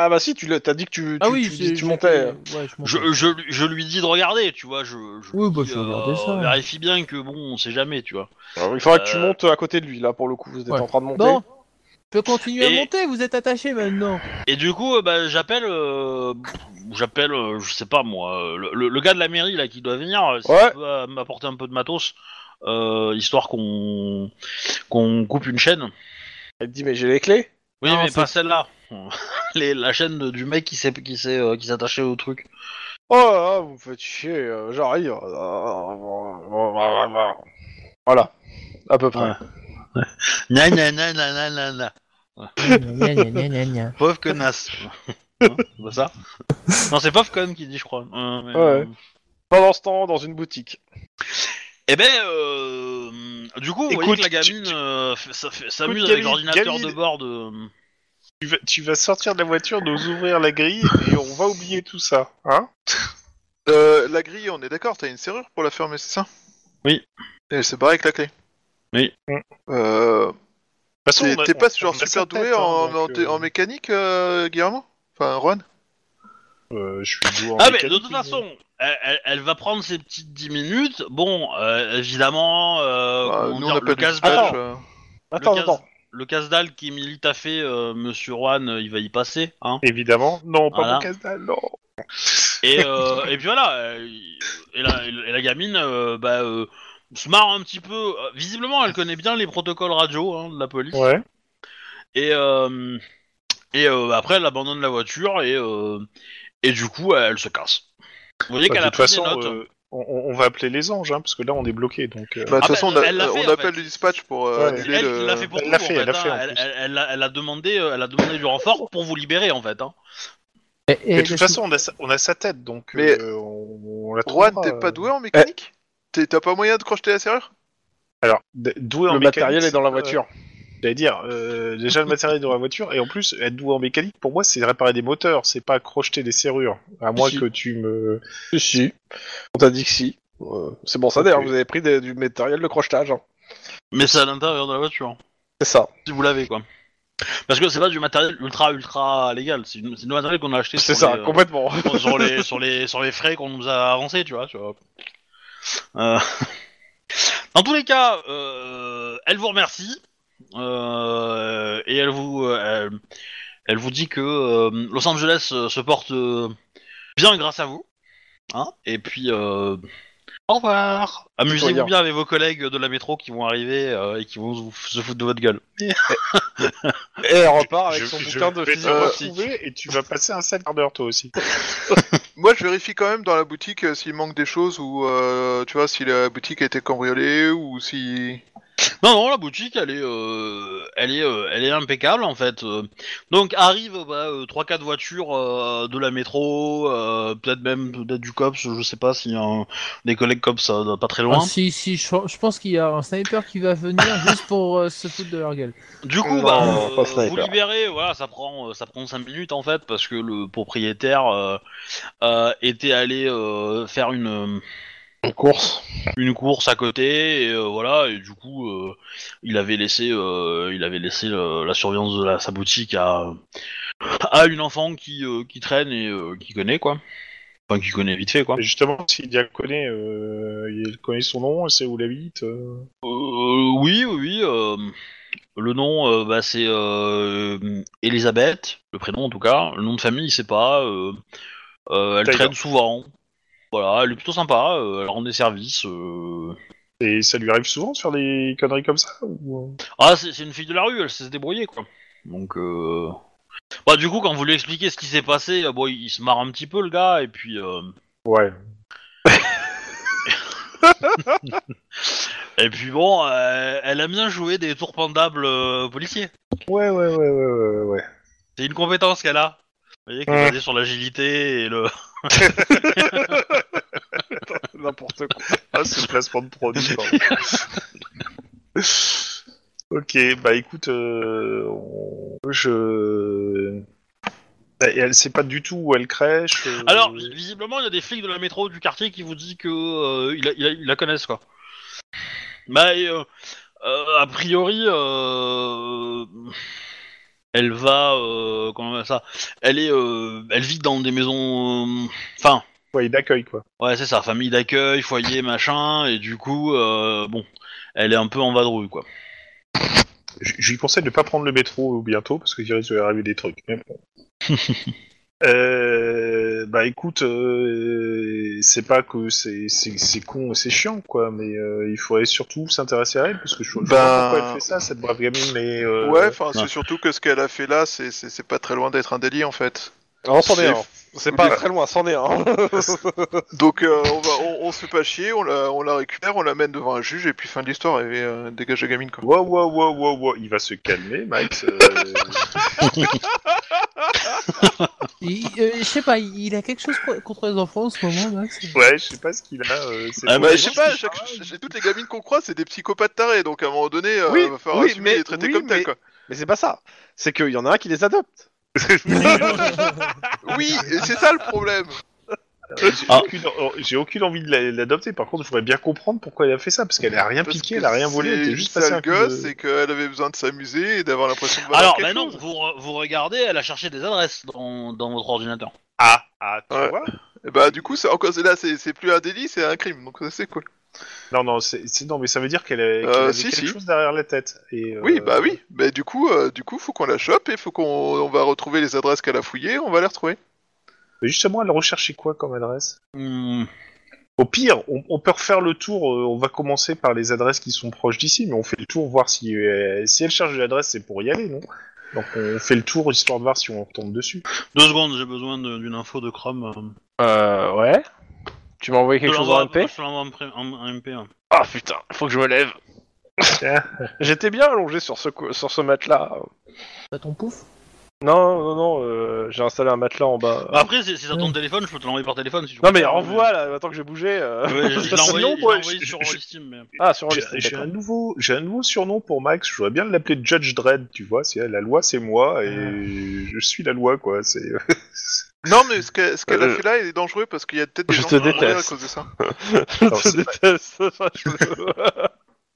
Speaker 4: Ah, bah si, tu l'as- t'as dit que tu, tu,
Speaker 1: ah oui,
Speaker 4: tu,
Speaker 1: c'est-
Speaker 4: dis- tu
Speaker 1: j'ai-
Speaker 4: montais.
Speaker 1: euh, Ouais, je monte.
Speaker 6: je, je, lui- je lui dis de regarder, tu vois. Je, je
Speaker 1: Oui, bah,
Speaker 6: lui dis, euh,
Speaker 1: je vais regarder ça.
Speaker 6: Vérifie bien que bon, on sait jamais, tu vois.
Speaker 4: Alors, il faudrait que tu
Speaker 6: Euh.
Speaker 4: montes à côté de lui, là, pour le coup. Vous êtes
Speaker 1: Ouais.
Speaker 4: en train de monter.
Speaker 1: Bon, je peux continuer
Speaker 6: Et-
Speaker 1: à monter, vous êtes attaché maintenant.
Speaker 6: Et du coup, euh, bah, j'appelle, euh, j'appelle, euh, je sais pas moi, euh, le, le- le gars de la mairie là qui doit venir, euh, s'il
Speaker 4: Ouais.
Speaker 6: peut euh, m'apporter un peu de matos, euh, histoire qu'on qu'on coupe une chaîne.
Speaker 4: Elle te dit, mais j'ai les clés.
Speaker 6: Oui,
Speaker 1: Ah,
Speaker 6: mais
Speaker 1: ça-
Speaker 6: pas celle-là. Les- la chaîne de- du mec qui s'est qui s'est euh, qui s'est attaché au truc.
Speaker 4: Oh là là, vous me faites chier, euh, j'arrive. Voilà, à peu près.
Speaker 6: Ouais. Gna gna gna gna gna gna gna.
Speaker 1: Gna, gna, gna, gna, gna.
Speaker 6: Pauvre connasse. Hein, c'est pas ça Non, c'est pauvre conne qui dit, je crois. Euh, mais,
Speaker 4: Ouais.
Speaker 6: euh,
Speaker 4: Pendant ce temps, dans une boutique.
Speaker 6: Eh ben, euh, du coup, vous voyez
Speaker 2: Écoute,
Speaker 6: que la
Speaker 2: tu-
Speaker 6: gamine euh, fait- ça fait- s'amuse
Speaker 2: Écoute,
Speaker 6: avec
Speaker 2: Camille,
Speaker 6: l'ordinateur
Speaker 2: Camille.
Speaker 6: de bord de...
Speaker 2: Tu vas, tu vas sortir de la voiture, nous ouvrir la grille et on va oublier tout ça, hein
Speaker 5: Euh, la grille, on est d'accord, t'as une serrure pour la fermer, c'est ça
Speaker 6: Oui.
Speaker 5: Et c'est barré avec la clé
Speaker 6: Oui.
Speaker 5: Euh,
Speaker 2: De toute façon,
Speaker 5: t'es
Speaker 2: on a-
Speaker 5: t'es pas
Speaker 2: on-
Speaker 5: genre
Speaker 2: on a sa
Speaker 5: super doué
Speaker 2: tête, hein,
Speaker 5: en, en,
Speaker 2: donc, euh,
Speaker 5: en mécanique, euh, Guillermo Enfin, Juan
Speaker 2: euh, je suis doué en
Speaker 6: Ah mais de
Speaker 2: mécanique,
Speaker 6: toute façon, elle, elle- elle va prendre ses petites 10 minutes. Bon, euh, évidemment, euh,
Speaker 5: Bah,
Speaker 6: comment
Speaker 5: Nous, on
Speaker 6: dire,
Speaker 5: n'a
Speaker 6: le Ah,
Speaker 5: pas de
Speaker 6: casse-dalle
Speaker 5: dispatch. euh.
Speaker 4: Attends,
Speaker 6: Le
Speaker 4: attends.
Speaker 6: le casse-dalle qui milite à fait euh, Monsieur Juan, euh, il va y passer. Hein.
Speaker 2: Évidemment. Non, pas
Speaker 6: Voilà.
Speaker 2: mon casse-dalle, non.
Speaker 6: Et, euh, et puis voilà, euh, et la, et la gamine euh, bah, euh, se marre un petit peu. Euh, Visiblement, elle connaît bien les protocoles radio hein, de la police.
Speaker 2: Ouais.
Speaker 6: Et, euh, et euh, après, elle abandonne la voiture et, euh, et du coup, elle se casse. Vous voyez
Speaker 2: Bah,
Speaker 6: qu'elle
Speaker 2: de
Speaker 6: a
Speaker 2: toute
Speaker 6: pris des
Speaker 2: façon,
Speaker 6: notes.
Speaker 2: euh, on, on- on va appeler les anges, hein, parce que là, on est bloqué, donc... euh,
Speaker 5: Bah, de
Speaker 6: Ah,
Speaker 5: toute façon,
Speaker 6: bah,
Speaker 5: on, a-
Speaker 6: elle l'a fait,
Speaker 5: on
Speaker 6: en
Speaker 5: appelle le dispatch pour euh,
Speaker 2: Ouais.
Speaker 6: C'est
Speaker 5: annuler
Speaker 6: elle
Speaker 5: le.
Speaker 6: qui l'a fait pour
Speaker 2: Elle
Speaker 6: vous,
Speaker 2: l'a
Speaker 6: en
Speaker 2: fait,
Speaker 6: fait,
Speaker 2: elle l'a
Speaker 6: hein.
Speaker 2: fait, en
Speaker 6: Elle-
Speaker 2: plus.
Speaker 6: elle- elle a- elle a demandé, euh, elle a demandé du renfort pour vous libérer, en fait. hein.
Speaker 1: Et- et
Speaker 2: mais de
Speaker 1: est-ce
Speaker 2: toute
Speaker 1: que-
Speaker 2: façon, on a sa, on a sa tête, donc
Speaker 5: Mais-
Speaker 2: euh, on, on la trouvera.
Speaker 5: Juan, t'es pas
Speaker 2: euh.
Speaker 5: doué en mécanique T'es- T'as pas moyen de crocheter la serrure
Speaker 2: Alors, d- doué en
Speaker 4: Le
Speaker 2: mécanique...
Speaker 4: matériel est dans la
Speaker 2: euh,
Speaker 4: voiture.
Speaker 2: J'allais dire, euh, déjà le matériel est dans la voiture, et en plus, être doué en mécanique, pour moi, c'est réparer des moteurs, c'est pas crocheter des serrures. À moins
Speaker 4: Si.
Speaker 2: que tu me...
Speaker 4: Si, on t'a dit que si. Euh, c'est bon, ça d'ailleurs,
Speaker 2: Ok.
Speaker 4: vous avez pris des- du matériel de crochetage. hein.
Speaker 6: Mais c'est à l'intérieur de la voiture,
Speaker 4: C'est ça.
Speaker 6: si vous l'avez, quoi. Parce que c'est pas du matériel ultra ultra légal, c'est une- c'est du matériel qu'on a acheté
Speaker 4: C'est
Speaker 6: sur,
Speaker 4: ça,
Speaker 6: les, euh,
Speaker 4: complètement.
Speaker 6: sur, les, sur, les, sur les frais qu'on nous a avancés, tu vois. Tu vois. Euh, Dans tous les cas, euh, elle vous remercie euh, et elle vous, euh, elle, elle vous dit que euh, Los Angeles euh, se porte euh, bien grâce à vous. Hein et puis, euh, au revoir. Amusez-vous
Speaker 4: Citoyen.
Speaker 6: bien avec vos collègues de la métro qui vont arriver euh, et qui vont vous- se foutre de votre gueule.
Speaker 4: Et elle repart avec
Speaker 2: Je-
Speaker 4: son Euh,
Speaker 2: je
Speaker 4: bouquin de
Speaker 2: vais te
Speaker 4: physique Ah. quantique.
Speaker 2: retrouver et tu vas passer un sale quart d'heure, toi aussi.
Speaker 5: Moi, je vérifie quand même dans la boutique euh, s'il manque des choses ou euh, tu vois si la boutique a été cambriolée ou si.
Speaker 6: Non, non, la boutique, elle est, euh, elle est, euh, elle est impeccable en fait. Euh, Donc arrivent bah, euh, trois, quatre voitures euh, de la métro, euh, peut-être même peut-être du cops, je sais pas si un des collègues cops euh, pas très loin.
Speaker 1: Ah, si, si, je, je pense qu'il y a un sniper qui va venir juste pour euh, se foutre de leur gueule.
Speaker 6: Du coup,
Speaker 4: Non,
Speaker 6: bah,
Speaker 4: non, pas
Speaker 6: euh,
Speaker 4: sniper.
Speaker 6: vous libérez, voilà, ça prend, euh, ça prend cinq minutes en fait parce que le propriétaire euh, euh, était allé euh, faire une euh,
Speaker 4: Une course.
Speaker 6: une course à côté et euh, voilà et du coup euh, il avait laissé euh, il avait laissé euh, la surveillance de la, sa boutique à à une enfant qui euh, qui traîne et euh, qui connaît quoi enfin qui connaît vite fait quoi
Speaker 2: Mais Justement, s'il y a connaît, euh, il connaît son nom, c'est où il habite. euh.
Speaker 6: Euh, oui oui oui, euh, le nom euh, bah, c'est euh, Elisabeth le prénom en tout cas le nom de famille il sait pas euh, euh, elle
Speaker 2: Taylor.
Speaker 6: traîne souvent Voilà, elle est plutôt sympa, euh, elle rend des services. euh.
Speaker 2: Et ça lui arrive souvent de faire des conneries comme ça ou...
Speaker 6: Ah, c'est c'est une fille de la rue, elle sait se débrouiller, quoi. Donc, euh... Bah, du coup, quand vous lui expliquez ce qui s'est passé, euh, bon, il, il se marre un petit peu, le gars, et puis... euh,
Speaker 2: Ouais.
Speaker 6: Et puis, bon, euh, elle aime bien jouer des tours pendables euh, policiers.
Speaker 2: Ouais, ouais, ouais, ouais, ouais, ouais.
Speaker 6: C'est une compétence qu'elle a. Vous voyez, qui est
Speaker 2: Ouais.
Speaker 6: basée sur l'agilité et le...
Speaker 2: N'importe quoi. Ah, ce placement de produit. pardon. ok, bah écoute, euh, on- je. Bah, Et Elle sait pas du tout où elle crèche. euh,
Speaker 6: Alors, vi- visiblement, il y a des flics de la métro du quartier qui vous disent que euh, ils, la, ils la- ils la connaissent, quoi. Bah, et, euh, euh, a priori, euh, elle va, euh, comment on appelle ça Elle est, euh, elle vit dans des maisons, euh, enfin,
Speaker 2: foyer d'accueil, quoi.
Speaker 6: ouais, c'est ça, famille d'accueil, foyer, machin, et du coup, euh, bon, elle est un peu en vadrouille, quoi.
Speaker 2: J- Je lui conseille de pas prendre le métro bientôt parce que j'y risque d'arriver des trucs. Mais bon. Euh, bah écoute, euh, c'est pas que c'est c'est- c'est con, c'est chiant quoi, mais euh, il faudrait surtout s'intéresser à elle parce que je, je sais pas
Speaker 5: Ben-
Speaker 2: pourquoi elle fait ça, cette brave gamine, mais euh,
Speaker 5: ouais, enfin,
Speaker 6: ouais.
Speaker 5: c'est surtout que ce qu'elle a fait là, c'est- c'est c'est pas très loin d'être un délit en fait.
Speaker 4: Alors, c'en est
Speaker 5: C'est-
Speaker 4: un. C'est pas très loin, c'en est un.
Speaker 5: Donc euh, on, va, on, on se fait pas chier, on la, on la récupère, on l'amène devant un juge et puis fin de l'histoire et euh, dégage la gamine quoi.
Speaker 2: Wow, wow, wow, wow, wow, il va se calmer, Max. euh.
Speaker 1: Il- euh, je sais pas, il a quelque chose co- contre les enfants en ce moment, Max.
Speaker 2: ouais, je sais pas ce qu'il a. euh, c'est
Speaker 6: Ah bah,
Speaker 2: trop
Speaker 5: Bah,
Speaker 6: Ouais,
Speaker 5: je sais
Speaker 2: étrange.
Speaker 5: pas, chaque- j'ai- toutes les gamines qu'on croise, c'est des psychopathes tarés, donc à un moment donné, euh,
Speaker 4: Oui,
Speaker 5: va falloir
Speaker 4: oui,
Speaker 5: assumer
Speaker 4: mais-
Speaker 5: et les traiter
Speaker 4: oui,
Speaker 5: comme
Speaker 4: mais-
Speaker 5: tels, quoi.
Speaker 4: Mais c'est pas ça. C'est qu'il y en a un qui les adopte.
Speaker 5: Oui, et c'est ça le problème.
Speaker 2: J'ai
Speaker 6: Ah.
Speaker 2: aucune, oh, j'ai aucune envie de la- l'adopter. Par contre, je voudrais bien comprendre pourquoi elle a fait ça, parce qu'elle a rien
Speaker 5: Parce
Speaker 2: piqué,
Speaker 5: que
Speaker 2: elle a rien volé, elle
Speaker 5: c'est
Speaker 2: était juste
Speaker 5: une
Speaker 2: passée
Speaker 5: sale
Speaker 2: un coup
Speaker 5: gosse
Speaker 2: de-
Speaker 5: et qu'elle avait besoin de s'amuser et d'avoir l'impression de valoir
Speaker 6: Alors,
Speaker 5: quelque
Speaker 6: bah non,
Speaker 5: chose.
Speaker 6: vous, re- vous regardez, elle a cherché des adresses dans, dans votre ordinateur.
Speaker 2: Ah, ah, tu
Speaker 5: Ouais.
Speaker 2: vois
Speaker 5: Et bah du coup, c'est encore là, c'est c'est plus un délit, c'est un crime, donc ça c'est cool.
Speaker 2: Non, non, c'est c'est- non, mais ça veut dire qu'elle a qu'elle
Speaker 5: Euh,
Speaker 2: avait
Speaker 5: si,
Speaker 2: quelque
Speaker 5: si.
Speaker 2: chose derrière la tête. Et, euh,
Speaker 5: Oui, bah oui. Mais du coup, euh, du coup, faut qu'on la chope et faut qu'on on va retrouver les adresses qu'elle a fouillées, on va les retrouver.
Speaker 2: Mais justement, elle recherchait quoi comme adresse
Speaker 6: Hmm.
Speaker 2: Au pire, on, on peut refaire le tour. euh, on va commencer par les adresses qui sont proches d'ici, mais on fait le tour voir si euh, si elle cherche de l'adresse, c'est pour y aller, non Donc on fait le tour histoire de voir si on retombe dessus.
Speaker 6: Deux secondes, j'ai besoin de- d'une info de Chrome. euh.
Speaker 4: Euh, ouais. Tu m'as envoyé quelque chose en MP
Speaker 6: Je te l'envoie en pré- en- en MP. hein.
Speaker 4: Ah putain, faut que je me lève. J'étais bien allongé sur ce, cou- sur ce matelas.
Speaker 1: T'as ton pouf
Speaker 4: Non, non, non, euh, j'ai installé un matelas en bas.
Speaker 6: Bah après, si, si t'as ton téléphone, je peux te l'envoyer par téléphone si tu
Speaker 4: non,
Speaker 6: veux.
Speaker 4: mais renvoie là, attends que j'ai bougé. euh.
Speaker 6: Ouais, je je l'ai envoyé,
Speaker 2: Sinon,
Speaker 6: je l'ai
Speaker 2: moi,
Speaker 6: envoyé
Speaker 2: je-
Speaker 6: sur
Speaker 2: je-
Speaker 6: Steam. Mais...
Speaker 4: Ah,
Speaker 5: Oh,
Speaker 4: sur
Speaker 2: J'ai-
Speaker 4: Hollister,
Speaker 2: J'ai
Speaker 4: d'accord.
Speaker 2: un nouveau, j'ai un nouveau surnom pour Max. Je voudrais bien l'appeler Judge Dredd, tu vois. C'est la loi, c'est moi et
Speaker 5: Ah.
Speaker 2: je suis la loi, quoi. C'est euh,
Speaker 5: Non, mais ce qu'elle ce qu'elle a
Speaker 4: Euh,
Speaker 5: fait là, il est dangereux parce qu'il y a peut-être des
Speaker 4: je
Speaker 5: gens
Speaker 4: te
Speaker 5: qui vont mourir à
Speaker 4: déteste.
Speaker 5: cause de ça.
Speaker 4: Je
Speaker 2: Alors,
Speaker 4: te
Speaker 2: c'est pas-
Speaker 4: déteste. Enfin, je-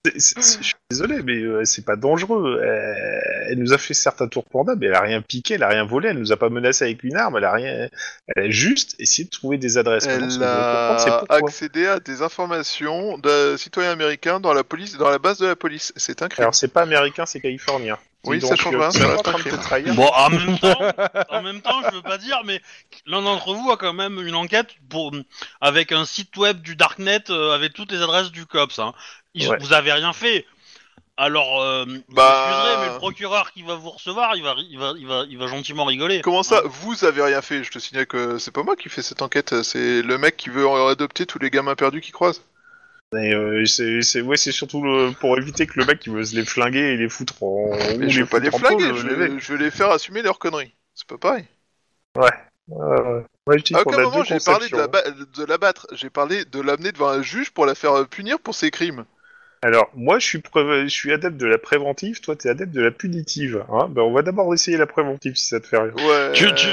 Speaker 2: C'est- c'est- c'est- Je suis désolé, mais euh, c'est pas dangereux. Euh, elle nous a fait certains tours panda, mais elle a rien piqué, elle a rien volé, elle nous a pas menacé avec une arme, elle a rien. Elle a juste essayé de trouver des adresses. Maintenant, ce que
Speaker 5: Elle
Speaker 2: je veux comprendre, c'est
Speaker 5: a
Speaker 2: pourquoi.
Speaker 5: accédé à des informations de citoyens américains dans la police, dans la base de la police. C'est un crime.
Speaker 2: Alors c'est pas américain, c'est californien.
Speaker 5: Oui,
Speaker 2: Dis
Speaker 5: ça
Speaker 2: donc,
Speaker 5: change
Speaker 2: euh,
Speaker 5: rien,
Speaker 2: tu
Speaker 5: ça
Speaker 2: es en
Speaker 5: reste un
Speaker 2: train de te
Speaker 5: crime.
Speaker 2: trahir.
Speaker 6: Bon, en même temps, en même temps, je veux pas dire, mais l'un d'entre vous a quand même une enquête pour avec un site web du darknet euh, avec toutes les adresses du cops. Hein. Ils-
Speaker 2: Ouais.
Speaker 6: Vous avez rien fait. Alors, euh, vous
Speaker 5: Bah.
Speaker 6: m'excuserez, mais le procureur qui va vous recevoir, il va, ri- il va, il va, il va gentiment rigoler.
Speaker 5: Comment ça Vous avez rien fait Je te signale que c'est pas moi qui fais cette enquête, c'est le mec qui veut en adopter tous les gamins perdus qu'il croise.
Speaker 2: Mais, euh, c'est c'est- ouais, c'est surtout le- pour éviter que le mec qui veut se les flinguer et les foutre en. ou
Speaker 5: Mais je vais pas les
Speaker 2: foutre en pôle,
Speaker 5: flinguer,
Speaker 2: euh,
Speaker 5: je
Speaker 2: les mecs.
Speaker 5: vais, je vais les faire assumer leurs conneries. C'est pas pareil.
Speaker 2: Ouais, ouais. Ouais, je dis
Speaker 5: À
Speaker 2: qu'on
Speaker 5: aucun
Speaker 2: a
Speaker 5: moment
Speaker 2: deux
Speaker 5: j'ai parlé de
Speaker 2: conceptions. hein.
Speaker 5: la ba- de l'abattre, j'ai parlé de l'amener devant un juge pour la faire euh, punir pour ses crimes.
Speaker 2: Alors, moi, je suis, pré- je suis adepte de la préventive, toi, t'es adepte de la punitive. Hein ben, on va d'abord essayer la préventive, si ça te fait rire.
Speaker 5: Ouais.
Speaker 6: Tu, tu,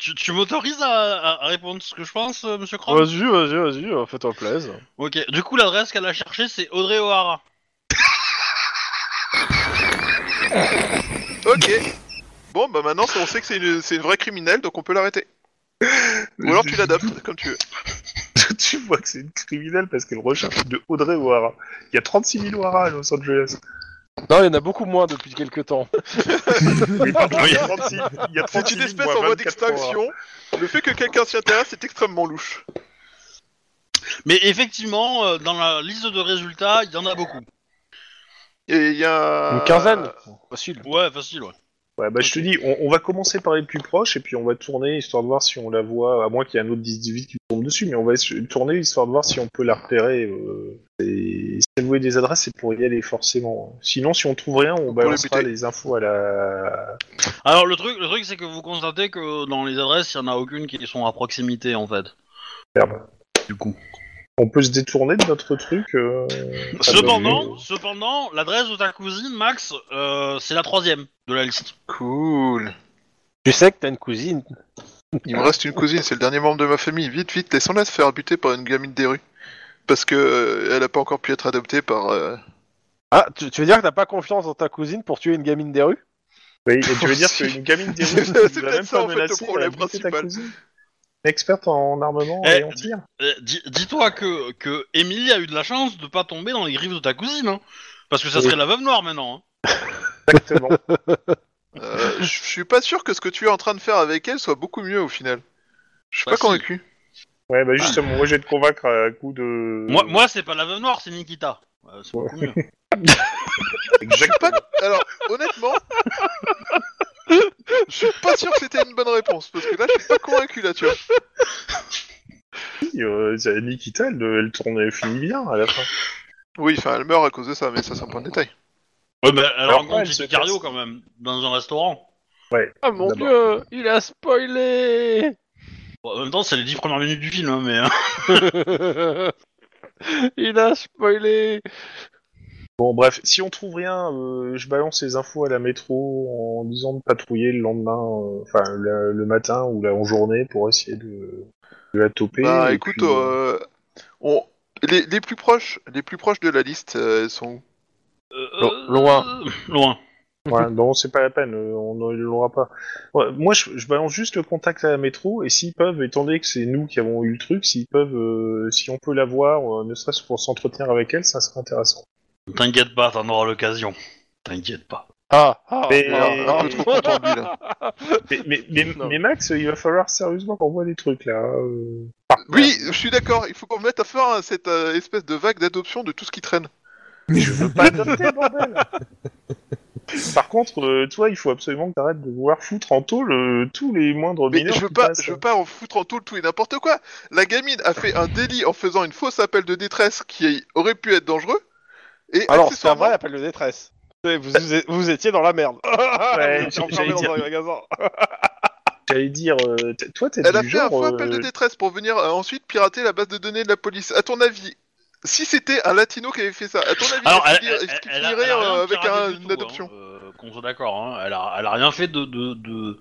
Speaker 6: tu, tu m'autorises à, à- à répondre ce que je pense, euh, Monsieur Chrome
Speaker 4: Vas-y, vas-y, vas-y, euh, fais-toi plaisir.
Speaker 6: Ok. Du coup, l'adresse qu'elle a cherchée, c'est Audrey O'Hara.
Speaker 5: Ok. Bon, bah maintenant on sait que c'est une, c'est une vraie criminelle, donc on peut l'arrêter. Ou alors tu l'adoptes, comme tu veux.
Speaker 2: tu vois que c'est une criminelle parce qu'elle recherche de Audrey O'Hara. Il y a 36 000 O'Hara à Los Angeles.
Speaker 4: Non, il y en a beaucoup moins depuis quelques temps.
Speaker 2: Oui, pardon, il y a 36 il y a 36
Speaker 5: C'est
Speaker 2: 000
Speaker 5: une espèce
Speaker 2: moins
Speaker 5: en voie
Speaker 2: 24 O'Hara.
Speaker 5: d'extinction. Le fait que quelqu'un s'y intéresse est extrêmement louche.
Speaker 6: Mais effectivement, euh, dans la liste de résultats, il y en a beaucoup.
Speaker 5: Et il y a...
Speaker 4: Une quinzaine Bah, Facile.
Speaker 6: Ouais, facile, ouais.
Speaker 2: Ouais, bah, je te dis, on, on va commencer par les plus proches et puis on va tourner histoire de voir si on la voit, à moins qu'il y ait un autre 18 qui tombe dessus, mais on va se- tourner histoire de voir si on peut la repérer. euh, et si elle voulait des adresses, c'est pour y aller forcément. Sinon, si on trouve rien, on
Speaker 5: peut
Speaker 2: balancera
Speaker 5: les buter.
Speaker 2: les infos à la.
Speaker 6: Alors le truc, le truc, c'est que vous constatez que dans les adresses, il y en a aucune qui sont à proximité en fait.
Speaker 2: Merde.
Speaker 6: Du coup.
Speaker 2: On peut se détourner de notre truc. euh,
Speaker 6: Cependant,
Speaker 2: ah, bah,
Speaker 6: cependant, l'adresse de ta cousine Max, euh, c'est la troisième de la liste.
Speaker 5: Cool.
Speaker 4: Tu sais que t'as une cousine.
Speaker 5: Il me reste une cousine, c'est le dernier membre de ma famille. Vite, vite, laissons-la se faire buter par une gamine des rues. Parce que euh, elle a pas encore pu être adoptée par... euh,
Speaker 4: Ah, tu, tu veux dire que t'as pas confiance dans ta cousine pour tuer une gamine des rues
Speaker 2: oui, et tu veux dire qu'une gamine des rues, tu
Speaker 5: C'est
Speaker 2: l'as
Speaker 5: peut-être
Speaker 2: même
Speaker 5: ça,
Speaker 2: pas
Speaker 5: en fait, le
Speaker 2: menacée, elle a
Speaker 5: problème
Speaker 2: buté ta
Speaker 5: principal.
Speaker 2: cousine Experte en armement
Speaker 6: Eh,
Speaker 2: et en tir.
Speaker 6: Eh, di- Dis-toi que que Emily a eu de la chance de pas tomber dans les griffes de ta cousine, hein. parce que ça serait la veuve noire maintenant. hein.
Speaker 2: Exactement.
Speaker 5: euh, Je suis pas sûr que ce que tu es en train de faire avec elle soit beaucoup mieux au final. Je suis
Speaker 6: Bah,
Speaker 5: pas
Speaker 6: si.
Speaker 5: convaincu.
Speaker 2: Ouais, bah justement, moi je vais te convaincre à coup de.
Speaker 6: Moi, moi, c'est pas la veuve noire, c'est Nikita. Euh, c'est beaucoup mieux.
Speaker 5: Je suis pas... Alors, honnêtement, je suis pas sûr que c'était une bonne réponse, parce que là, je suis pas convaincu, là, tu vois.
Speaker 2: Euh, c'est Nikita, elle, elle tourne, elle finit bien à la fin.
Speaker 5: Oui, enfin, elle meurt à cause de ça, mais ça, c'est un point de détail.
Speaker 6: Ouais, bah, elle
Speaker 2: Alors,
Speaker 6: rencontre
Speaker 2: elle se
Speaker 6: Jesse Cario
Speaker 2: casse.
Speaker 6: quand même dans un restaurant.
Speaker 4: Ah mon
Speaker 2: D'abord.
Speaker 4: dieu, il a spoilé
Speaker 6: Bon, en même temps, c'est les dix premières minutes du film, hein, mais. hein.
Speaker 4: Il a spoilé
Speaker 2: Bon, bref, si on trouve rien, euh, je balance les infos à la métro en disant de patrouiller le lendemain, euh, enfin le, le matin ou la en journée pour essayer de, de la toper.
Speaker 5: Bah,
Speaker 2: et
Speaker 5: écoute,
Speaker 2: puis, euh,
Speaker 5: euh, on... les, les plus proches, les plus proches de la liste euh, sont où
Speaker 6: Euh,
Speaker 4: Lo- loin.
Speaker 6: euh, Loin.
Speaker 2: ouais, non, c'est pas la peine, euh, on ne l'aura pas. Ouais, moi, je, je balance juste le contact à la métro et s'ils peuvent, étant donné que c'est nous qui avons eu le truc, s'ils peuvent, euh, si on peut la voir, euh, ne serait-ce pour s'entretenir avec elle, ça serait intéressant.
Speaker 6: T'inquiète pas, t'en auras l'occasion. T'inquiète pas.
Speaker 4: Ah, ah,
Speaker 2: Mais-
Speaker 4: ah,
Speaker 5: Alors,
Speaker 4: ah.
Speaker 5: un peu trop content de lui, là.
Speaker 2: Mais, mais, mais,
Speaker 4: Non.
Speaker 2: mais Max, il va falloir sérieusement qu'on voit des trucs là. euh.
Speaker 5: Oui, je suis d'accord, il faut qu'on mette à faire hein, cette euh, espèce de vague d'adoption de tout ce qui traîne.
Speaker 1: Mais je veux
Speaker 2: Pas adopté, bordel Par contre, euh, toi, il faut absolument que t'arrêtes de vouloir foutre en tôle euh, tous les moindres
Speaker 5: Mais
Speaker 2: mineurs
Speaker 5: je veux
Speaker 2: qui
Speaker 5: pas,
Speaker 2: passent.
Speaker 5: je veux pas en foutre en tout le tout et n'importe quoi. La gamine a fait un délit en faisant une fausse appel de détresse qui aurait pu être dangereux. Et
Speaker 4: Alors, Ah c'est un
Speaker 5: accessoirement,
Speaker 4: vrai appel de détresse. Vous, vous, vous étiez dans la merde.
Speaker 2: Ouais,
Speaker 4: Vous étiez enfermé
Speaker 2: j'allais
Speaker 4: dans
Speaker 2: dire.
Speaker 4: un magasin.
Speaker 2: J'allais dire, euh, t- toi, t'es
Speaker 5: elle a
Speaker 2: du
Speaker 5: fait
Speaker 2: genre.
Speaker 5: un faux appel
Speaker 2: euh,
Speaker 5: de détresse pour venir euh, ensuite pirater la base de données de la police. À ton avis, si c'était un latino qui avait fait ça, à ton avis,
Speaker 6: Alors,
Speaker 5: est-ce
Speaker 6: elle,
Speaker 5: qu'il
Speaker 6: elle,
Speaker 5: est-ce qu'il
Speaker 6: elle a-
Speaker 5: finirait,
Speaker 6: elle a rien
Speaker 5: euh, avec
Speaker 6: piraté
Speaker 5: un-
Speaker 6: du
Speaker 5: une
Speaker 6: tout,
Speaker 5: adoption
Speaker 6: hein, euh, Qu'on soit d'accord, hein. elle, a, elle a rien fait de. de, de-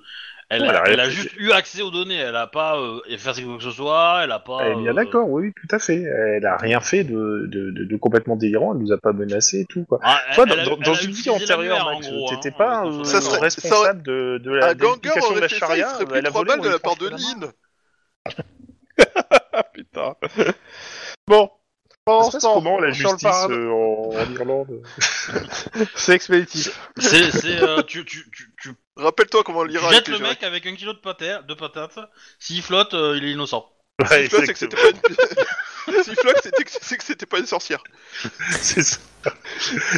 Speaker 6: Elle,
Speaker 2: Ouais, elle a
Speaker 6: a, elle a
Speaker 2: rien fait.
Speaker 6: juste eu accès aux données, elle a pas euh, effacé quoi que ce soit, elle a pas.
Speaker 2: Elle est bien
Speaker 6: euh,
Speaker 2: d'accord, oui, tout à fait. Elle a rien fait de, de, de, de complètement délirant, elle nous a pas menacé et tout, quoi.
Speaker 6: Ah, elle-
Speaker 2: Toi, dans,
Speaker 6: elle a-
Speaker 2: dans-
Speaker 6: elle
Speaker 2: dans
Speaker 6: a
Speaker 2: une vie
Speaker 6: utilisé
Speaker 2: antérieure,
Speaker 6: l'annuaire, en
Speaker 2: Max,
Speaker 6: gros,
Speaker 2: t'étais
Speaker 6: hein,
Speaker 2: pas
Speaker 6: euh,
Speaker 2: euh,
Speaker 5: Ça serait-
Speaker 2: responsable de, de la
Speaker 5: Un ganger
Speaker 2: délication de la
Speaker 5: aurait fait ça, il
Speaker 2: charia.
Speaker 5: serait
Speaker 2: euh,
Speaker 5: pris
Speaker 2: elle a
Speaker 5: 3
Speaker 2: volé,
Speaker 5: balles
Speaker 2: on
Speaker 5: de
Speaker 2: lui
Speaker 5: la
Speaker 2: tranche
Speaker 5: part de
Speaker 2: la main.
Speaker 5: Lynn.
Speaker 4: Ah, Putain. Bon.
Speaker 2: Ça se passe
Speaker 4: Ensemble,
Speaker 2: comment la
Speaker 4: sur le
Speaker 2: justice
Speaker 4: parade-
Speaker 2: euh, en, en Irlande
Speaker 4: C'est expéditif.
Speaker 6: C'est, c'est, euh, tu, tu, tu, tu
Speaker 5: Rappelle-toi comment l'Iran a
Speaker 6: jettes
Speaker 5: été
Speaker 6: le
Speaker 5: géré.
Speaker 6: mec avec un kilo de patates, de patates. S'il flotte, euh, il est innocent.
Speaker 5: Si flotte, c'est que c'était pas une- Si flotte, c'était que- c'est que c'était pas une sorcière.
Speaker 2: C'est ça.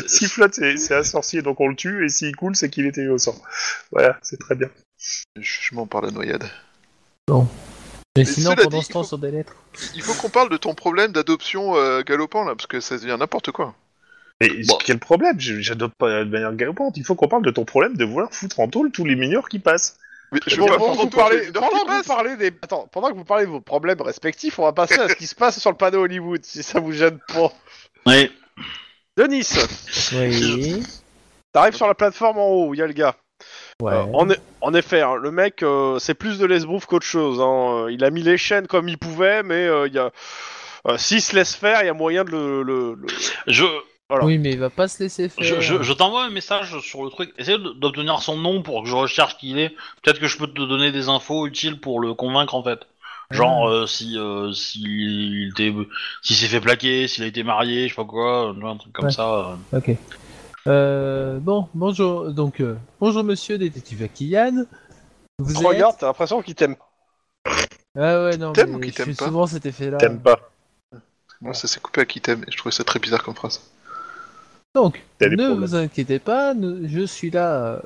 Speaker 2: S'il flotte, c'est c'est un sorcier, donc on le tue, et s'il coule, c'est qu'il était innocent. Voilà, c'est très bien.
Speaker 5: Jugement par la noyade.
Speaker 1: Mais sinon,
Speaker 5: cela
Speaker 1: pendant
Speaker 5: dit,
Speaker 1: ce temps,
Speaker 5: il faut-
Speaker 1: sur des lettres.
Speaker 5: Il faut qu'on parle de ton problème d'adoption euh, galopant là, parce que ça devient n'importe quoi.
Speaker 2: Mais quel problème Je- J'adopte pas de manière galopante. Il faut qu'on parle de ton problème de vouloir foutre en tôle tous les mineurs qui passent.
Speaker 5: Mais je
Speaker 4: Bon,
Speaker 5: veux
Speaker 4: bah,
Speaker 5: pas
Speaker 4: pendant,
Speaker 5: prendre
Speaker 4: que vous
Speaker 5: en parler
Speaker 4: parlez, pendant que vous parlez des... Attends, pendant que vous parlez de vos problèmes respectifs, on va passer à ce qui se passe sur le panneau Hollywood, si ça vous gêne pas.
Speaker 6: Ouais.
Speaker 4: Denis,
Speaker 1: Oui.
Speaker 4: t'arrives sur la plateforme en haut où il y a le gars.
Speaker 1: Ouais.
Speaker 4: Euh, en, e- en effet, hein, le mec, euh, c'est plus de l'esbrouf qu'autre chose. hein. Euh, Il a mis les chaînes comme il pouvait, mais euh, il y a... euh, s'il se laisse faire, il y a moyen de le... le- le-
Speaker 6: Je,
Speaker 4: Voilà.
Speaker 1: Oui, mais il va pas se laisser faire.
Speaker 6: je, je, je t'envoie un message sur le truc. Essaye de- d'obtenir son nom pour que je recherche qui il est. Peut-être que je peux te donner des infos utiles pour le convaincre en fait. Genre euh, si euh, si il t'est- s'il s'est fait plaquer, s'il a été marié, je sais pas quoi, euh, un truc comme
Speaker 1: Ouais.
Speaker 6: ça. euh.
Speaker 1: Ok. Euh, bon, bonjour. Donc, euh, bonjour monsieur détective Akiyan. Vous êtes...
Speaker 4: Regarde, t'as l'impression qu'il t'aime.
Speaker 1: Ah ouais, non,
Speaker 5: T'aimes
Speaker 1: mais
Speaker 5: ou qui
Speaker 1: je
Speaker 5: t'aime
Speaker 1: suis
Speaker 5: pas
Speaker 1: souvent cet effet-là.
Speaker 2: T'aimes pas
Speaker 5: Moi, ça s'est coupé à Kitem et je trouvais ça très bizarre comme phrase.
Speaker 1: Donc,
Speaker 4: T'as des
Speaker 1: ne
Speaker 4: problèmes.
Speaker 1: vous inquiétez pas, ne- je suis là euh,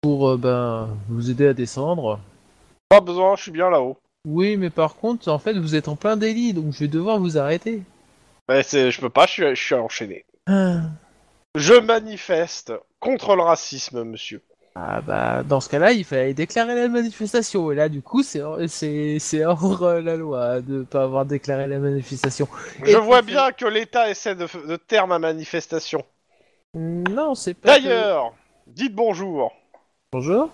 Speaker 1: pour euh, ben, vous aider à descendre.
Speaker 4: Pas besoin, je suis bien là-haut.
Speaker 1: Oui, mais par contre, en fait, vous êtes en plein délit, donc je vais devoir vous arrêter.
Speaker 4: Mais c'est- je peux pas, je suis, je suis enchaîné.
Speaker 1: Ah
Speaker 4: Je manifeste contre le racisme, monsieur.
Speaker 1: Ah bah, dans ce cas-là, il fallait déclarer la manifestation. Et là, du coup, c'est hors, c'est- c'est hors euh, la loi de pas avoir déclaré la manifestation. Et
Speaker 4: Je vois
Speaker 1: c'est-
Speaker 4: bien que l'État essaie de, f- de taire ma manifestation.
Speaker 1: Non, c'est pas... que-
Speaker 4: D'ailleurs, dites bonjour.
Speaker 1: Bonjour.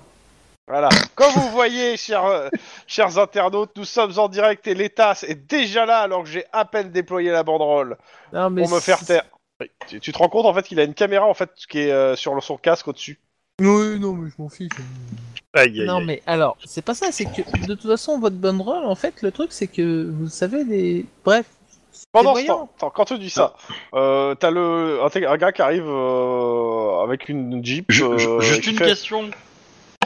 Speaker 4: Voilà. Comme vous voyez, chers, euh, chers internautes, nous sommes en direct et l'État est déjà là alors que j'ai à peine déployé la banderole
Speaker 1: Non, mais
Speaker 4: pour me faire
Speaker 1: c'est-
Speaker 4: taire. Oui. Tu, tu te rends compte en fait qu'il a une caméra en fait qui est euh, sur le- son casque au-dessus.
Speaker 1: Oui, non, mais je m'en fiche.
Speaker 2: Aïe, aïe,
Speaker 1: non,
Speaker 2: aïe.
Speaker 1: mais alors, c'est pas ça, c'est que de toute façon, votre banderole, en fait, le truc, c'est que vous savez, les. Bref. c'est
Speaker 4: Pendant ce
Speaker 1: voyant.
Speaker 4: temps, attends, quand tu dis ça,
Speaker 6: Ah.
Speaker 4: euh, t'as le un, t- un gars qui arrive euh, avec une Jeep.
Speaker 6: Ju-
Speaker 4: euh,
Speaker 6: ju- juste
Speaker 4: qui
Speaker 6: une
Speaker 4: fait-
Speaker 6: question.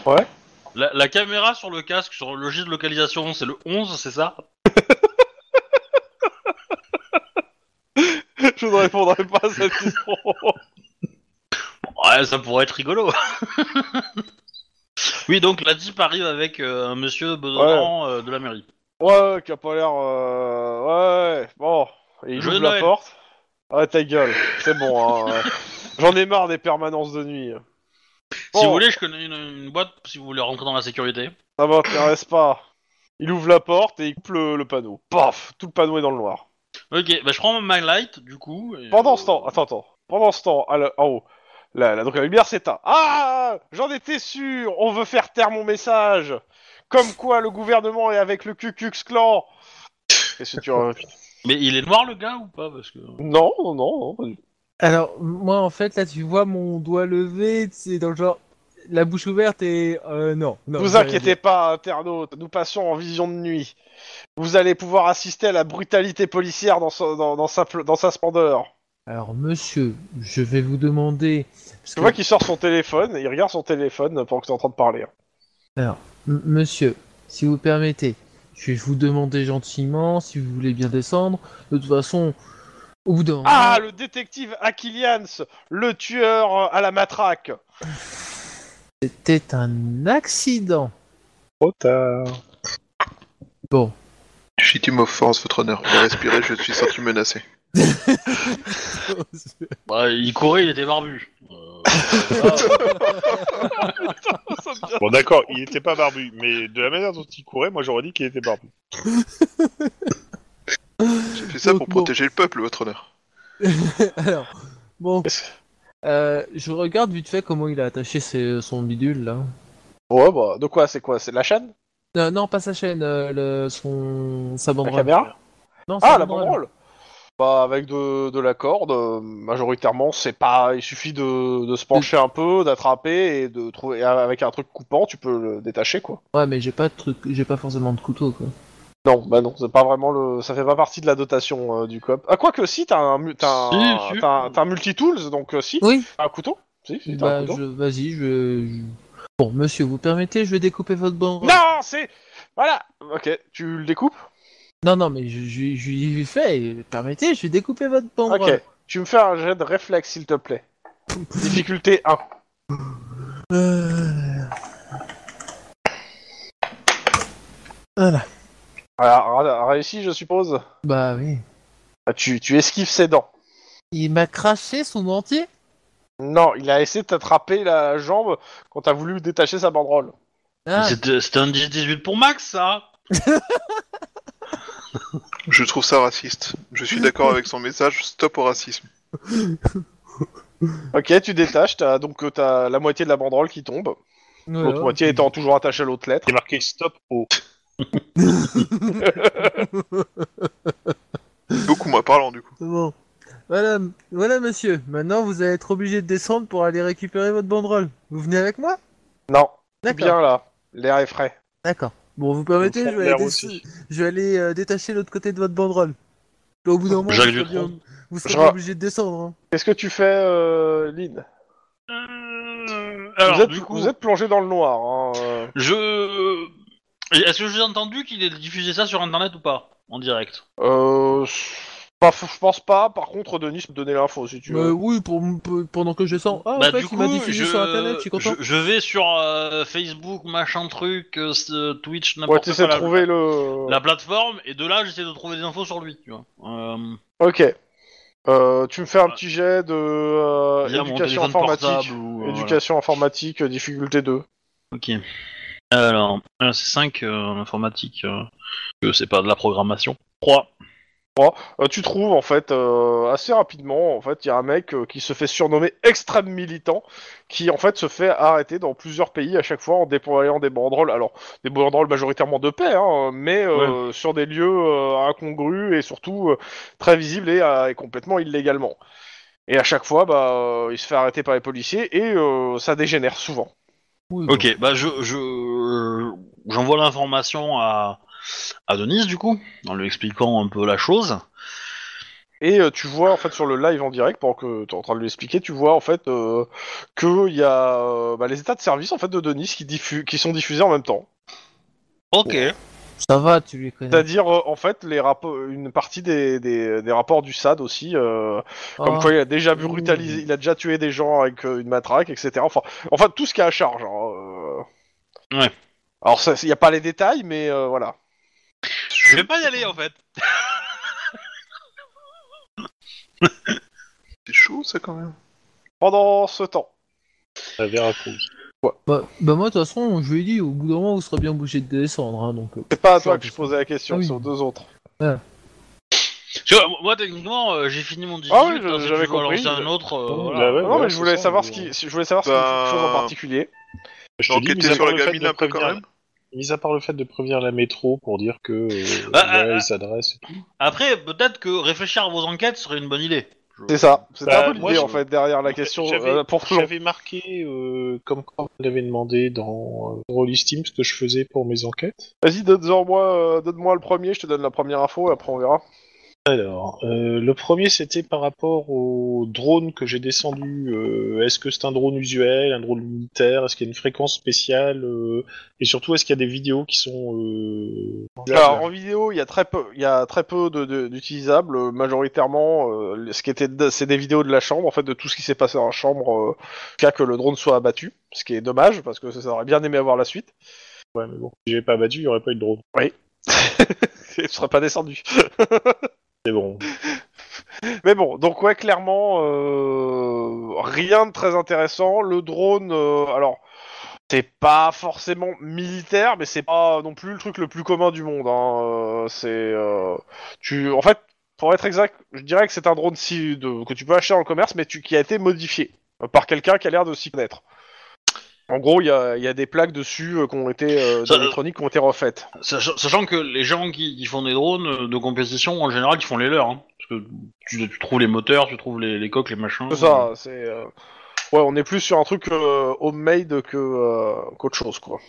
Speaker 4: Ouais.
Speaker 6: La, la caméra sur le casque, sur le logis de localisation, c'est le 11, c'est ça
Speaker 4: Je ne répondrai pas à cette question.
Speaker 6: Ouais, ça pourrait être rigolo. oui, donc la Jeep arrive avec euh, un monsieur bedonnant euh, de la mairie.
Speaker 4: ouais, qui a pas l'air. euh, Ouais, bon. Et il
Speaker 6: Joyeux
Speaker 4: ouvre la
Speaker 6: Noël.
Speaker 4: porte. Ah, ta gueule, c'est bon. hein, ouais. J'en ai marre des permanences de nuit.
Speaker 6: Si
Speaker 4: Bon.
Speaker 6: vous voulez, je connais une, une boîte si vous voulez rentrer dans la sécurité.
Speaker 4: Ça m'intéresse pas. Il ouvre la porte et il coupe le, le panneau. Paf Tout le panneau est dans le noir.
Speaker 6: Ok, bah je prends ma light du coup. et- euh,
Speaker 4: Pendant ce temps, attends, attends. Pendant ce temps, à la- en haut, la, la- donc la lumière s'éteint. Ah J'en étais sûr On veut faire taire mon message Comme quoi le gouvernement est avec le QQX clan Qu'est-ce que tu en-
Speaker 6: Mais il est noir le gars ou pas Parce que.
Speaker 4: Non, non, non, non, pas du tout.
Speaker 1: Alors, moi, en fait, là, tu vois mon doigt levé, c'est dans le genre. La bouche ouverte et. Euh, non, non.
Speaker 4: vous
Speaker 1: j'ai rien
Speaker 4: inquiétez
Speaker 1: dit.
Speaker 4: pas, internautes, nous passons en vision de nuit. Vous allez pouvoir assister à la brutalité policière dans, son- dans- dans sa, dans sa splendeur.
Speaker 1: Alors, monsieur, je vais vous demander. Parce
Speaker 4: Tu vois qu'il sort son téléphone, et il regarde son téléphone pendant que t'es en train de parler.
Speaker 1: M- Monsieur, si vous permettez, je vais vous demander gentiment si vous voulez bien descendre. De toute façon, au bout d'un moment-
Speaker 4: Ah, le détective Aquilians, le tueur euh, à la matraque.
Speaker 1: c'était un accident.
Speaker 2: Trop tard.
Speaker 1: Bon,
Speaker 5: Shitty offense, votre honneur. Respirez, je suis senti menacé.
Speaker 6: Bah, il courait, il était barbu. Euh,
Speaker 2: Bon, d'accord, il était pas barbu, mais de la manière dont il courait, moi j'aurais dit qu'il était barbu.
Speaker 5: J'ai fait ça
Speaker 1: Donc,
Speaker 5: pour
Speaker 1: bon.
Speaker 5: protéger le peuple, votre honneur.
Speaker 1: alors, bon, Euh, je regarde vite fait comment il a attaché ses- son bidule là.
Speaker 4: Ouais, bah, de quoi C'est quoi C'est de la chaîne
Speaker 1: Euh, non, pas sa chaîne, euh, le- son sa
Speaker 4: La
Speaker 1: banderole.
Speaker 4: caméra
Speaker 1: Non, sa
Speaker 4: Ah, la banderole Bah, avec de, de la corde, euh, majoritairement, c'est pas. Il suffit de, de se pencher un peu, d'attraper et de trouver. et Avec un truc coupant, tu peux le détacher, quoi.
Speaker 1: Ouais, mais j'ai pas de truc, j'ai pas forcément de couteau quoi.
Speaker 4: Non, bah non, c'est pas vraiment le. Ça fait pas partie de la dotation euh, du cop. Ah, quoi que si, t'as un, mu- t'as un,
Speaker 6: Si, si.
Speaker 4: t'as un- t'as un multi-tools, donc euh, si.
Speaker 1: Oui.
Speaker 4: T'as un couteau Si, si, t'as un
Speaker 1: Bah,
Speaker 4: couteau.
Speaker 1: je, vas-y, je, je- Bon, monsieur, vous permettez, je vais découper votre banderole.
Speaker 4: Non, c'est. Voilà Ok, tu le découpes
Speaker 1: Non, non, mais je, je, je lui fais, permettez, je vais découper votre
Speaker 4: Ok.
Speaker 1: banderole.
Speaker 4: Tu me fais un jet de réflexe, s'il te plaît. Difficulté 1.
Speaker 1: Euh. Voilà.
Speaker 4: Alors, ra- Ah, réussi, je suppose
Speaker 1: Bah oui.
Speaker 4: Ah, tu, tu esquives ses dents.
Speaker 1: Il m'a craché son entier
Speaker 4: Non, il a essayé de t'attraper la jambe quand t'as voulu détacher sa banderole.
Speaker 1: Ah,
Speaker 6: C'était c'était un 10-18 pour Max, ça
Speaker 5: Je trouve ça raciste. Je suis d'accord avec son message. Stop au racisme.
Speaker 4: Ok, tu détaches, t'as donc euh, t'as la moitié de la banderole qui tombe,
Speaker 1: voilà.
Speaker 4: l'autre moitié étant toujours attachée à l'autre lettre.
Speaker 2: Il est marqué stop au.
Speaker 5: Beaucoup moins parlant, du coup.
Speaker 1: Bon. Voilà, voilà monsieur. Maintenant, vous allez être obligé de descendre pour aller récupérer votre banderole. Vous venez avec moi
Speaker 4: Non, c'est
Speaker 1: D'accord.
Speaker 4: bien là, l'air est frais.
Speaker 1: D'accord. Bon, vous permettez, je vais
Speaker 2: L'air
Speaker 1: aller,
Speaker 2: aussi.
Speaker 1: dé- je vais aller, euh, détacher l'autre côté de votre banderole. Au bout d'un moment,
Speaker 6: Jacques
Speaker 1: vous serez,
Speaker 6: Dutronc.
Speaker 1: bien- vous serez
Speaker 4: Je
Speaker 1: bien
Speaker 4: ra-
Speaker 1: obligé de descendre. hein.
Speaker 4: Qu'est-ce que tu fais, euh, Lynn
Speaker 6: Alors,
Speaker 4: vous, êtes,
Speaker 6: Euh, du coup,
Speaker 4: vous êtes plongé dans le noir. hein, euh.
Speaker 6: je. Est-ce que j'ai entendu qu'il ait diffusé ça sur internet ou pas En direct
Speaker 4: Euh, Bah, f- je pense pas. Par contre, Denis, je peux te donner l'info si tu
Speaker 1: Euh,
Speaker 4: veux.
Speaker 1: oui, pour, pour- pendant que je sens. Ah,
Speaker 6: Bah,
Speaker 1: en fait,
Speaker 6: du
Speaker 1: il m'a
Speaker 6: coup,
Speaker 1: diffusé
Speaker 6: je-
Speaker 1: sur internet, je suis content.
Speaker 6: Je, je vais sur euh, Facebook, machin truc, euh, ce- Twitch,
Speaker 4: ouais,
Speaker 6: n'importe quoi.
Speaker 4: t'essaies de
Speaker 6: la-
Speaker 4: trouver le.
Speaker 6: la plateforme et de là j'essaie de trouver des infos sur lui tu vois euh,
Speaker 4: Ok. Euh, tu me fais un petit jet de euh,
Speaker 6: via mon
Speaker 4: éducation
Speaker 6: téléphone
Speaker 4: informatique.
Speaker 6: portable ou euh,
Speaker 4: Éducation informatique, euh, difficulté 2.
Speaker 6: voilà. ok alors euh, c'est 5 en informatique euh, que c'est pas de la programmation 3
Speaker 4: Euh, tu trouves en fait euh, assez rapidement en fait il y a un mec euh, qui se fait surnommer extrême militant qui en fait se fait arrêter dans plusieurs pays à chaque fois en déployant des banderoles alors des banderoles majoritairement de paix hein, mais euh, sur des lieux euh, incongrus et surtout euh, très visibles et, euh, et complètement illégalement et à chaque fois bah euh, il se fait arrêter par les policiers et euh, ça dégénère souvent
Speaker 1: Oui, bon.
Speaker 6: ok bah je je j'envoie l'information à à Denise du coup en lui expliquant un peu la chose
Speaker 4: Et euh, tu vois en fait sur le live en direct, pendant que tu es en train de lui expliquer, tu vois en fait euh, que il y a euh, bah, les états de service en fait de Denis qui, diffu- qui sont diffusés en même
Speaker 1: Mm.
Speaker 4: temps.
Speaker 6: ok
Speaker 1: Ça va, tu lui connais.
Speaker 4: C'est-à-dire euh, en fait les rappo- une partie des, des- des rapports du SAD aussi, euh, comme
Speaker 1: Ah,
Speaker 4: quoi il a déjà brutalisé, il a déjà tué des gens avec euh, une matraque, etc. Enfin, enfin tout ce qui est à charge. hein, euh.
Speaker 6: Ouais.
Speaker 4: Alors ça- il n'y a pas les détails, mais euh, voilà.
Speaker 6: je vais pas y aller en fait
Speaker 5: C'est chaud ça quand même.
Speaker 4: Pendant ce temps.
Speaker 2: La Veracruz.
Speaker 1: Bah, bah, moi, de toute façon, je lui ai dit, au bout d'un moment, vous serez bien obligé de descendre. hein, donc, euh,
Speaker 4: C'est pas à toi
Speaker 1: Sure,
Speaker 4: que je posais la question,
Speaker 1: Ah oui.
Speaker 4: c'est aux deux autres.
Speaker 6: Parce que, euh, moi techniquement euh, j'ai fini mon 18
Speaker 4: Ah oui, je-
Speaker 6: hein, si tu
Speaker 4: j'avais
Speaker 6: veux en
Speaker 4: compris.
Speaker 6: lancer un autre euh,
Speaker 2: Bah
Speaker 6: voilà.
Speaker 2: ouais,
Speaker 4: non
Speaker 2: ouais,
Speaker 4: mais je
Speaker 2: c'est
Speaker 4: voulais
Speaker 2: ça,
Speaker 4: savoir
Speaker 2: mais
Speaker 4: ce
Speaker 2: bon.
Speaker 4: qui, si- je voulais savoir s'il y a quelque chose en
Speaker 5: Bah,
Speaker 4: particulier.
Speaker 2: Je te dis, mis
Speaker 5: Enquêter
Speaker 2: à
Speaker 5: sur
Speaker 2: part
Speaker 5: la
Speaker 2: le fait
Speaker 5: gamine
Speaker 2: de
Speaker 5: un peu quand
Speaker 2: prévenir-
Speaker 5: même.
Speaker 2: Mis à part le fait de prévenir la métro pour dire que euh,
Speaker 6: Ah, ah,
Speaker 2: là,
Speaker 6: ah.
Speaker 2: ils s'adressent. et tout.
Speaker 6: Après, peut-être que réfléchir à vos enquêtes serait une bonne idée. Je-
Speaker 4: C'est ça. C'était
Speaker 2: Bah,
Speaker 4: un peu
Speaker 2: moi,
Speaker 4: l'idée
Speaker 2: je-
Speaker 4: en fait derrière la
Speaker 2: En fait,
Speaker 4: question
Speaker 2: j'avais-
Speaker 4: euh, pour Flon.
Speaker 2: J'avais marqué, euh, comme quand vous l'avez demandé dans euh, Rollis Team, ce que je faisais pour mes enquêtes.
Speaker 4: Vas-y, donne-moi, euh, donne-moi le premier. Je te donne la première info et après on verra.
Speaker 2: Alors, euh, le premier c'était par rapport au drone que j'ai descendu. Euh, est-ce que c'est un drone usuel, un drone militaire Est-ce qu'il y a une fréquence spéciale euh, Et surtout, est-ce qu'il y a des vidéos qui sont. euh,
Speaker 4: Alors en vidéo, il y a très peu, il y a très peu de, de- d'utilisables. euh, Majoritairement, euh, ce qui était, de- c'est des vidéos de la chambre en fait de tout ce qui s'est passé dans la chambre, euh, jusqu'à que le drone soit abattu. Ce qui est dommage parce que ça aurait bien aimé avoir la suite.
Speaker 2: Ouais, mais bon, si j'avais pas battu, il y aurait pas eu de drone.
Speaker 4: Ce serait pas descendu.
Speaker 2: C'est bon.
Speaker 4: Mais bon, donc ouais, clairement, euh, rien de très intéressant. Le drone, euh, alors, c'est pas forcément militaire, mais c'est pas non plus le truc le plus commun du monde. hein. Euh, c'est, euh, tu, en fait, pour être exact, je dirais que c'est un drone si- de- que tu peux acheter dans le commerce, mais tu- qui a été modifié euh, par quelqu'un qui a l'air de s'y connaître. En gros, il y a, il y a des plaques dessus euh, qui ont été euh,
Speaker 6: Ça-
Speaker 4: d'électronique qui ont été refaites.
Speaker 6: Sach- Sachant que les gens qui, qui font des drones euh, de compétition, en général, ils font les leurs. hein. Parce que tu, tu trouves les moteurs, tu trouves les, les coques, les machins.
Speaker 4: C'est ça, c'est. euh, Ouais, on est plus sur un truc euh, homemade que euh, qu'autre chose, quoi.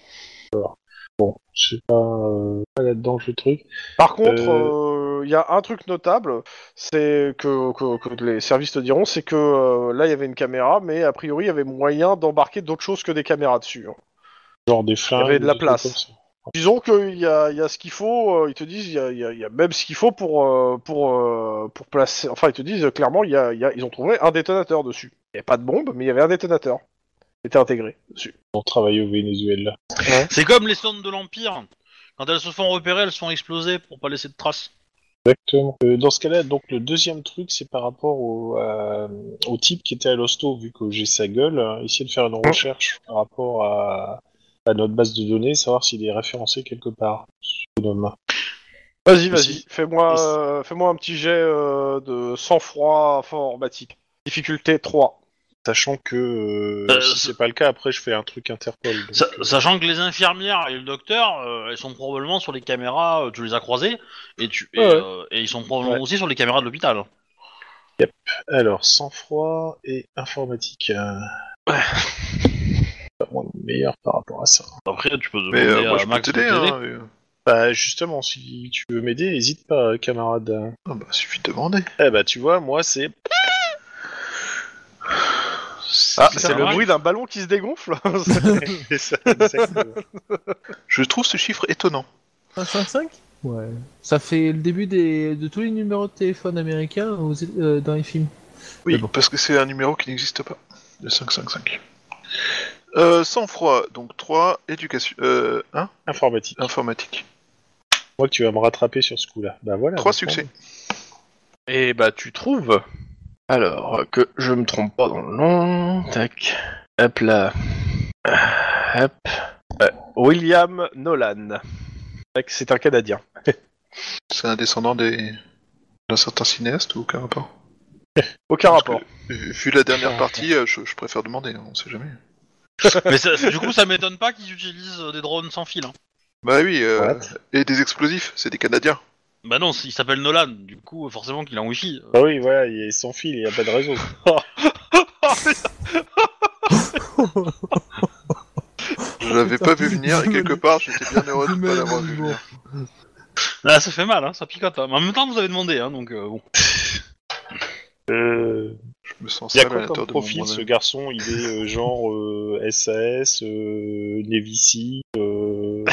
Speaker 2: Je sais pas, euh, pas là-dedans le truc.
Speaker 4: Par contre,
Speaker 2: Euh,
Speaker 4: il y a un truc notable, c'est que, que- que les services te diront, c'est que euh, là il y avait une caméra, mais a priori il y avait moyen d'embarquer d'autres choses que des caméras dessus.
Speaker 2: Genre des flingues.
Speaker 4: avait de la
Speaker 2: des trucs comme
Speaker 4: place.
Speaker 2: ça.
Speaker 4: Disons qu'il y a, il y a ce qu'il faut, euh, ils te disent, il y a, il y a- il y a même ce qu'il faut pour, euh, pour, euh, pour placer. Enfin, ils te disent euh, clairement, il y a- il y a- ils ont trouvé un détonateur dessus. Il n'y avait pas de bombe, mais il y avait un détonateur. Il était intégré dessus.
Speaker 2: On travaille au Venezuela.
Speaker 6: C'est comme les sondes de l'Empire. Quand elles se font repérer, elles se font exploser pour pas laisser de traces.
Speaker 2: Exactement. Euh, dans ce cas-là, donc le deuxième truc, c'est par rapport au, à- au type qui était à l'hosto, vu que j'ai sa gueule, euh, essayer de faire une recherche par rapport à, à notre base de données, savoir s'il est référencé quelque part. ce bonhomme.
Speaker 4: Vas-y,
Speaker 2: Mais
Speaker 4: vas-y,
Speaker 2: si-
Speaker 4: fais-moi
Speaker 2: mais si-
Speaker 4: euh, fais-moi un petit jet euh, de sang-froid informatique. Difficulté 3.
Speaker 2: Sachant que euh,
Speaker 6: Euh,
Speaker 2: si
Speaker 6: ça-
Speaker 2: c'est pas le cas, après je fais un truc Interpol. donc,
Speaker 6: Sa-
Speaker 2: euh,
Speaker 6: sachant que les infirmières et le docteur, euh, elles sont probablement sur les caméras, euh, tu les as croisées, et, tu, et,
Speaker 2: Ouais, ouais.
Speaker 6: euh, et ils sont probablement
Speaker 2: Ouais.
Speaker 6: aussi sur les caméras de l'hôpital.
Speaker 2: Alors, sang-froid et informatique. euh, Pas moins meilleur par rapport à ça.
Speaker 6: Après, tu peux
Speaker 5: Mais
Speaker 6: demander
Speaker 5: euh, moi
Speaker 6: à
Speaker 5: je peux
Speaker 6: Max de
Speaker 5: t'aider.
Speaker 6: t'aider.
Speaker 5: Hein, euh.
Speaker 2: Bah justement, si tu veux m'aider, hésite pas, camarade.
Speaker 5: Ah bah suffit de demander.
Speaker 2: Eh bah tu vois, moi c'est...
Speaker 4: Ah,
Speaker 6: c'est
Speaker 4: c'est le
Speaker 6: normal.
Speaker 4: bruit d'un ballon qui se dégonfle.
Speaker 2: C'est ça, exactement.
Speaker 5: Je trouve ce chiffre étonnant.
Speaker 1: 155 Ouais. Ça fait le début des... de tous les numéros de téléphone américains aux- euh, dans les films.
Speaker 5: Oui,
Speaker 1: Mais bon.
Speaker 5: Euh, parce que c'est un numéro qui n'existe pas. Le 555. Euh, sang-froid, donc 3, éducation. Euh, 1,
Speaker 2: Informatique.
Speaker 5: informatique.
Speaker 2: Je crois que tu vas me rattraper sur ce coup-là. Bah voilà.
Speaker 5: 3
Speaker 2: maintenant.
Speaker 5: succès.
Speaker 4: Et bah tu trouves. Alors que je me trompe pas dans le nom. Tac. Hop là. Ah, Hop. Euh, William Nolan. Tac, C'est un Canadien.
Speaker 5: C'est un descendant des... d'un certain cinéaste ou aucun rapport
Speaker 4: Aucun
Speaker 5: Parce que-
Speaker 4: rapport.
Speaker 5: Vu vu la dernière partie, euh, je, je préfère demander, hein, on sait jamais.
Speaker 6: Mais ça- du coup, ça m'étonne pas qu'ils utilisent euh, des drones sans fil. hein.
Speaker 5: Bah oui, euh,
Speaker 2: What
Speaker 5: et des explosifs, c'est des Canadiens.
Speaker 6: Bah non, il s'appelle Nolan, du coup, forcément qu'il est en wifi.
Speaker 2: Bah oui, voilà, il est sans fil, il n'y a pas de réseau.
Speaker 5: Je l'avais pas vu venir et quelque part j'étais bien heureux de
Speaker 1: Du
Speaker 5: ne pas
Speaker 1: même
Speaker 5: l'avoir vu
Speaker 1: jour.
Speaker 5: venir.
Speaker 6: Là, ça fait mal, hein, ça picote. hein. Mais en même temps, vous avez demandé, hein, donc euh, bon.
Speaker 2: Euh,
Speaker 5: Je me sens
Speaker 2: il y a
Speaker 5: sale à
Speaker 2: quoi
Speaker 5: la
Speaker 2: comme
Speaker 5: hauteur de mon
Speaker 2: profil ce
Speaker 5: moi-même.
Speaker 2: garçon Il est euh, genre euh, SAS, euh, Navy Seal, euh,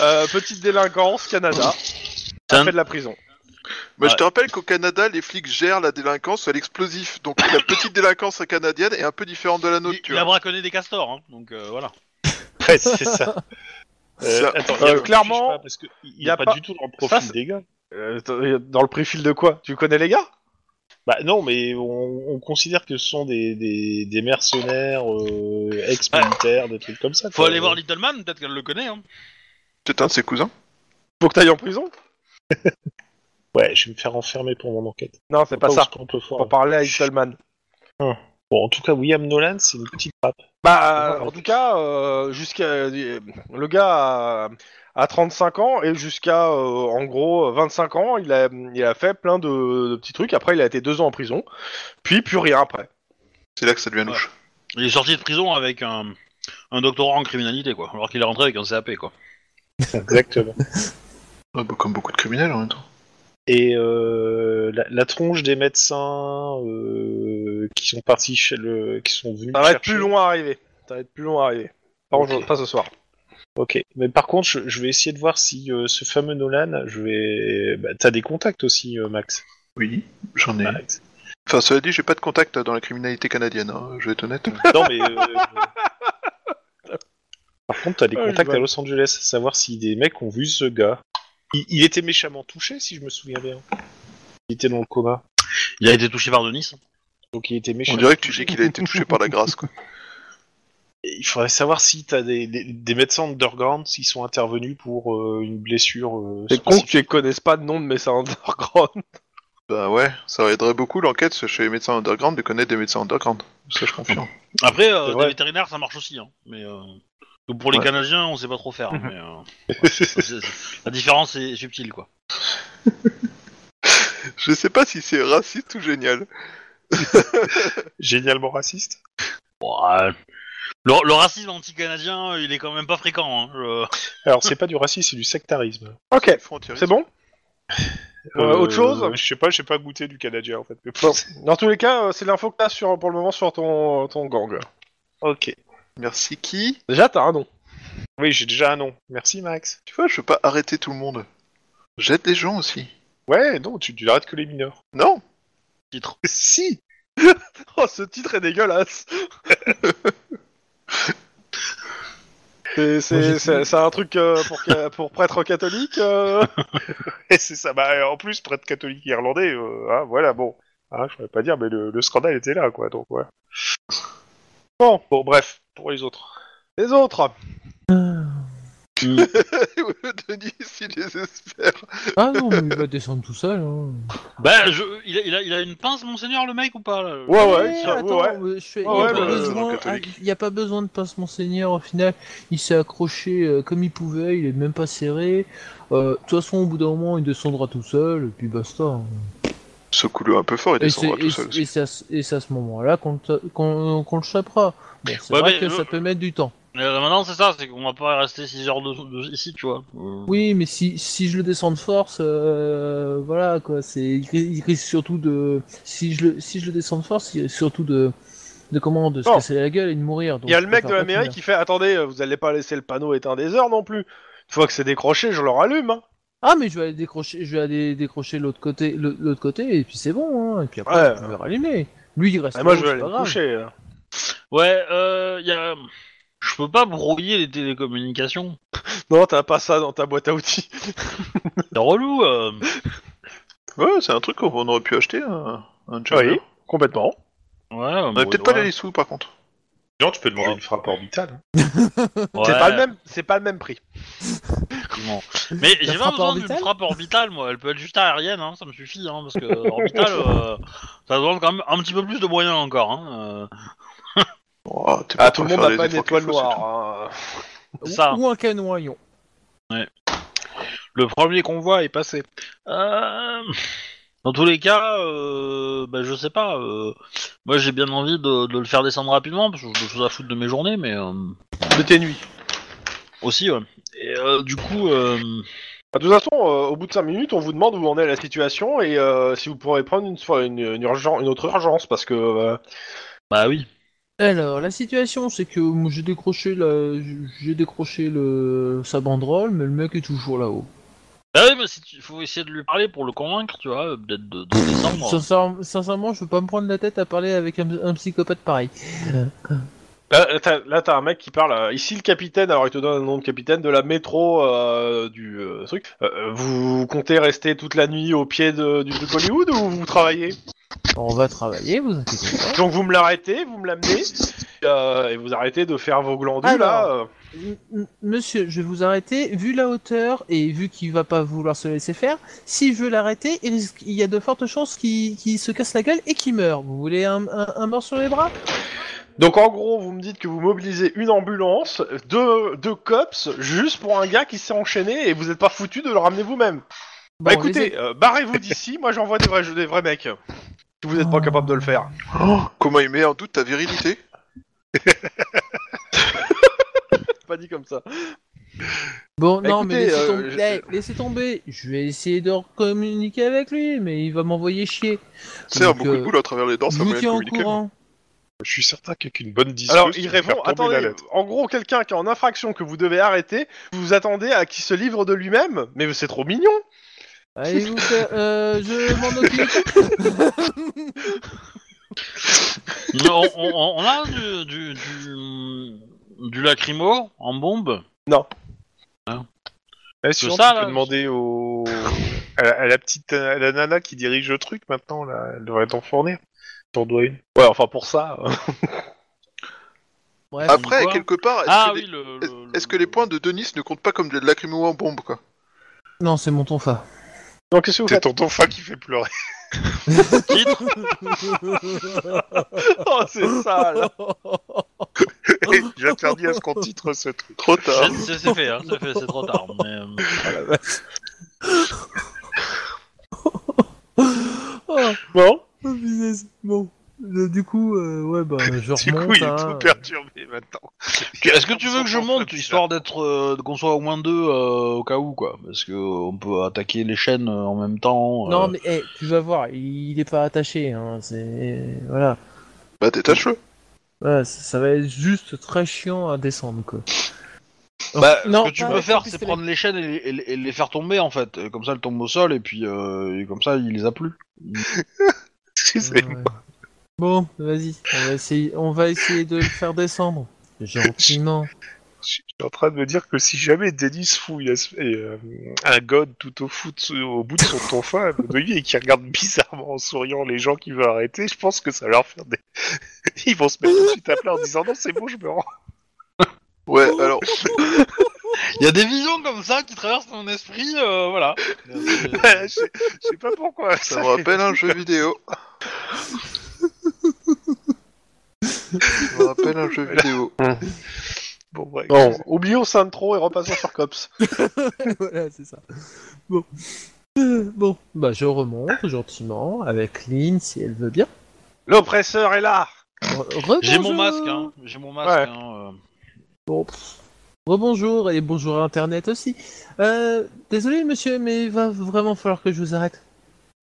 Speaker 4: Euh, petite délinquance, Canada.
Speaker 6: Tiens.
Speaker 4: Ça fait de la prison.
Speaker 5: Bah, Je te rappelle qu'au Canada, les flics gèrent la délinquance à l'explosif. Donc la petite délinquance canadienne est un peu différente de la nôtre.
Speaker 6: Il,
Speaker 5: tu
Speaker 6: il
Speaker 5: vois.
Speaker 6: a braconné des castors, hein, donc euh, voilà.
Speaker 2: Ouais, c'est ça. Euh,
Speaker 5: Ça-
Speaker 2: attends,
Speaker 4: euh,
Speaker 2: il y a-
Speaker 4: clairement,
Speaker 2: je sais pas, parce que il
Speaker 4: y
Speaker 2: y a
Speaker 4: a
Speaker 2: pas,
Speaker 4: pas-
Speaker 2: du tout dans le
Speaker 4: ça,
Speaker 2: profil
Speaker 4: c'est-
Speaker 2: des gars.
Speaker 4: Euh, dans le préfil de quoi Tu connais les gars
Speaker 2: Bah non, mais on, on considère que ce sont des, des, des mercenaires euh, ex-militaires, des trucs comme ça.
Speaker 6: Faut
Speaker 2: quoi.
Speaker 6: aller voir Little Man, peut-être qu'elle le connaît. Hein.
Speaker 5: Peut-être un de ses cousins.
Speaker 4: Faut que t'ailles en prison
Speaker 2: Ouais, je vais me faire enfermer pour mon enquête.
Speaker 4: Non, c'est
Speaker 2: Faut
Speaker 4: pas
Speaker 2: où
Speaker 4: ça.
Speaker 2: se compte le
Speaker 4: On
Speaker 2: foire.
Speaker 4: va parler à Italman.
Speaker 2: Bon, en tout cas, William Nolan, c'est une petite pape.
Speaker 4: Bah,
Speaker 2: Ouais.
Speaker 4: en tout cas, euh, jusqu'à le gars a, a 35 ans et jusqu'à euh, en gros 25 ans, il a, il a fait plein de, de petits trucs. Après, il a été deux ans en prison, puis plus rien après.
Speaker 5: C'est là que ça devient louche.
Speaker 6: Il est sorti de prison avec un, un doctorat en criminalité, quoi. Alors qu'il est rentré avec un CAP, quoi.
Speaker 2: Exactement.
Speaker 5: Ah, bah, comme beaucoup de criminels en même temps.
Speaker 2: Et euh, la, la tronche des médecins euh, qui sont partis chez le, qui sont venus.
Speaker 4: Ça va être
Speaker 2: chercher-
Speaker 4: plus long à arriver. Ça va être plus long à arriver. Pas,
Speaker 2: Ok.
Speaker 4: aujourd'hui- pas ce soir.
Speaker 2: Ok, mais par contre, je, je vais essayer de voir si euh, ce fameux Nolan, je vais. Bah, T'as des contacts aussi, euh, Max.
Speaker 5: Oui, j'en ai.
Speaker 2: Max.
Speaker 5: Enfin, cela dit, j'ai pas de contact euh, dans la criminalité canadienne, hein, je vais être honnête.
Speaker 2: Non, mais. euh, je- Par contre, t'as des
Speaker 4: Ah,
Speaker 2: contacts
Speaker 4: je vois.
Speaker 2: à Los Angeles, à savoir si des mecs ont vu ce gars. Il, il était méchamment touché, si je me souviens bien. Il était dans le coma,
Speaker 6: Il a été touché par Denis.
Speaker 2: donc il était
Speaker 5: On
Speaker 2: méchant.
Speaker 5: dirait que tu dis qu'il a été touché par la grâce, quoi.
Speaker 2: Et Il faudrait savoir si t'as des, des, des médecins underground s'ils sont intervenus pour euh, une blessure. euh,
Speaker 4: C'est con que
Speaker 2: spécifique.
Speaker 4: tu les connaisses pas de nom de mes underground.
Speaker 5: Bah ouais, ça aiderait beaucoup l'enquête chez les médecins underground de connaître des médecins underground. Ça, je confirme.
Speaker 6: Après, euh,
Speaker 2: C'est
Speaker 6: des
Speaker 2: vrai.
Speaker 6: vétérinaires, ça marche aussi. Hein. Mais euh, donc pour les
Speaker 5: Ouais.
Speaker 6: Canadiens, on sait pas trop faire. mais, euh, c'est- c'est- la différence est subtile, quoi.
Speaker 5: Je sais pas si c'est raciste ou génial.
Speaker 2: Génialement raciste.
Speaker 6: Bon, euh, le, le racisme anti-canadien, il est quand même pas fréquent. Hein. Je-
Speaker 2: Alors, c'est pas du racisme, c'est du sectarisme.
Speaker 4: Ok,
Speaker 5: Frontiériste.
Speaker 4: c'est bon Euh, autre chose
Speaker 2: Je sais pas, j'ai pas goûté du Canadien en fait. mais-
Speaker 4: Bon, Dans tous les cas, euh, c'est l'info que t'as sur, pour le moment sur ton, ton gang.
Speaker 2: Ok.
Speaker 5: Merci qui
Speaker 4: Déjà, t'as un nom.
Speaker 2: Oui, j'ai déjà un nom. Merci Max.
Speaker 5: Tu vois, je peux pas arrêter tout le monde. J'aide les gens aussi.
Speaker 2: Ouais, non, tu, tu arrêtes que les mineurs.
Speaker 5: Non
Speaker 6: Titre.
Speaker 2: Si
Speaker 4: Oh, ce titre est dégueulasse C'est- C'est c'est- c'est un truc euh, pour, ca- pour prêtre catholique euh,
Speaker 2: Et c'est ça. Bah, euh, en plus, prêtre catholique irlandais, euh, hein, voilà, bon. Hein, je pourrais pas dire, mais le, le scandale était là, quoi, donc ouais. Bon, bon, bref, pour les autres.
Speaker 4: Les autres
Speaker 5: Denis, il désespère.
Speaker 1: Ah non, mais il va descendre tout seul. hein.
Speaker 6: Bah, je, il, a, il, a, il a une pince, monseigneur, le mec, ou pas là
Speaker 4: Ouais, ouais,
Speaker 1: Eh,
Speaker 4: ça-
Speaker 1: attends,
Speaker 4: ouais, ouais.
Speaker 1: euh, je fais- il
Speaker 4: Ouais,
Speaker 1: n'y a,
Speaker 4: ouais,
Speaker 1: pas
Speaker 4: le-
Speaker 1: besoin-
Speaker 5: le catholique.
Speaker 1: ah, il y a pas besoin de passe monseigneur au final. Il s'est accroché euh, comme il pouvait, il est même pas serré. Euh, De toute façon, au bout d'un moment, il descendra tout seul, et puis basta. hein.
Speaker 5: Ce coup-là un peu fort, il
Speaker 1: Et c'est
Speaker 5: descendra
Speaker 1: et
Speaker 5: tout seul.
Speaker 1: c'est- et c'est à, ce- et c'est à ce moment-là qu'on le ta- qu'on- qu'on le chapera. Bon, c'est
Speaker 6: Ouais,
Speaker 1: vrai
Speaker 6: mais
Speaker 1: que
Speaker 6: le-
Speaker 1: ça peut mettre du temps.
Speaker 6: Euh, Maintenant, c'est ça, c'est qu'on va pas rester 6 heures de, de- ici, tu vois.
Speaker 1: Oui, mais si, si je le descends de force, euh, voilà quoi, c'est il ri- il risque surtout de si je le si je le descends de force, il risque surtout de de comment de se
Speaker 4: Non.
Speaker 1: casser la gueule et de mourir. donc
Speaker 4: Oh. Il y a
Speaker 1: je
Speaker 4: le mec de
Speaker 1: préfère
Speaker 4: la
Speaker 1: pas
Speaker 4: mairie
Speaker 1: tenir.
Speaker 4: qui fait Attendez, euh, vous allez pas laisser le panneau éteint des heures non plus Une fois que c'est décroché, je leur allume. Hein.
Speaker 1: Ah, mais je vais aller décrocher, je vais aller décrocher l'autre côté, le- l'autre côté, et puis c'est bon, hein. Et puis après,
Speaker 4: Ouais.
Speaker 1: on va rallumer. Lui, il reste.
Speaker 4: Et Ah, moi,
Speaker 1: là,
Speaker 4: je
Speaker 1: c'est
Speaker 4: vais aller
Speaker 1: pas
Speaker 4: me
Speaker 1: grave.
Speaker 4: coucher. hein. là.
Speaker 6: Ouais, euh, y a... je peux pas brouiller les télécommunications.
Speaker 4: Non, t'as pas ça dans ta boîte à outils.
Speaker 6: C'est relou. euh.
Speaker 5: Ouais, c'est un truc qu'on aurait pu acheter, un, un charger.
Speaker 4: Oui, complètement.
Speaker 6: Ouais,
Speaker 5: On a peut-être pas les sous, par contre.
Speaker 2: Sinon, tu peux demander une frappe orbitale. hein.
Speaker 4: C'est pas le même. C'est pas le même prix.
Speaker 6: Mais j'ai pas
Speaker 1: frappe
Speaker 6: besoin d'une
Speaker 1: orbitale
Speaker 6: frappe orbitale, moi. Elle peut être juste aérienne, hein, ça me suffit, hein, parce que orbitale, euh, ça demande quand même un petit peu plus de moyens encore. Hein. euh,
Speaker 5: Oh, t'es
Speaker 4: Ah,
Speaker 5: pas
Speaker 4: tout le
Speaker 5: prêt à
Speaker 4: monde n'a
Speaker 5: faire des
Speaker 4: pas une
Speaker 5: efforts
Speaker 4: étoile
Speaker 5: quelque chose, c'est
Speaker 4: noire. hein.
Speaker 1: Ou-
Speaker 6: ça.
Speaker 1: Ou un canoyon.
Speaker 6: Le premier convoi est passé. Euh, Dans tous les cas, euh, bah, je sais pas. euh, Moi, j'ai bien envie de, de le faire descendre rapidement, parce que j'ai des choses à foutre de mes journées, mais euh,
Speaker 4: De tes nuits.
Speaker 6: aussi, ouais. Et euh, du coup, euh,
Speaker 4: Bah, de toute façon, euh, au bout de 5 minutes, on vous demande où en est la situation et euh, si vous pourrez prendre une, une, une urgen- une autre urgence parce que euh,
Speaker 6: bah oui.
Speaker 1: Alors, la situation, c'est que moi, j'ai décroché la... j'ai décroché le... sa banderole, mais le mec est toujours là-haut.
Speaker 6: Bah oui, mais si tu- faut essayer de lui parler pour le convaincre, tu vois, euh, peut-être de, de descendre.
Speaker 1: Sincère- Sincèrement, je veux pas me prendre la tête à parler avec un, un psychopathe pareil.
Speaker 4: là, t'as- là, t'as un mec qui parle. euh, ici, le capitaine, alors il te donne un nom de capitaine de la métro euh, du euh, truc. Euh, vous comptez rester toute la nuit au pied de- du truc Hollywood ou vous travaillez
Speaker 1: On va travailler, vous inquiétez pas.
Speaker 4: Donc vous me l'arrêtez, vous me l'amenez euh, et vous arrêtez de faire vos glandus là.
Speaker 1: Alors.
Speaker 4: euh.
Speaker 1: M- m- Monsieur, je vais vous arrêter. Vu la hauteur et vu qu'il va pas vouloir se laisser faire, si je veux l'arrêter, il, risque- il y a de fortes chances qu'il qu'il se casse la gueule et qu'il meure. Vous voulez un, un- un mort sur les bras
Speaker 4: Donc en gros, vous me dites que vous mobilisez une ambulance, deux, deux cops, juste pour un gars qui s'est enchaîné et vous n'êtes pas foutu de le ramener vous-même. Bah
Speaker 1: Bon, les-
Speaker 4: écoutez, euh, barrez-vous d'ici, moi j'envoie des vrais, des vrais mecs. Si vous n'êtes
Speaker 2: Ah.
Speaker 4: pas capable de le faire.
Speaker 5: tout. Oh, Comment il met en doute ta virilité
Speaker 4: Pas dit comme ça.
Speaker 1: Bon,
Speaker 4: Bah,
Speaker 1: non, mais
Speaker 4: écoutez,
Speaker 1: laissez,
Speaker 4: euh,
Speaker 1: tomber,
Speaker 4: je-
Speaker 1: Hey, laissez tomber. Je vais essayer de communiquer avec lui, mais il va m'envoyer chier.
Speaker 5: C'est
Speaker 1: Donc,
Speaker 5: beaucoup de
Speaker 1: euh,
Speaker 5: boulot à travers les dents,
Speaker 1: Je
Speaker 5: ça
Speaker 1: vous
Speaker 5: moyen de
Speaker 1: tiens au
Speaker 5: communiquer.
Speaker 1: courant.
Speaker 2: Je suis certain qu'avec une bonne discussion,
Speaker 4: Alors il répond, attendez, en gros quelqu'un qui est en infraction que vous devez arrêter, vous vous attendez à qui se livre de lui-même Mais c'est trop mignon
Speaker 1: Allez vous faire. Euh, je m'en occupe.
Speaker 6: Mais on, on- on a du, du, du, du lacrymo en bombe
Speaker 2: Eh, sinon,
Speaker 6: ça,
Speaker 2: tu
Speaker 6: là,
Speaker 2: peux demander au... à, la, à la petite, à la nana qui dirige le truc maintenant, là, elle devrait t'en fournir. T'en dois une.
Speaker 4: Ouais, enfin pour ça...
Speaker 1: Bref,
Speaker 5: Après,
Speaker 6: Quoi
Speaker 5: quelque part, est-ce
Speaker 6: Ah
Speaker 5: que,
Speaker 6: oui,
Speaker 5: les...
Speaker 6: le.
Speaker 5: est-ce-
Speaker 6: le-
Speaker 5: est-ce que les points de Denis ne comptent pas comme de la lacrymo en bombe, quoi
Speaker 1: non, c'est mon tonfa.
Speaker 4: Donc qu'est-ce que vous
Speaker 2: C'est
Speaker 4: faites
Speaker 2: ton tonfa qui fait pleurer.
Speaker 6: Titre
Speaker 4: Oh c'est ça là
Speaker 2: J'interdis à ce qu'on titre ce truc.
Speaker 5: Trop tard.
Speaker 6: C'est- C'est c'est fait, hein, c'est fait, c'est trop tard. mais, euh,
Speaker 1: Oh,
Speaker 4: Bon
Speaker 1: oh, punaise. Bon, Euh, du coup, euh, ouais, bah, je remonte.
Speaker 2: Du coup, il est
Speaker 1: hein.
Speaker 2: tout perturbé maintenant.
Speaker 6: Est-ce que tu veux que je monte histoire d'être euh, qu'on soit au moins deux euh, au cas où quoi Parce que euh, on peut attaquer les chaînes euh, en même temps. euh.
Speaker 1: Non, mais eh, tu vas voir, il est pas attaché. Hein, c'est voilà,
Speaker 5: Bah, t'es tâcheux.
Speaker 1: Voilà, ça, ça va être juste très chiant à descendre quoi.
Speaker 6: Bah,
Speaker 1: non,
Speaker 6: ce que tu
Speaker 1: pas
Speaker 6: peux
Speaker 1: avec
Speaker 6: faire,
Speaker 1: le
Speaker 6: c'est
Speaker 1: pistolet.
Speaker 6: prendre les chaînes et, les- et les- et les faire tomber en fait. Et comme ça, elles tombent au sol et puis euh, et comme ça, il les a plus.
Speaker 1: Ouais, ouais. Bon, vas-y, on va essayer, on va essayer de le faire descendre. Gentiment.
Speaker 2: Je suis en train de me dire que si jamais Denis fouille à ce- et, euh, un god tout au, foot, au bout de son tonfa, à mon avis, et qui regarde bizarrement en souriant les gens qui veut arrêter, je pense que ça va leur faire des. Ils vont se mettre tout de suite à plat en disant non, c'est bon, je me rends.
Speaker 5: Ouais, alors,
Speaker 6: Il y a des visions comme ça qui traversent mon esprit, euh, voilà.
Speaker 2: je sais- je sais pas pourquoi.
Speaker 5: ça me rappelle un jeu vidéo. ça me rappelle un jeu vidéo.
Speaker 2: Bon, bref.
Speaker 4: Bon, oublions Santro et repassons sur Cops.
Speaker 1: voilà, c'est ça. Bon. Euh, Bon, bah je remonte gentiment avec Lynn si elle veut bien.
Speaker 4: L'oppresseur est là
Speaker 1: Re- rebonjour.
Speaker 6: J'ai mon masque, hein. J'ai mon masque,
Speaker 4: Ouais.
Speaker 6: hein, euh.
Speaker 1: Bon, pff. Rebonjour et bonjour à Internet aussi. Euh, désolé monsieur, mais il va vraiment falloir que je vous arrête.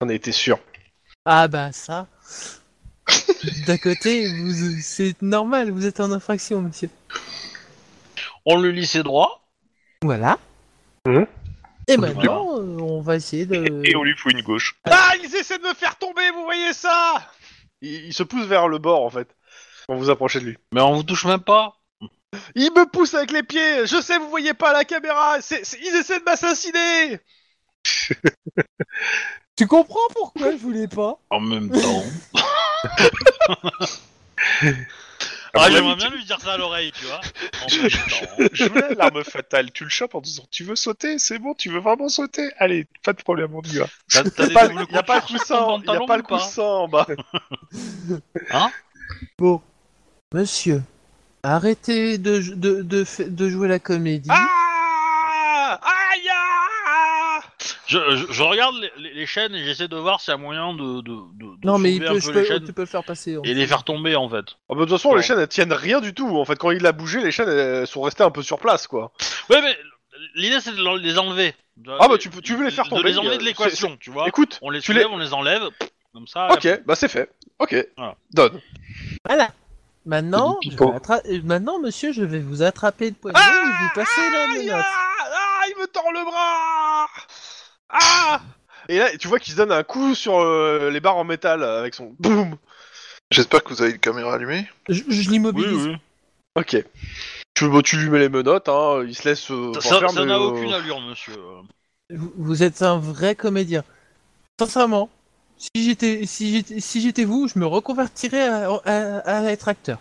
Speaker 4: On était sûr.
Speaker 1: Ah bah ça. D'un côté, vous- c'est normal, vous êtes en infraction, monsieur.
Speaker 6: On le lit ses droits.
Speaker 1: Voilà.
Speaker 4: Mhm.
Speaker 1: Et maintenant, euh, on va essayer de.
Speaker 8: Et on lui fout une gauche.
Speaker 4: Ah, ils essaient de me faire tomber, vous voyez ça il, il se pousse vers le bord en fait. Quand vous approchez de lui.
Speaker 6: Mais on vous touche même pas.
Speaker 4: Il me pousse avec les pieds. Je sais, vous voyez pas à la caméra. c'est- c'est- ils essaient de m'assassiner.
Speaker 9: Tu comprends pourquoi je voulais pas
Speaker 6: En même temps.
Speaker 8: À
Speaker 6: ah,
Speaker 8: mon
Speaker 6: j'aimerais
Speaker 8: avis,
Speaker 6: bien lui dire ça à l'oreille, tu vois. En même temps.
Speaker 8: Je voulais l'arme fatale. Tu le chopes en disant Tu veux sauter C'est bon, tu veux vraiment sauter Allez, pas de problème, on y va.
Speaker 6: T'as- t'as
Speaker 4: Il
Speaker 6: des
Speaker 4: pas,
Speaker 6: doubles
Speaker 4: y a pas le
Speaker 6: coups de
Speaker 4: coussin.
Speaker 6: charge
Speaker 4: en-
Speaker 6: sur ton
Speaker 4: Y a
Speaker 6: pantalon
Speaker 4: pas le
Speaker 6: ou pas
Speaker 4: coussin en bas.
Speaker 1: Bon, monsieur, arrêtez de, de, de, fa- de jouer la comédie.
Speaker 4: Ah Aïe ah
Speaker 6: Je, je- je regarde les, les- les chaînes et j'essaie de voir s'il y a moyen de. de, de- de
Speaker 1: non, mais il
Speaker 6: soulever un
Speaker 1: peut,
Speaker 6: peu
Speaker 1: je
Speaker 6: les
Speaker 1: peux-
Speaker 6: chaînes
Speaker 1: tu peux le faire passer. en
Speaker 6: et les faire tomber en fait.
Speaker 4: Ah bah, De toute façon,
Speaker 6: Non.
Speaker 4: les chaînes elles tiennent rien du tout. En fait, quand il l'a bougé, les chaînes elles sont restées un peu sur place quoi.
Speaker 6: Ouais, mais l'idée c'est de l'en- les enlever. De-
Speaker 4: Ah bah, tu peux- tu veux les
Speaker 6: de-
Speaker 4: faire
Speaker 6: De
Speaker 4: tomber,
Speaker 6: les enlever
Speaker 4: euh,
Speaker 6: de l'équation, tu vois.
Speaker 4: Écoute,
Speaker 6: On les
Speaker 4: tu les-
Speaker 6: soulève, on les enlève. Comme ça.
Speaker 4: ok, bah c'est fait. Ok,
Speaker 6: Voilà.
Speaker 4: donne.
Speaker 1: Voilà. Maintenant, je vais
Speaker 4: pipeau.
Speaker 1: attra- euh, maintenant, monsieur, je vais vous attraper le poignet et vous passer la
Speaker 4: Aïe,
Speaker 1: menotte.
Speaker 4: ah, ah, il me tord le bras Ah Et là, tu vois qu'il se donne un coup sur euh, les barres en métal euh, avec son boum
Speaker 5: J'espère que vous avez une caméra allumée.
Speaker 1: Je, je
Speaker 6: Oui,
Speaker 1: l'immobilise.
Speaker 6: oui.
Speaker 4: Ok. Tu, bon, tu lui mets les menottes, hein, il se laisse. euh,
Speaker 6: Ça-
Speaker 4: pas
Speaker 6: ça-
Speaker 4: faire,
Speaker 6: Ça
Speaker 4: mais,
Speaker 6: n'a
Speaker 4: euh,
Speaker 6: aucune allure, monsieur.
Speaker 1: Vous, vous êtes un vrai comédien. Sincèrement, si j'étais si j'étais si j'étais vous, je me reconvertirais à, à- à être acteur.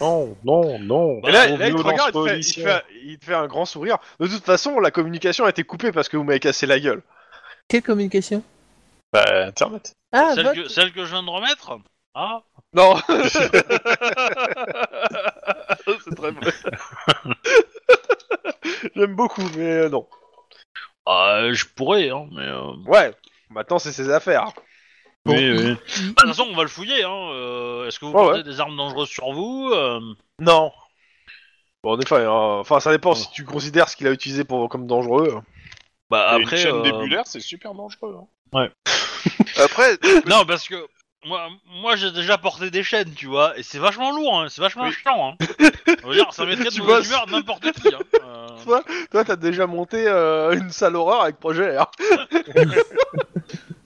Speaker 2: Non, non, non.
Speaker 4: Et là,
Speaker 2: Trop
Speaker 4: là, il te
Speaker 2: violence
Speaker 4: regarde, il te, fait, il te
Speaker 2: policière.
Speaker 4: fait- il te fait un grand sourire. De toute façon, la communication a été coupée parce que vous m'avez cassé la gueule.
Speaker 1: Quelle communication
Speaker 8: Bah, Internet.
Speaker 1: Ah,
Speaker 6: celle,
Speaker 1: votre-
Speaker 6: que, celle que je viens de remettre Ah
Speaker 4: Non
Speaker 8: C'est très bon.
Speaker 4: J'aime beaucoup, mais euh, non.
Speaker 6: Bah, je pourrais, hein, mais. euh,
Speaker 4: Ouais, maintenant c'est ses affaires.
Speaker 6: Oui, oui. Bah, de toute façon, on va le fouiller. Hein. euh, Est-ce que vous
Speaker 4: Ouais,
Speaker 6: portez des armes dangereuses sur vous euh,
Speaker 4: Non Bon, en effet, euh, enfin, ça dépend
Speaker 6: Oh.
Speaker 4: si tu considères ce qu'il a utilisé pour, comme dangereux.
Speaker 6: Bah
Speaker 8: Après,
Speaker 6: après.
Speaker 8: une chaîne
Speaker 6: euh,
Speaker 8: débulaire, c'est super dangereux. hein.
Speaker 5: Après,
Speaker 6: Non, parce que moi, moi j'ai déjà porté des chaînes, tu vois, et c'est vachement lourd, hein, c'est vachement chiant. Hein. On va dire, ça mettrait de
Speaker 4: Tu
Speaker 6: mauvaise
Speaker 4: bosses.
Speaker 6: humeur n'importe qui. Hein. euh.
Speaker 4: Ouais. Toi, t'as déjà monté euh, une sale horreur avec Projet hein. R.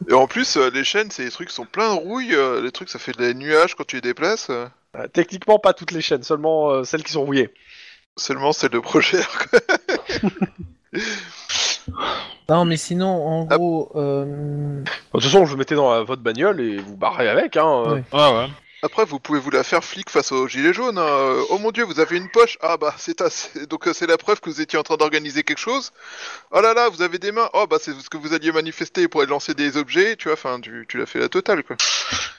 Speaker 5: et en plus, euh, les chaînes, c'est des trucs qui sont pleins de rouille. euh, les trucs, ça fait des nuages quand tu les déplaces. euh.
Speaker 4: Euh, Techniquement, pas toutes les chaînes, seulement euh, celles qui sont rouillées.
Speaker 5: Seulement, c'est le projet.
Speaker 1: Non, mais sinon, en
Speaker 6: Ah.
Speaker 1: gros, euh,
Speaker 4: De toute façon, je vous mettez dans euh, votre bagnole et vous barrez avec. Hein, euh.
Speaker 1: Ouais.
Speaker 6: Ouais, ouais.
Speaker 5: Après, vous pouvez vous la faire flic face aux gilets jaunes. hein. Euh, Oh mon dieu, vous avez une poche. Ah bah, c'est assez. Donc, euh, c'est la preuve que vous étiez en train d'organiser quelque chose. Oh là là, vous avez des mains. Oh bah, c'est ce que vous alliez manifester pour aller lancer des objets. Tu vois, enfin, tu, tu l'as fait la totale, quoi.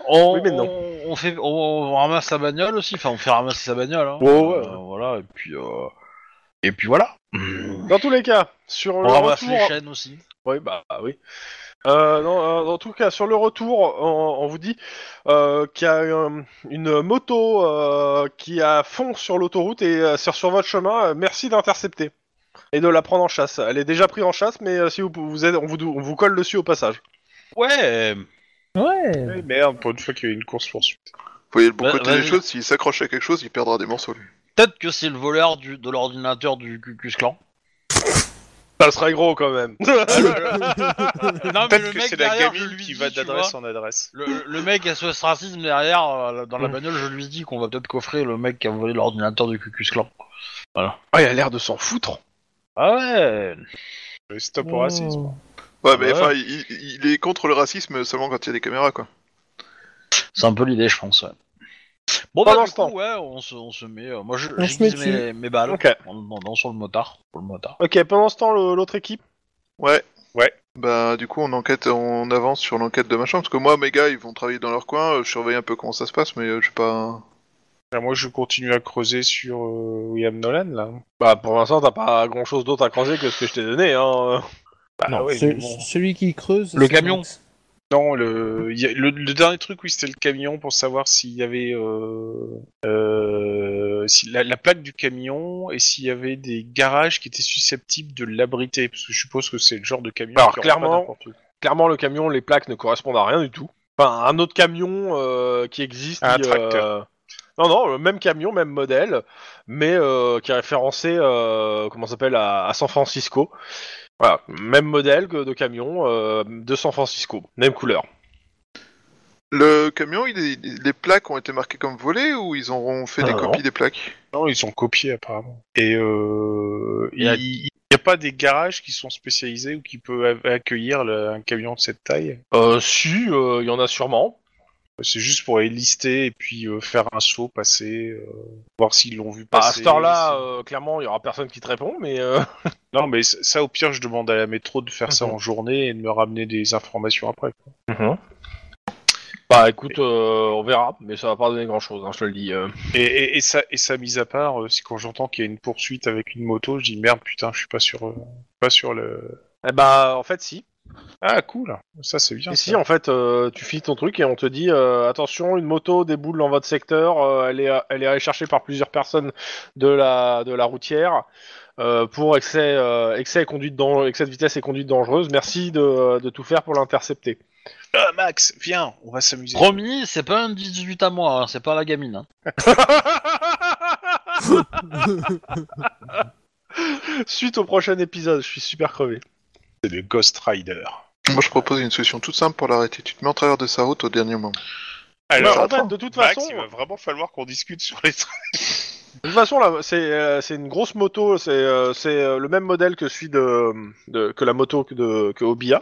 Speaker 6: On,
Speaker 4: Oui, mais non.
Speaker 6: on- on fait, on, on ramasse sa bagnole aussi, enfin on fait ramasser sa bagnole. Hein.
Speaker 4: Ouais, ouais.
Speaker 6: Euh, voilà, et puis, euh, et puis voilà.
Speaker 4: Dans tous les cas, sur
Speaker 6: On
Speaker 4: le
Speaker 6: ramasse les
Speaker 4: retour.
Speaker 6: chaînes aussi.
Speaker 4: Oui, bah oui. Euh, non, euh, dans tout cas, sur le retour, on, on vous dit euh, qu'il y a euh, une moto euh, qui a fond sur l'autoroute et euh, sur, sur votre chemin. euh, merci d'intercepter et de la prendre en chasse. Elle est déjà prise en chasse, mais euh, si vous, vous êtes, on vous, on vous colle dessus au passage.
Speaker 6: Ouais. Eh
Speaker 1: ouais.
Speaker 6: ben.
Speaker 8: Ouais, merde, pour une fois qu'il y a une course poursuite.
Speaker 5: Vous voyez le bon
Speaker 6: Bah,
Speaker 5: côté des
Speaker 6: vas-y.
Speaker 5: choses. S'il s'accroche à quelque chose, il perdra des morceaux. lui.
Speaker 6: Peut-être que c'est le voleur du, de l'ordinateur du Cucus Clan.
Speaker 4: Ça serait gros quand même.
Speaker 6: non, mais
Speaker 8: Peut-être que c'est la
Speaker 6: derrière,
Speaker 8: gamine
Speaker 6: je lui
Speaker 8: qui
Speaker 6: dis,
Speaker 8: va
Speaker 6: tu
Speaker 8: d'adresse
Speaker 6: vois,
Speaker 8: en adresse.
Speaker 6: Le, le mec à ce racisme derrière, euh, dans la
Speaker 4: Mm.
Speaker 6: bagnole, je lui dis qu'on va peut-être coffrer le mec qui a volé l'ordinateur du Cucus Clan.
Speaker 4: Ah, il a l'air de s'en foutre.
Speaker 6: Ah ouais
Speaker 8: Le Euh, Stop au racisme.
Speaker 1: Oh.
Speaker 5: Ouais, mais
Speaker 6: Bah ouais.
Speaker 5: enfin, il, il- il est contre le racisme seulement quand il y a des caméras, quoi.
Speaker 6: C'est un peu l'idée, je pense, ouais. Bon,
Speaker 4: Pendant
Speaker 6: bah,
Speaker 4: ce
Speaker 6: du
Speaker 4: temps.
Speaker 6: coup, ouais, on se, on se met. euh, moi, je,
Speaker 1: On
Speaker 6: je
Speaker 1: se met
Speaker 6: guise mes, mes balles
Speaker 4: Ok.
Speaker 6: en me demandant sur le motard. Pour le motard.
Speaker 4: Ok, pendant ce temps, le- l'autre équipe.
Speaker 5: Ouais.
Speaker 8: Ouais.
Speaker 5: Bah, du coup, on enquête, on avance sur l'enquête de machin. Parce que moi, mes gars, ils vont travailler dans leur coin. euh, Je surveille un peu comment ça se passe, mais euh, je sais pas.
Speaker 8: Bah, moi, je continue à creuser sur euh, William Nolan, là.
Speaker 4: Bah, pour l'instant, t'as pas grand chose d'autre à croiser que ce que je t'ai donné. Hein.
Speaker 8: Bah, ouais,
Speaker 1: Ce-
Speaker 8: mais bon.
Speaker 1: Celui qui creuse.
Speaker 6: Le
Speaker 1: c'est
Speaker 6: camion.
Speaker 1: Max.
Speaker 8: Non, le, il Euh, y a- le, le dernier truc, oui, c'était le camion pour savoir s'il y avait euh, euh, si, la, la plaque du camion et s'il y avait des garages qui étaient susceptibles de l'abriter, parce que je suppose que c'est le genre de camion.
Speaker 4: Alors,
Speaker 8: qui rentre
Speaker 4: clairement,
Speaker 8: pas n'importe où.
Speaker 4: clairement le camion, les plaques ne correspondent à rien du tout. Enfin, un autre camion euh, qui existe.
Speaker 8: Un
Speaker 4: dit,
Speaker 8: tracteur.
Speaker 4: euh, Non, non, le même camion, même modèle, mais euh, qui est référencé, euh, comment ça s'appelle, à, à San Francisco. Voilà, même modèle que de camion euh, de San Francisco, même couleur.
Speaker 5: Le camion, il est- il- les plaques ont été marquées comme volées ou ils auront fait des
Speaker 4: Ah,
Speaker 5: copies des plaques
Speaker 2: Non, ils sont copiés apparemment. Et euh,
Speaker 6: Et à-
Speaker 2: il n'y a pas des garages qui sont spécialisés ou qui peuvent accueillir le- un camion de cette taille.
Speaker 4: Euh, si, euh, il y en a sûrement.
Speaker 2: C'est juste pour les lister et puis euh, faire un saut, passer, euh, voir s'ils l'ont vu
Speaker 4: Bah, à
Speaker 2: passer.
Speaker 4: cette heure-là,
Speaker 2: si-
Speaker 4: euh, clairement, il y aura personne qui te répond, mais euh,
Speaker 2: Non, mais c- ça, au pire, je demande à la métro de faire ça
Speaker 4: Mhm.
Speaker 2: en journée et de me ramener des informations après. quoi.
Speaker 4: bah écoute, euh, on verra, mais ça va pas donner grand-chose, hein, je te le dis. euh.
Speaker 2: Et, et, et ça, et ça, mis à part, euh, c'est quand j'entends qu'il y a une poursuite avec une moto, je dis merde, putain, je suis pas sur, euh, pas sur le.
Speaker 4: Eh bah, en fait, si.
Speaker 2: Ah, cool, ça c'est bien.
Speaker 4: Et
Speaker 2: ça.
Speaker 4: si, en fait, euh, tu finis ton truc et on te dit euh, attention, une moto déboule dans votre secteur, euh, elle, est, elle est recherchée par plusieurs personnes de la, de la routière euh, pour excès, euh, excès, et conduite dan- excès de vitesse et conduite dangereuse. Merci de, de tout faire pour l'intercepter.
Speaker 2: Ah, Max, viens, on va s'amuser.
Speaker 3: Promis, c'est pas un 18 à moi, hein, c'est pas la gamine. hein.
Speaker 4: Suite au prochain épisode, je suis super crevé.
Speaker 2: C'est le Ghost Rider.
Speaker 5: Moi, je propose une solution toute simple pour l'arrêter. Tu te mets en travers de sa route au dernier moment.
Speaker 2: Alors,
Speaker 4: Non, en
Speaker 2: attends,
Speaker 4: fait, de toute
Speaker 2: Max,
Speaker 4: façon,
Speaker 2: il va vraiment falloir qu'on discute sur les trucs.
Speaker 4: De toute façon, là, c'est euh, c'est une grosse moto, c'est euh, c'est, euh, le même modèle que celui de, de- que la moto que de que Obi a,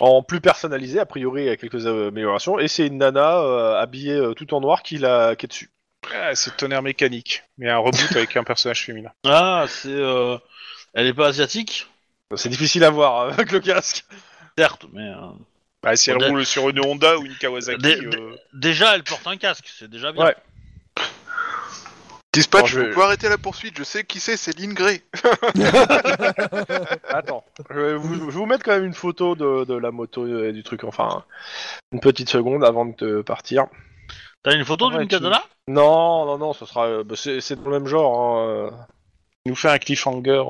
Speaker 4: en plus personnalisé a priori avec quelques améliorations, et c'est une nana euh, habillée euh, tout en noir qui la qui est dessus.
Speaker 2: Ah, c'est tonnerre mécanique, mais un reboot avec un personnage féminin.
Speaker 6: Ah, c'est. euh, Elle est pas asiatique
Speaker 4: C'est difficile à voir euh, avec le casque.
Speaker 6: Certes, mais. euh,
Speaker 2: Bah, si elle
Speaker 6: Faudrait-
Speaker 2: roule sur une Honda ou une Kawasaki.
Speaker 6: Des-
Speaker 2: euh,
Speaker 6: Déjà, elle porte un casque, c'est déjà bien.
Speaker 4: Ouais.
Speaker 5: Dispatch,
Speaker 4: Bon, je
Speaker 5: vous
Speaker 4: vais-
Speaker 5: pouvez arrêter la poursuite. Je sais qui c'est, c'est Lynn Grey.
Speaker 4: Attends, je vais vous, je vais vous mettre quand même une photo de, de la moto euh, et du truc. Enfin, une petite seconde avant de te partir.
Speaker 6: T'as une photo
Speaker 4: Ah ouais,
Speaker 6: d'une
Speaker 4: tu-
Speaker 6: katana
Speaker 4: Non, non, non, ce sera euh, bah, c'est c'est dans le même genre. hein, euh.
Speaker 2: Il nous fait un cliffhanger. euh,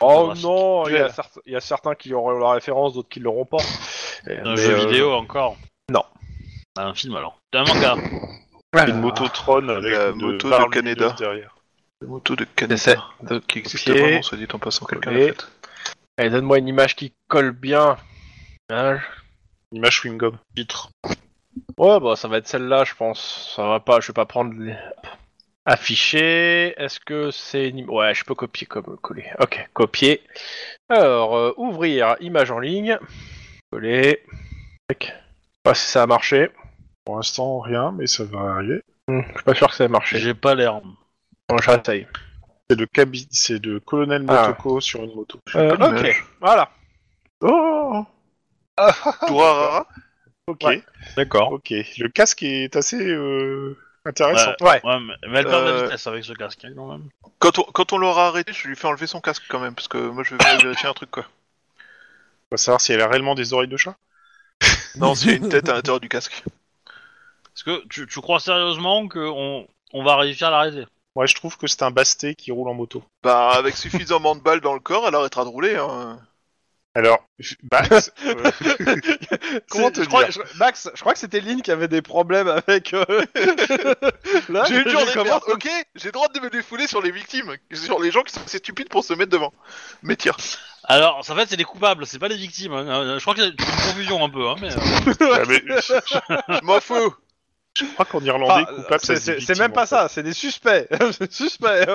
Speaker 4: Oh
Speaker 2: bah,
Speaker 6: Photographique.
Speaker 4: non, il y, a
Speaker 2: Claire.
Speaker 4: certes- il y a certains qui auront la référence, d'autres qui l'auront pas. Et-
Speaker 6: Un
Speaker 4: mais,
Speaker 6: jeu
Speaker 4: euh,
Speaker 6: vidéo encore Bah,
Speaker 4: non.
Speaker 6: Un film alors. Un manga.
Speaker 2: Une mototron avec
Speaker 5: La
Speaker 2: une
Speaker 5: moto de
Speaker 2: barre
Speaker 5: Canada.
Speaker 2: lumineuse derrière.
Speaker 5: La moto de
Speaker 4: C'est
Speaker 5: Canada. euh, Qui existe
Speaker 4: Ok.
Speaker 5: vraiment, soit dit en passant quelqu'un l'a
Speaker 4: Et-
Speaker 5: faite.
Speaker 4: Allez, donne-moi une image qui colle bien. Image.
Speaker 2: Une image chewing-gum.
Speaker 6: Titre.
Speaker 4: Ouais, bah ça va être celle-là, je pense. Ça va pas, je vais pas prendre les... Afficher. Est-ce que c'est une... im- Ouais, je peux copier, comme coller. Ok, copier. Alors, euh, ouvrir image en ligne. Coller. Tac. Pas si ça a marché.
Speaker 2: Pour l'instant, rien, mais ça va arriver.
Speaker 4: Hmm, je suis pas sûr que ça a marché.
Speaker 6: J'ai pas l'air.
Speaker 4: Bon, je réessaye.
Speaker 2: C'est le, cabi- c'est le colonel
Speaker 4: Ah.
Speaker 2: Motoko sur une moto.
Speaker 4: Euh,
Speaker 5: pas
Speaker 4: ok,
Speaker 5: d'image.
Speaker 4: voilà.
Speaker 2: Oh
Speaker 5: Durarara
Speaker 2: Ok,
Speaker 4: Ouais.
Speaker 2: d'accord. Ok, le casque est assez euh,
Speaker 6: Bah.
Speaker 2: intéressant.
Speaker 4: Ouais.
Speaker 6: Ouais, mais, mais elle perd de la
Speaker 5: Euh,
Speaker 6: vitesse avec ce casque hein, quand même.
Speaker 5: Quand on, quand on l'aura arrêté, je lui fais enlever son casque quand même, parce que moi je vais venir vérifier un truc quoi.
Speaker 2: On va savoir si elle a réellement des oreilles de chat.
Speaker 5: Non, c'est une tête à l'intérieur du casque.
Speaker 6: Est-ce que tu, tu crois sérieusement qu'on on va réussir à l'arrêter
Speaker 2: Moi, je trouve que c'est un basté qui roule en moto.
Speaker 5: Bah, avec suffisamment de balles dans le corps, elle arrêtera de rouler. Hein.
Speaker 2: Alors, Max, euh,
Speaker 4: Comment
Speaker 2: Comment
Speaker 4: te
Speaker 2: te
Speaker 4: je crois, je- Max, je crois que c'était Lynn qui avait des problèmes avec. euh, Là,
Speaker 5: J'ai eu
Speaker 4: je-
Speaker 5: le jour
Speaker 4: je
Speaker 5: des
Speaker 4: commence-
Speaker 5: pertes, ok J'ai le droit de me défouler sur les victimes, sur les gens qui sont assez stupides pour se mettre devant. Mais tiens,
Speaker 6: Alors, en fait, c'est des coupables, c'est pas des victimes. hein. Euh, Je crois que c'est une confusion un peu. Hein, mais, euh,
Speaker 2: ah, mais je
Speaker 5: je m'en fous
Speaker 2: je crois qu'en Irlandais,
Speaker 4: Enfin,
Speaker 2: coupable, ça
Speaker 4: c'est-
Speaker 2: se dit
Speaker 4: c'est c'est
Speaker 2: victime,
Speaker 4: même
Speaker 2: en
Speaker 4: pas
Speaker 2: fait.
Speaker 4: ça, c'est des suspects. C'est suspect.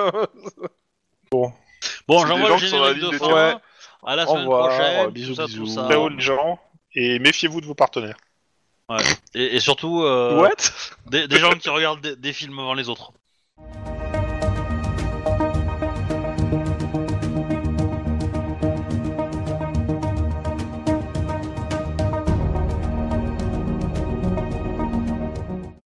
Speaker 6: Bon,
Speaker 5: C'est des
Speaker 6: j'envoie
Speaker 5: gens
Speaker 6: le
Speaker 5: qui sont dans la
Speaker 6: générique de
Speaker 5: ligne de
Speaker 6: fin.
Speaker 4: tir.
Speaker 6: À la
Speaker 4: Au
Speaker 6: semaine
Speaker 4: revoir,
Speaker 6: prochaine.
Speaker 4: bisous,
Speaker 6: tout ça,
Speaker 4: bisous.
Speaker 6: tout ça.
Speaker 2: euh, Ciao les gens, et méfiez-vous de vos partenaires.
Speaker 6: Et, et surtout, euh,
Speaker 4: What
Speaker 6: des, des gens qui regardent des, des films avant les autres.